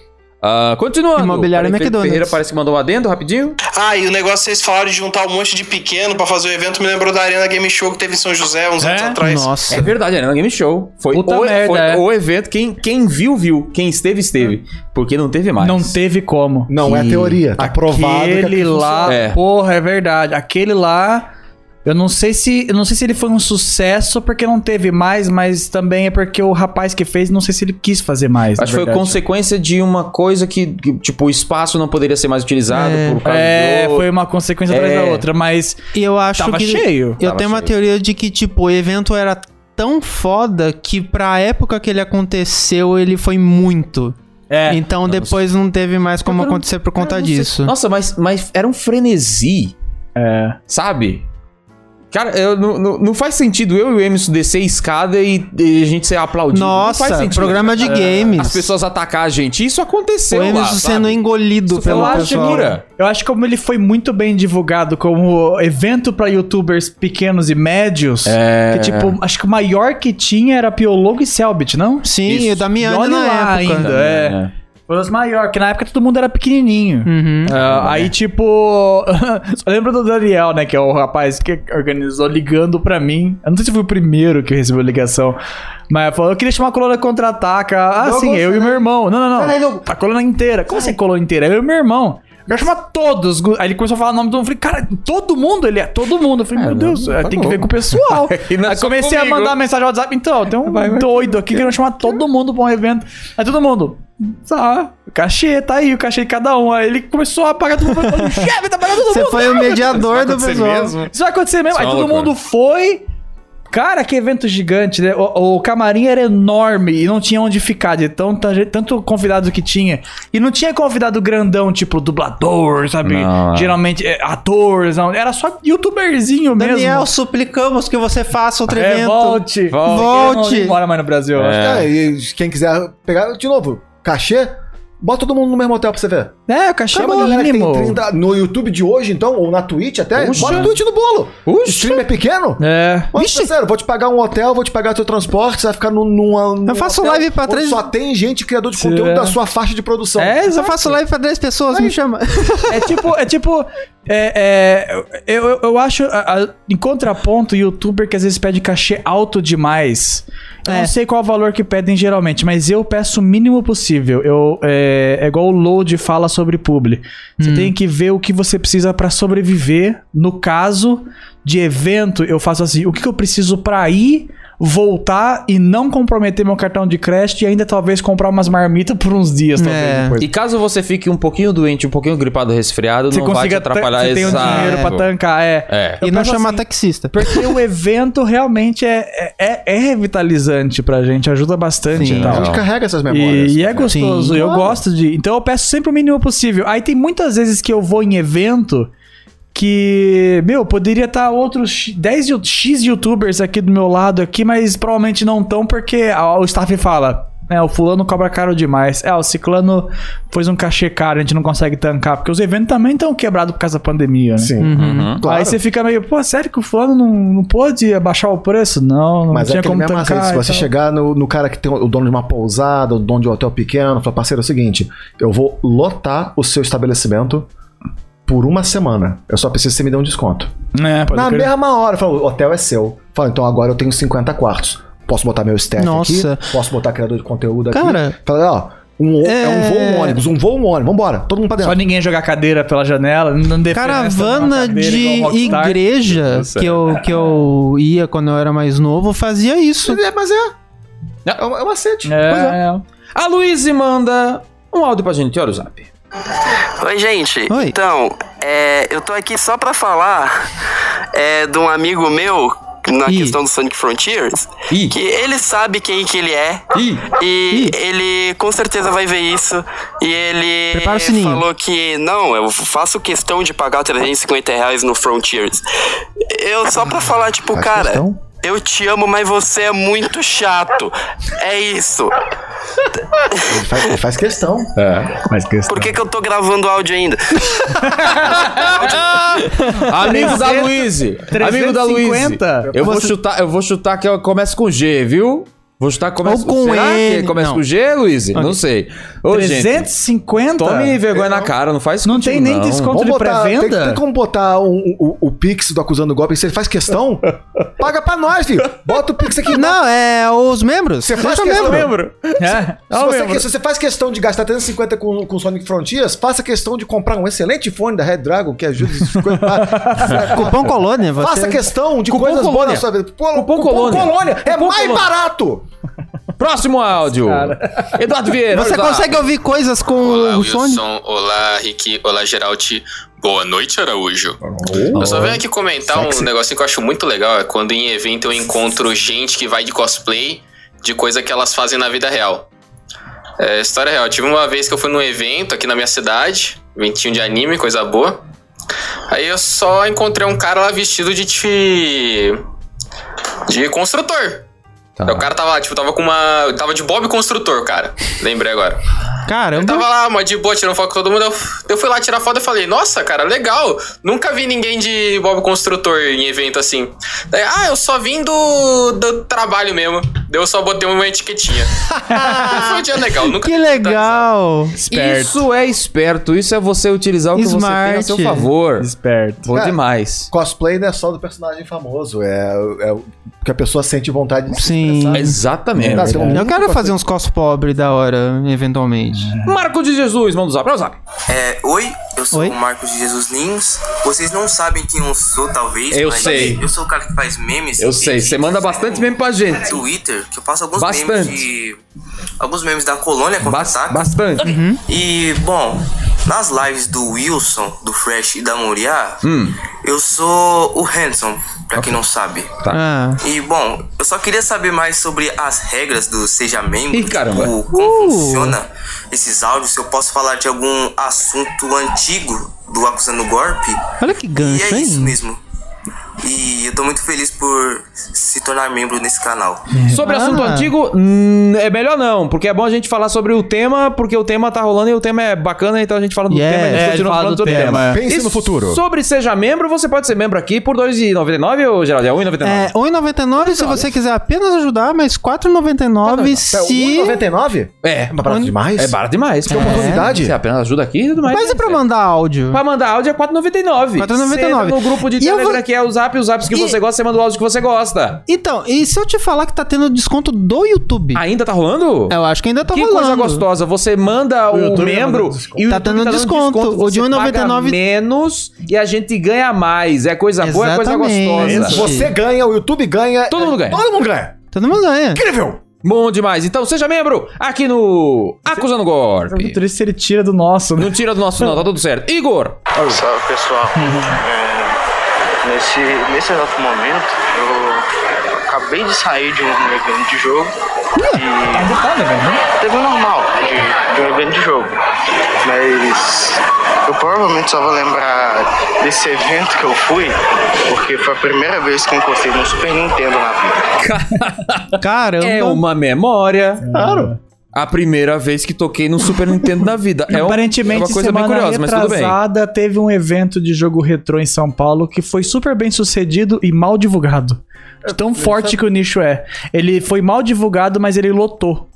Ah, continuando. Imobiliário Peraí, Felipe McDonald's. Ferreira parece que mandou um adendo rapidinho. Ah, e o negócio que vocês falaram de juntar um monte de pequeno pra fazer o evento me lembrou da Arena Game Show que teve em São José uns É? anos É atrás. Nossa. verdade, Arena Game Show. Foi, Puta o, merda, foi é. o evento. Quem, quem viu, viu. Quem esteve, esteve. Porque não teve mais. Não teve como. Não, é Que- teoria. Tá provado. que Aquele aquilo lá, É. porra, é verdade. Aquele lá. Eu não sei se. Eu não sei se ele foi um sucesso porque não teve mais, mas também é porque o rapaz que fez, não sei se ele quis fazer mais. Acho que na foi verdade. consequência de uma coisa que, que, tipo, o espaço não poderia ser mais utilizado É. por causa É, do... foi uma consequência atrás É. da outra, mas E eu acho tava que. cheio. Eu Tava tenho uma cheio. teoria de que, tipo, o evento era tão foda que pra época que ele aconteceu, ele foi muito. É. então depois não teve mais como acontecer por conta Cara, Ah, não sei. disso. Nossa, mas, mas era um frenesi. É. Sabe? Cara, eu, não, não- não faz sentido eu e o Emerson descer a escada e, e a gente ser aplaudido. não faz Nossa, sentido. programa de games. É, As pessoas atacar a gente. Isso aconteceu o lá, Emerson sabe? sendo engolido Isso foi pelo lá, pessoal. segura. Eu acho que como ele foi muito bem divulgado como evento pra youtubers pequenos e médios, É. que tipo, acho que o maior que tinha era Piologo e Selbit, não? Sim, Isso. e o E Damiani olha na lá época. ainda, é. Foi os maiores, que na época todo mundo era pequenininho. Uhum. Ah, aí, tipo, só lembro do Daniel, né? Que é o rapaz que organizou ligando pra mim. Eu não sei se foi o primeiro que recebeu a ligação, mas falou: eu queria chamar a coluna contra-ataca. Ah, Douglas, sim, eu e né? meu irmão. Não, não, não. Peraí, Douglas. A coluna inteira. Como assim coluna inteira? Eu e meu irmão. Eu quero chamar todos. Aí ele começou a falar o nome do mundo. Eu falei, cara, todo mundo? Ele é todo mundo. Eu falei, meu Deus, tá tem que bom. ver com o pessoal. E não é Aí só comecei a comigo. mandar mensagem no WhatsApp. Então, tem um doido aqui querendo chamar todo mundo pra um evento. Aí todo mundo, tá, o cachê, tá aí, o cachê de cada um. Aí ele começou a pagar todo mundo. falando, Chefe, tá pagando todo Você mundo. foi o mediador do pessoal. Isso vai acontecer mesmo. Isso é Aí uma todo loucura. mundo foi. Cara, que evento gigante, né? O, o camarim era enorme e não tinha onde ficar, de tanta gente- tanto convidado que tinha. E não tinha convidado grandão, tipo dublador, sabe? Não, é. Geralmente é, atores, não. Era só youtuberzinho mesmo. Daniel, suplicamos que você faça outro É, evento. volte. Volte. Não mora mais no Brasil. eu acho. É, e quem quiser pegar, de novo, cachê, bota todo mundo no mesmo hotel pra você ver. É, o cachê é Chama a galera né, que tem mínimo. 30 no YouTube de hoje, então, ou na Twitch até, bota o Twitch no bolo. O stream é pequeno? É. Mas, sério, vou te pagar um hotel, vou te pagar teu transporte, você vai ficar num, numa. num Eu faço hotel live pra onde três- Só tem gente criador de Sim, conteúdo é. da sua faixa de produção. É, Eu exato. faço live pra 10 pessoas, me chama. É tipo, é tipo. É, é, eu, eu, eu acho, a- a- em contraponto, youtuber que às vezes pede cachê alto demais. Eu É. não sei qual o valor que pedem geralmente, mas eu peço o mínimo possível. Eu, é, é igual o Load fala sobre publi. Você Hum. tem que ver o que você precisa pra sobreviver. No caso de evento, eu faço assim: o que, que eu preciso pra ir, voltar e não comprometer meu cartão de crédito e ainda talvez comprar umas marmitas por uns dias, talvez. É. depois. E caso você fique um pouquinho doente, um pouquinho gripado, resfriado, Você não vai te consiga tan- atrapalhar você tem o Exato. dinheiro pra tancar, é. É. Eu e não penso chamar assim, taxista. Porque o evento realmente é, é, é revitalizante pra gente, ajuda bastante Sim. e A né? tal. gente carrega essas memórias. E, e é gostoso, Sim, eu claro. gosto de. Então eu peço sempre o mínimo possível. Aí tem muitas vezes que eu vou em evento que, meu, poderia estar outros X- 10 yo- X youtubers aqui do meu lado aqui, mas provavelmente não estão porque a- o staff fala. É, o fulano cobra caro demais. É, o ciclano pôs um cachê caro, a gente não consegue tancar. Porque os eventos também estão quebrados por causa da pandemia, né? Sim. Uhum. Claro. Aí você fica meio, pô, sério que o fulano não, não pôde abaixar o preço? Não, não Mas é tinha aquele como mesmo tancar. aceito. Se e você tal. chegar no, no cara que tem o dono de uma pousada, o dono de um hotel pequeno, fala, parceiro, é o seguinte, eu vou lotar o seu estabelecimento por uma semana. Eu só preciso que você me dê um desconto. É, pode Na crer. mesma hora, fala, o hotel é seu. Fala, então agora eu tenho 50 quartos. Posso botar meu staff Nossa. aqui? Posso botar criador de conteúdo aqui? Cara. Fala, ó, um, o- é... um voo um ônibus, um voo um ônibus, vambora, todo mundo pra Só dentro. ninguém jogar cadeira pela janela, não defende. Caravana de igreja que eu, que eu ia quando eu era mais novo fazia isso. É, mas é. É um, é um macete. Pois é. É, é. A Luíse manda um áudio pra gente. Olha o zap. Oi, gente. Oi. Então, é, eu tô aqui só pra falar é, de um amigo meu na Ih. questão do Sonic Frontiers, Ih. que ele sabe quem que ele é Ih. e ele com certeza vai ver isso. E ele Prepara o sininho. falou que não, eu faço questão de pagar 350 reais no Frontiers. Eu só pra falar, tipo, Faz cara, questão. eu te amo, mas você é muito chato. É isso. Ele faz, ele faz questão. É, Por que, que eu tô gravando áudio ainda? Amigo da Luíse. Amigo da Luíse. 350? Eu vou chutar, eu vou chutar que eu começo com G, viu? Vou chutar que começa Ou com Será N. que começa Não. com G, Luíse? Não sei. Ô, gente, 350? tome vergonha na cara, não faz Não contigo, tem nem é desconto Vamos de botar, tem, pré-venda? tem como botar um- um- o, o Pix do acusando golpe? Se ele faz questão, paga pra nós, filho. Bota o Pix aqui. Não, é os membros. Você faz Deixa eu questão. membro. É. Se você, que- se você faz questão de gastar 350 com, com Sonic Frontiers, faça questão de comprar um excelente fone da Red Dragon que ajuda. os coisas- Cupom Colônia, você... faça questão de Cupom coisas boas Colônia. na sua vida. Pô, Cupom Colônia. É Cupom mais Colônia. barato. Próximo áudio. Eduardo Vieira. Você olha lá. consegue ouvir coisas com Olá, o Sony? Wilson. Olá, Rick. Olá, Geralt. Boa noite, Araújo. Eu só venho aqui comentar um negocinho que eu acho muito legal. É quando em evento eu encontro gente que vai de cosplay de coisa que elas fazem na vida real. É, história real. Tive uma vez que eu fui num evento aqui na minha cidade, eventinho de anime, coisa boa. Aí eu só encontrei um cara lá vestido de ti- de construtor. Tá. Aí O cara tava lá, tipo, tava com uma. Tava de Bob Construtor, cara. Lembrei agora. Eu Caramba. Uhum. tava lá, mas de boa, tirando foto com todo mundo. Eu, eu fui lá tirar foto e falei, nossa, cara, legal. Nunca vi ninguém de Bob Construtor em evento assim. Daí, ah, eu só vim do, do trabalho mesmo. Daí eu só botei uma etiquetinha. Foi um dia legal, nunca Ah. Que vi tanto. legal. Isso é esperto. Isso é você utilizar o que você tem a Smart. seu favor. Esperto. Bom Cara, demais. Cosplay não é só do personagem famoso, é, é o que a pessoa sente vontade de se Sim. expressar. Exatamente. Tá, tem um Eu mundo quero pra fazer uns cos pobre da hora, eventualmente. Marco de Jesus, manda o zap. Olha o zap. É, oi, eu sou Oi. o Marcos de Jesus Lins. Vocês não sabem quem eu sou, talvez. Eu mas sei. Eu sou o cara que faz memes. Eu sei, você manda bastante meme pra gente. No Twitter, que eu faço alguns Bastante. memes de. Alguns memes da colônia contra Bas- ataca. bastante. E, bom, nas lives do Wilson, do Fresh e da Moriá, eu sou o Hanson. Pra pra quem não sabe. Ah. E bom, eu só queria saber mais sobre as regras do Seja Membro. Ih, caramba. tipo, como Uh. funciona esses áudios, se eu posso falar de algum assunto antigo do Acusando Golpe. Olha que E gancho, é isso hein? mesmo. E eu tô muito feliz por se tornar membro nesse canal. Sobre assunto Ah. antigo, hum, é melhor não, porque é bom a gente falar sobre o tema, porque o tema tá rolando e o tema é bacana, então a gente fala do Yeah, tema, a gente é, continua fala falando do do tema. tema. Pense no futuro. Sobre seja membro, você pode ser membro aqui por R$2,99 ou, Geraldo, é R$1,99? É, 1,99 se você quiser apenas ajudar, mas 4,99 se... 1,99? É. barato demais. É barato demais. Que oportunidade. Você apenas ajuda aqui e tudo mais. Mas e pra mandar áudio? Pra mandar áudio é 4,99. 4,99. Você entra No grupo de E eu Telegram vou- que é o Zap, os Zaps que você gosta, você manda o áudio que você gosta. Então, e se eu te falar que tá tendo desconto do YouTube? Ainda tá rolando? Eu acho que ainda tá que rolando. coisa gostosa. Você manda O o, YouTube membro tá dando e o Tá YouTube dando desconto. O de Você paga 1,99 menos e a gente ganha mais. É coisa boa, é coisa Exatamente. gostosa. Você ganha, o YouTube ganha. Todo mundo ganha. Todo mundo ganha. Todo mundo ganha. Incrível! Bom demais. Então seja membro aqui no Acusando Tô Golpe. triste se É ele tira do nosso, né? Não tira do nosso não, tá tudo certo. Igor! Salve pessoal, É, nesse, nesse exato momento eu acabei de sair de um evento de jogo e teve um normal de, de um evento de jogo, mas eu provavelmente só vou lembrar desse evento que eu fui porque foi a primeira vez que eu encostei no Super Nintendo na vida. Caramba. É uma memória. Claro. A primeira vez que toquei no Super Nintendo na vida. É, um- Aparentemente, é uma coisa bem semana curiosa, mas tudo bem. retrasada, teve um evento de jogo retrô em São Paulo que foi super bem sucedido e mal divulgado. De tão forte que o nicho é. Ele foi mal divulgado, mas ele lotou.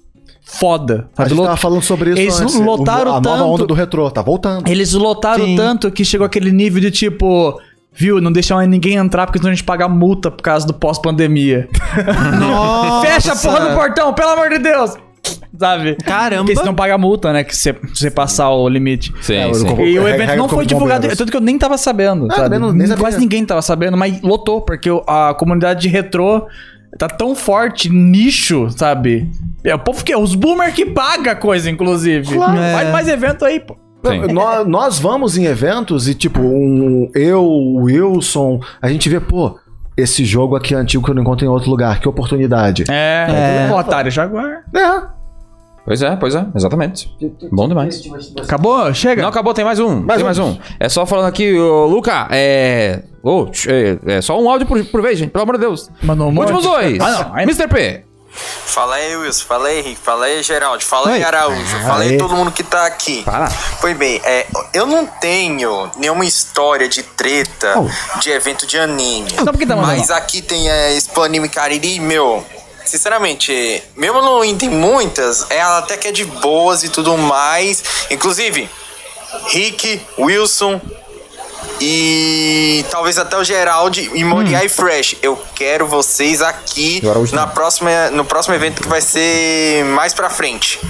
Foda. A sabe? gente Lot- tava falando sobre isso Eles antes. lotaram o, A nova tanto- onda do retrô, tá voltando. Eles lotaram Sim. tanto que chegou aquele nível de tipo... Viu? Não deixa mais ninguém entrar porque senão a gente paga multa por causa do pós-pandemia. Nossa. Fecha a porra do portão, pelo amor de Deus! Sabe? Caramba. Porque senão paga multa, né? Que se se você passar o limite. Sim, É, sim. eu- E o Regra evento não como foi divulgado, é bombeiros. tanto que eu nem tava sabendo. Ah, sabe? também não- nem sabia. Quase ninguém tava sabendo, mas lotou, porque o- a comunidade de retrô tá tão forte, nicho, sabe? É o povo que. Os boomer que paga a coisa, inclusive. É. Faz mais evento aí, pô. Sim. Nó- Nós, vamos em eventos e, tipo, um, eu, o Wilson, a gente vê, pô, esse jogo aqui é antigo que eu não encontro em outro lugar, que oportunidade. É. O Otário Jaguar. É. Pois é, pois é, exatamente. Bom demais. Acabou? Chega. Não acabou, tem mais um. Mais tem um. mais um. É só falando aqui, ô, Luca, é. Ô, tch, é, é só um áudio por, por vez, gente, pelo amor de Deus. Mandou um monte. Últimos dois. Ah, não. ainda- Mr. P. Fala aí, Wilson. Fala aí, Henrique. Fala aí, Geraldo. Fala aí, Oi. Araújo. Fala aí Aê. todo mundo que tá aqui. Fala. Pois bem, é, eu não tenho nenhuma história de treta de evento de anime. Sabe por que tá mandando? Mas aqui tem a Expo Anime Cariri, meu. Sinceramente, mesmo não indo em muitas, ela até que é de boas e tudo mais. Inclusive, Rick, Wilson e talvez até o Geraldo e Moriá e Fresh. Eu quero vocês aqui E o Araújo na também. próxima, no próximo evento que vai ser mais pra frente.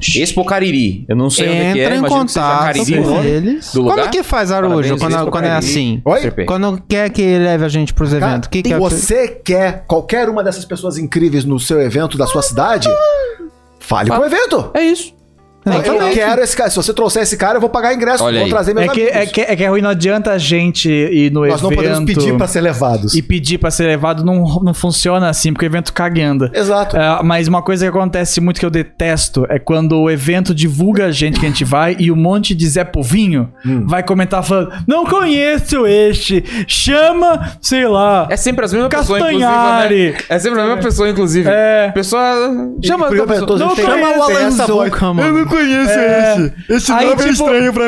Expo Cariri. Eu não sei onde é que é, Entra em imagino que seja contato Cariri. o com nome eles. Do lugar. Como que faz, Araújo, Parabéns, quando, Expo quando é Cariri. assim? Oi? Mr. P. Quando quer que leve a gente pros Cara, eventos? O que que tem- é você quer qualquer uma dessas pessoas incríveis no seu evento da sua cidade? Fale com o evento. É isso. Eu Exatamente. quero esse cara. Se você trouxer esse cara, eu vou pagar ingresso, Olha vou aí. trazer meus É que, é, amigos. que, é que é ruim, não adianta a gente ir no Nós evento. não podemos pedir pra ser levados. E pedir pra ser levado não, não funciona assim, porque o evento caganda. Exato. É, mas uma coisa que acontece muito que eu detesto é quando o evento divulga a gente que a gente vai e um monte de Zé Povinho Hum. vai comentar falando: Não conheço este, chama, sei lá. É sempre as mesmas pessoas, Castanhari. inclusive. Né? É sempre a mesma pessoa, inclusive. É. Pessoa. Chama. porque outra eu pessoa. tô- Não tem- conheço. chama o Alan Zouka, mano. não conheço esse. Esse é tipo,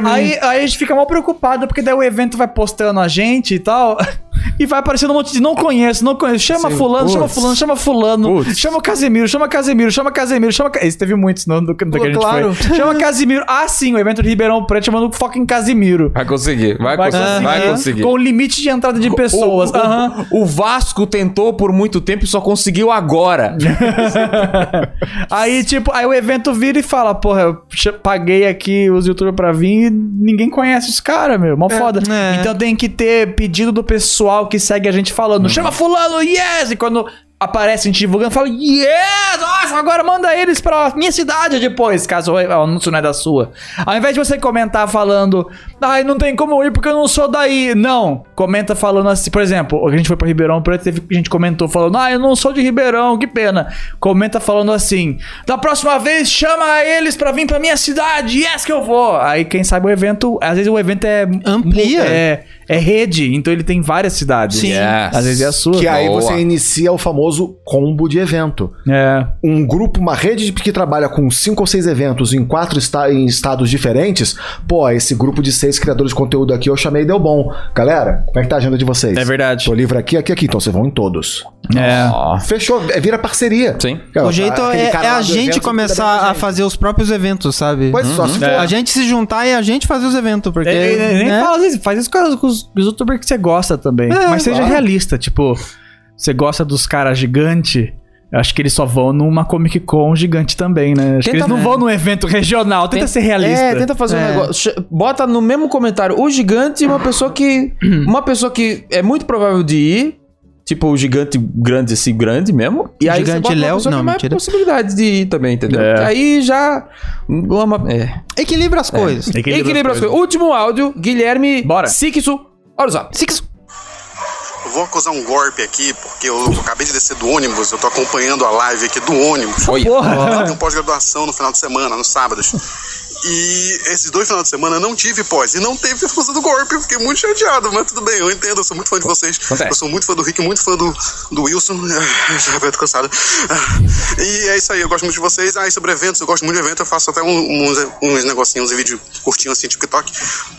Aí, aí a gente fica mal preocupado, porque daí o evento vai postando a gente e tal. E vai aparecendo um monte de não conheço, não conheço. Chama fulano, chama Putz. fulano, chama fulano. Putz. Chama o Casemiro, chama Casemiro, chama Casemiro, chama... Ca- Esse teve muitos no, no, no que a gente claro. foi. Chama Casemiro. Ah, sim, o evento de Ribeirão Preto chamando fucking Casemiro. Vai conseguir, vai, conseguir. Vai né? conseguir. Com o limite de entrada de pessoas. O, o- Aham. o Vasco tentou por muito tempo e só conseguiu agora. Aí, tipo, aí o evento vira e fala, porra, eu ch- paguei aqui os youtubers pra vir e ninguém conhece os caras, meu. Mó foda. é. Então tem que ter pedido do pessoal que segue a gente falando, chama fulano, yes! E quando aparecem te divulgando e falam, yes, nossa, agora manda eles pra minha cidade depois, caso o anúncio não é da sua. Ao invés de você comentar falando, ai, não tem como eu ir porque eu não sou daí. Não, comenta falando assim, por exemplo, a gente foi pra Ribeirão Preto, teve a gente comentou falando, ah, eu não sou de Ribeirão, que pena. Comenta falando assim, da próxima vez chama eles pra vir pra minha cidade, yes que eu vou. Aí quem sabe o evento, às vezes o evento é... Amplia. É, é rede, então ele tem várias cidades. Sim. Às vezes é a sua. Que aí Boa. você inicia o famoso combo de evento. É. Um grupo, uma rede de- que trabalha com cinco ou seis eventos em quatro esta- em estados diferentes. Pô, esse grupo de seis criadores de conteúdo aqui eu chamei e deu bom. Galera, como é que tá a agenda de vocês? É verdade. Tô livre aqui, aqui, aqui. Então vocês vão em todos. É. Fechou, é, vira parceria. Sim. o jeito é, é a gente começar a Uhum. fazer os próprios eventos, sabe? Pois só, se for- Então, A gente se juntar e a gente fazer os eventos, porque... É, é, nem né? fala isso, faz isso com, os- com os os youtubers que você gosta também. É, mas seja claro. realista, tipo, você gosta dos caras gigante. eu Acho que eles só vão numa Comic Con gigante também, né? Acho que Tenta- eles não é. vão num evento regional. Tenta ser realista. É, tenta fazer um negócio. Che- Bota no mesmo comentário o gigante e uma pessoa que. Uma pessoa que é muito provável de ir. Tipo, o gigante grande, assim, grande mesmo. E aí Gigante você bota uma Léo? pessoa Não, que tem mais mentira. possibilidade de ir também, entendeu? É. Que Aí já. Uma, é. Equilibra as coisas. É. Equilibra, as coisas. Último áudio, Guilherme Bora. Siksu. Olha só. Siksu. Eu Vou acusar um golpe aqui, porque eu acabei de descer do ônibus, eu tô acompanhando a live aqui do ônibus. Oi. Porra. Tem pós-graduação no final de semana, nos sábados. E esses dois finais de semana eu não tive pós. E não teve a força do golpe. Eu fiquei muito chateado, mas tudo bem, eu entendo. Eu sou muito fã de vocês. Eu sou muito fã do Rick, muito fã do, do Wilson. Ah, Já tô cansado. Ah, E é isso aí, eu gosto muito de vocês. Ah, e sobre eventos, eu gosto muito de eventos. Eu faço até um- uns, uns negocinhos, uns vídeos curtinhos assim, TikTok,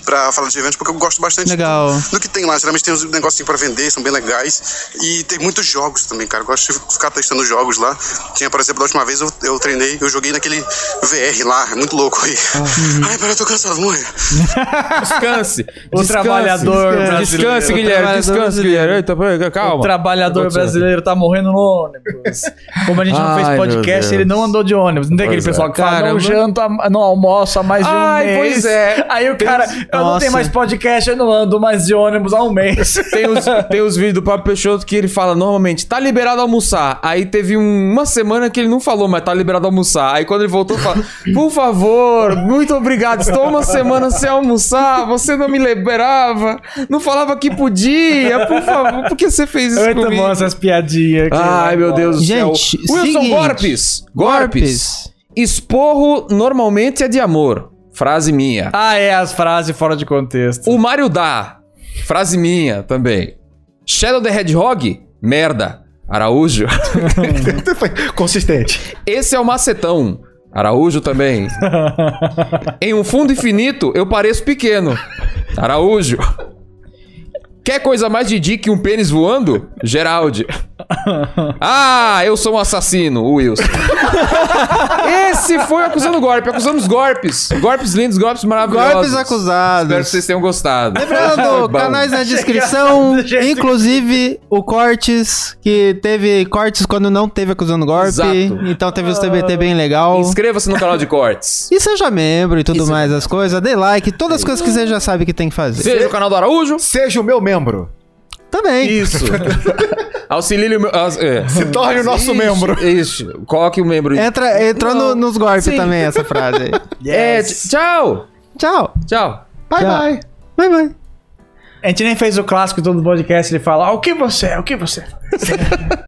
pra falar de eventos, porque eu gosto bastante Legal. do, do que tem lá. Geralmente tem uns negocinhos pra vender, são bem legais. E tem muitos jogos também, cara. Eu gosto de ficar testando jogos lá. Tinha, por exemplo, da última vez eu, eu treinei, eu joguei naquele VR lá, é muito louco aí. Ai, peraí, eu tô cansado, vou morrer. Descanse. O Descanse. trabalhador Descanse, brasileiro. Descanse, O Guilherme. trabalhador Descanse, brasileiro. Guilherme. Eita, pô, Calma. O trabalhador Tá tudo certo. brasileiro tá morrendo no ônibus. Como a gente não Ai, fez meu podcast, Deus. ele não andou de ônibus. Não tem aquele Pois é. pessoal que fala, não Caramba. janta, não almoça há mais de um Ai, mês. pois é. Aí o cara, eu não Nossa. tenho mais podcast, eu não ando mais de ônibus há um mês. Tem os, tem os vídeos do Pablo Peixoto que ele fala normalmente, tá liberado a almoçar. Aí teve um- uma semana que ele não falou, mas tá liberado a almoçar. Aí quando ele voltou, fala, por favor, muito obrigado, estou uma semana sem almoçar, você não me liberava, não falava que podia, por favor, por que você fez isso Muito comigo? bom essas piadinhas. aqui. né? Ai, meu Deus do céu. Gente, Wilson seguinte. Gorpes. Gorpes. Esporro normalmente é de amor. Frase minha. Ah, é, as frases fora de contexto. O Mario dá. Frase minha também. Shadow the Hedgehog? Merda. Araújo. Consistente. Esse é o macetão. Araújo também. em um fundo infinito, eu pareço pequeno. Araújo. Quer coisa mais Didi que um pênis voando? Geraldi. Ah, eu sou um assassino, o Wilson. Esse foi o acusando golpe. Acusamos golpes. Golpes lindos, golpes maravilhosos. Golpes acusados. Espero que vocês tenham gostado. Foi Lembrando, bom. canais na descrição, inclusive o Cortes, que teve cortes quando não teve acusando golpe. Exato. Então teve os TBT bem legal. Inscreva-se no canal de cortes. E seja membro e tudo mais, as coisas. Dê like, todas as coisas que você já sabe que tem que fazer. Seja o canal do Araújo. Seja o meu membro. Também. Isso. Auxilie o meu. aus- é. Se torne o nosso Isso, membro. Isso. Coloque o membro. Entra, entrou no- nos golpes Sim. também essa frase aí. É, t- tchau. Tchau. Tchau. Bye, bye. Bye, bye. A gente nem fez o clássico todo podcast, ele fala, ah, o que você é, o que você é?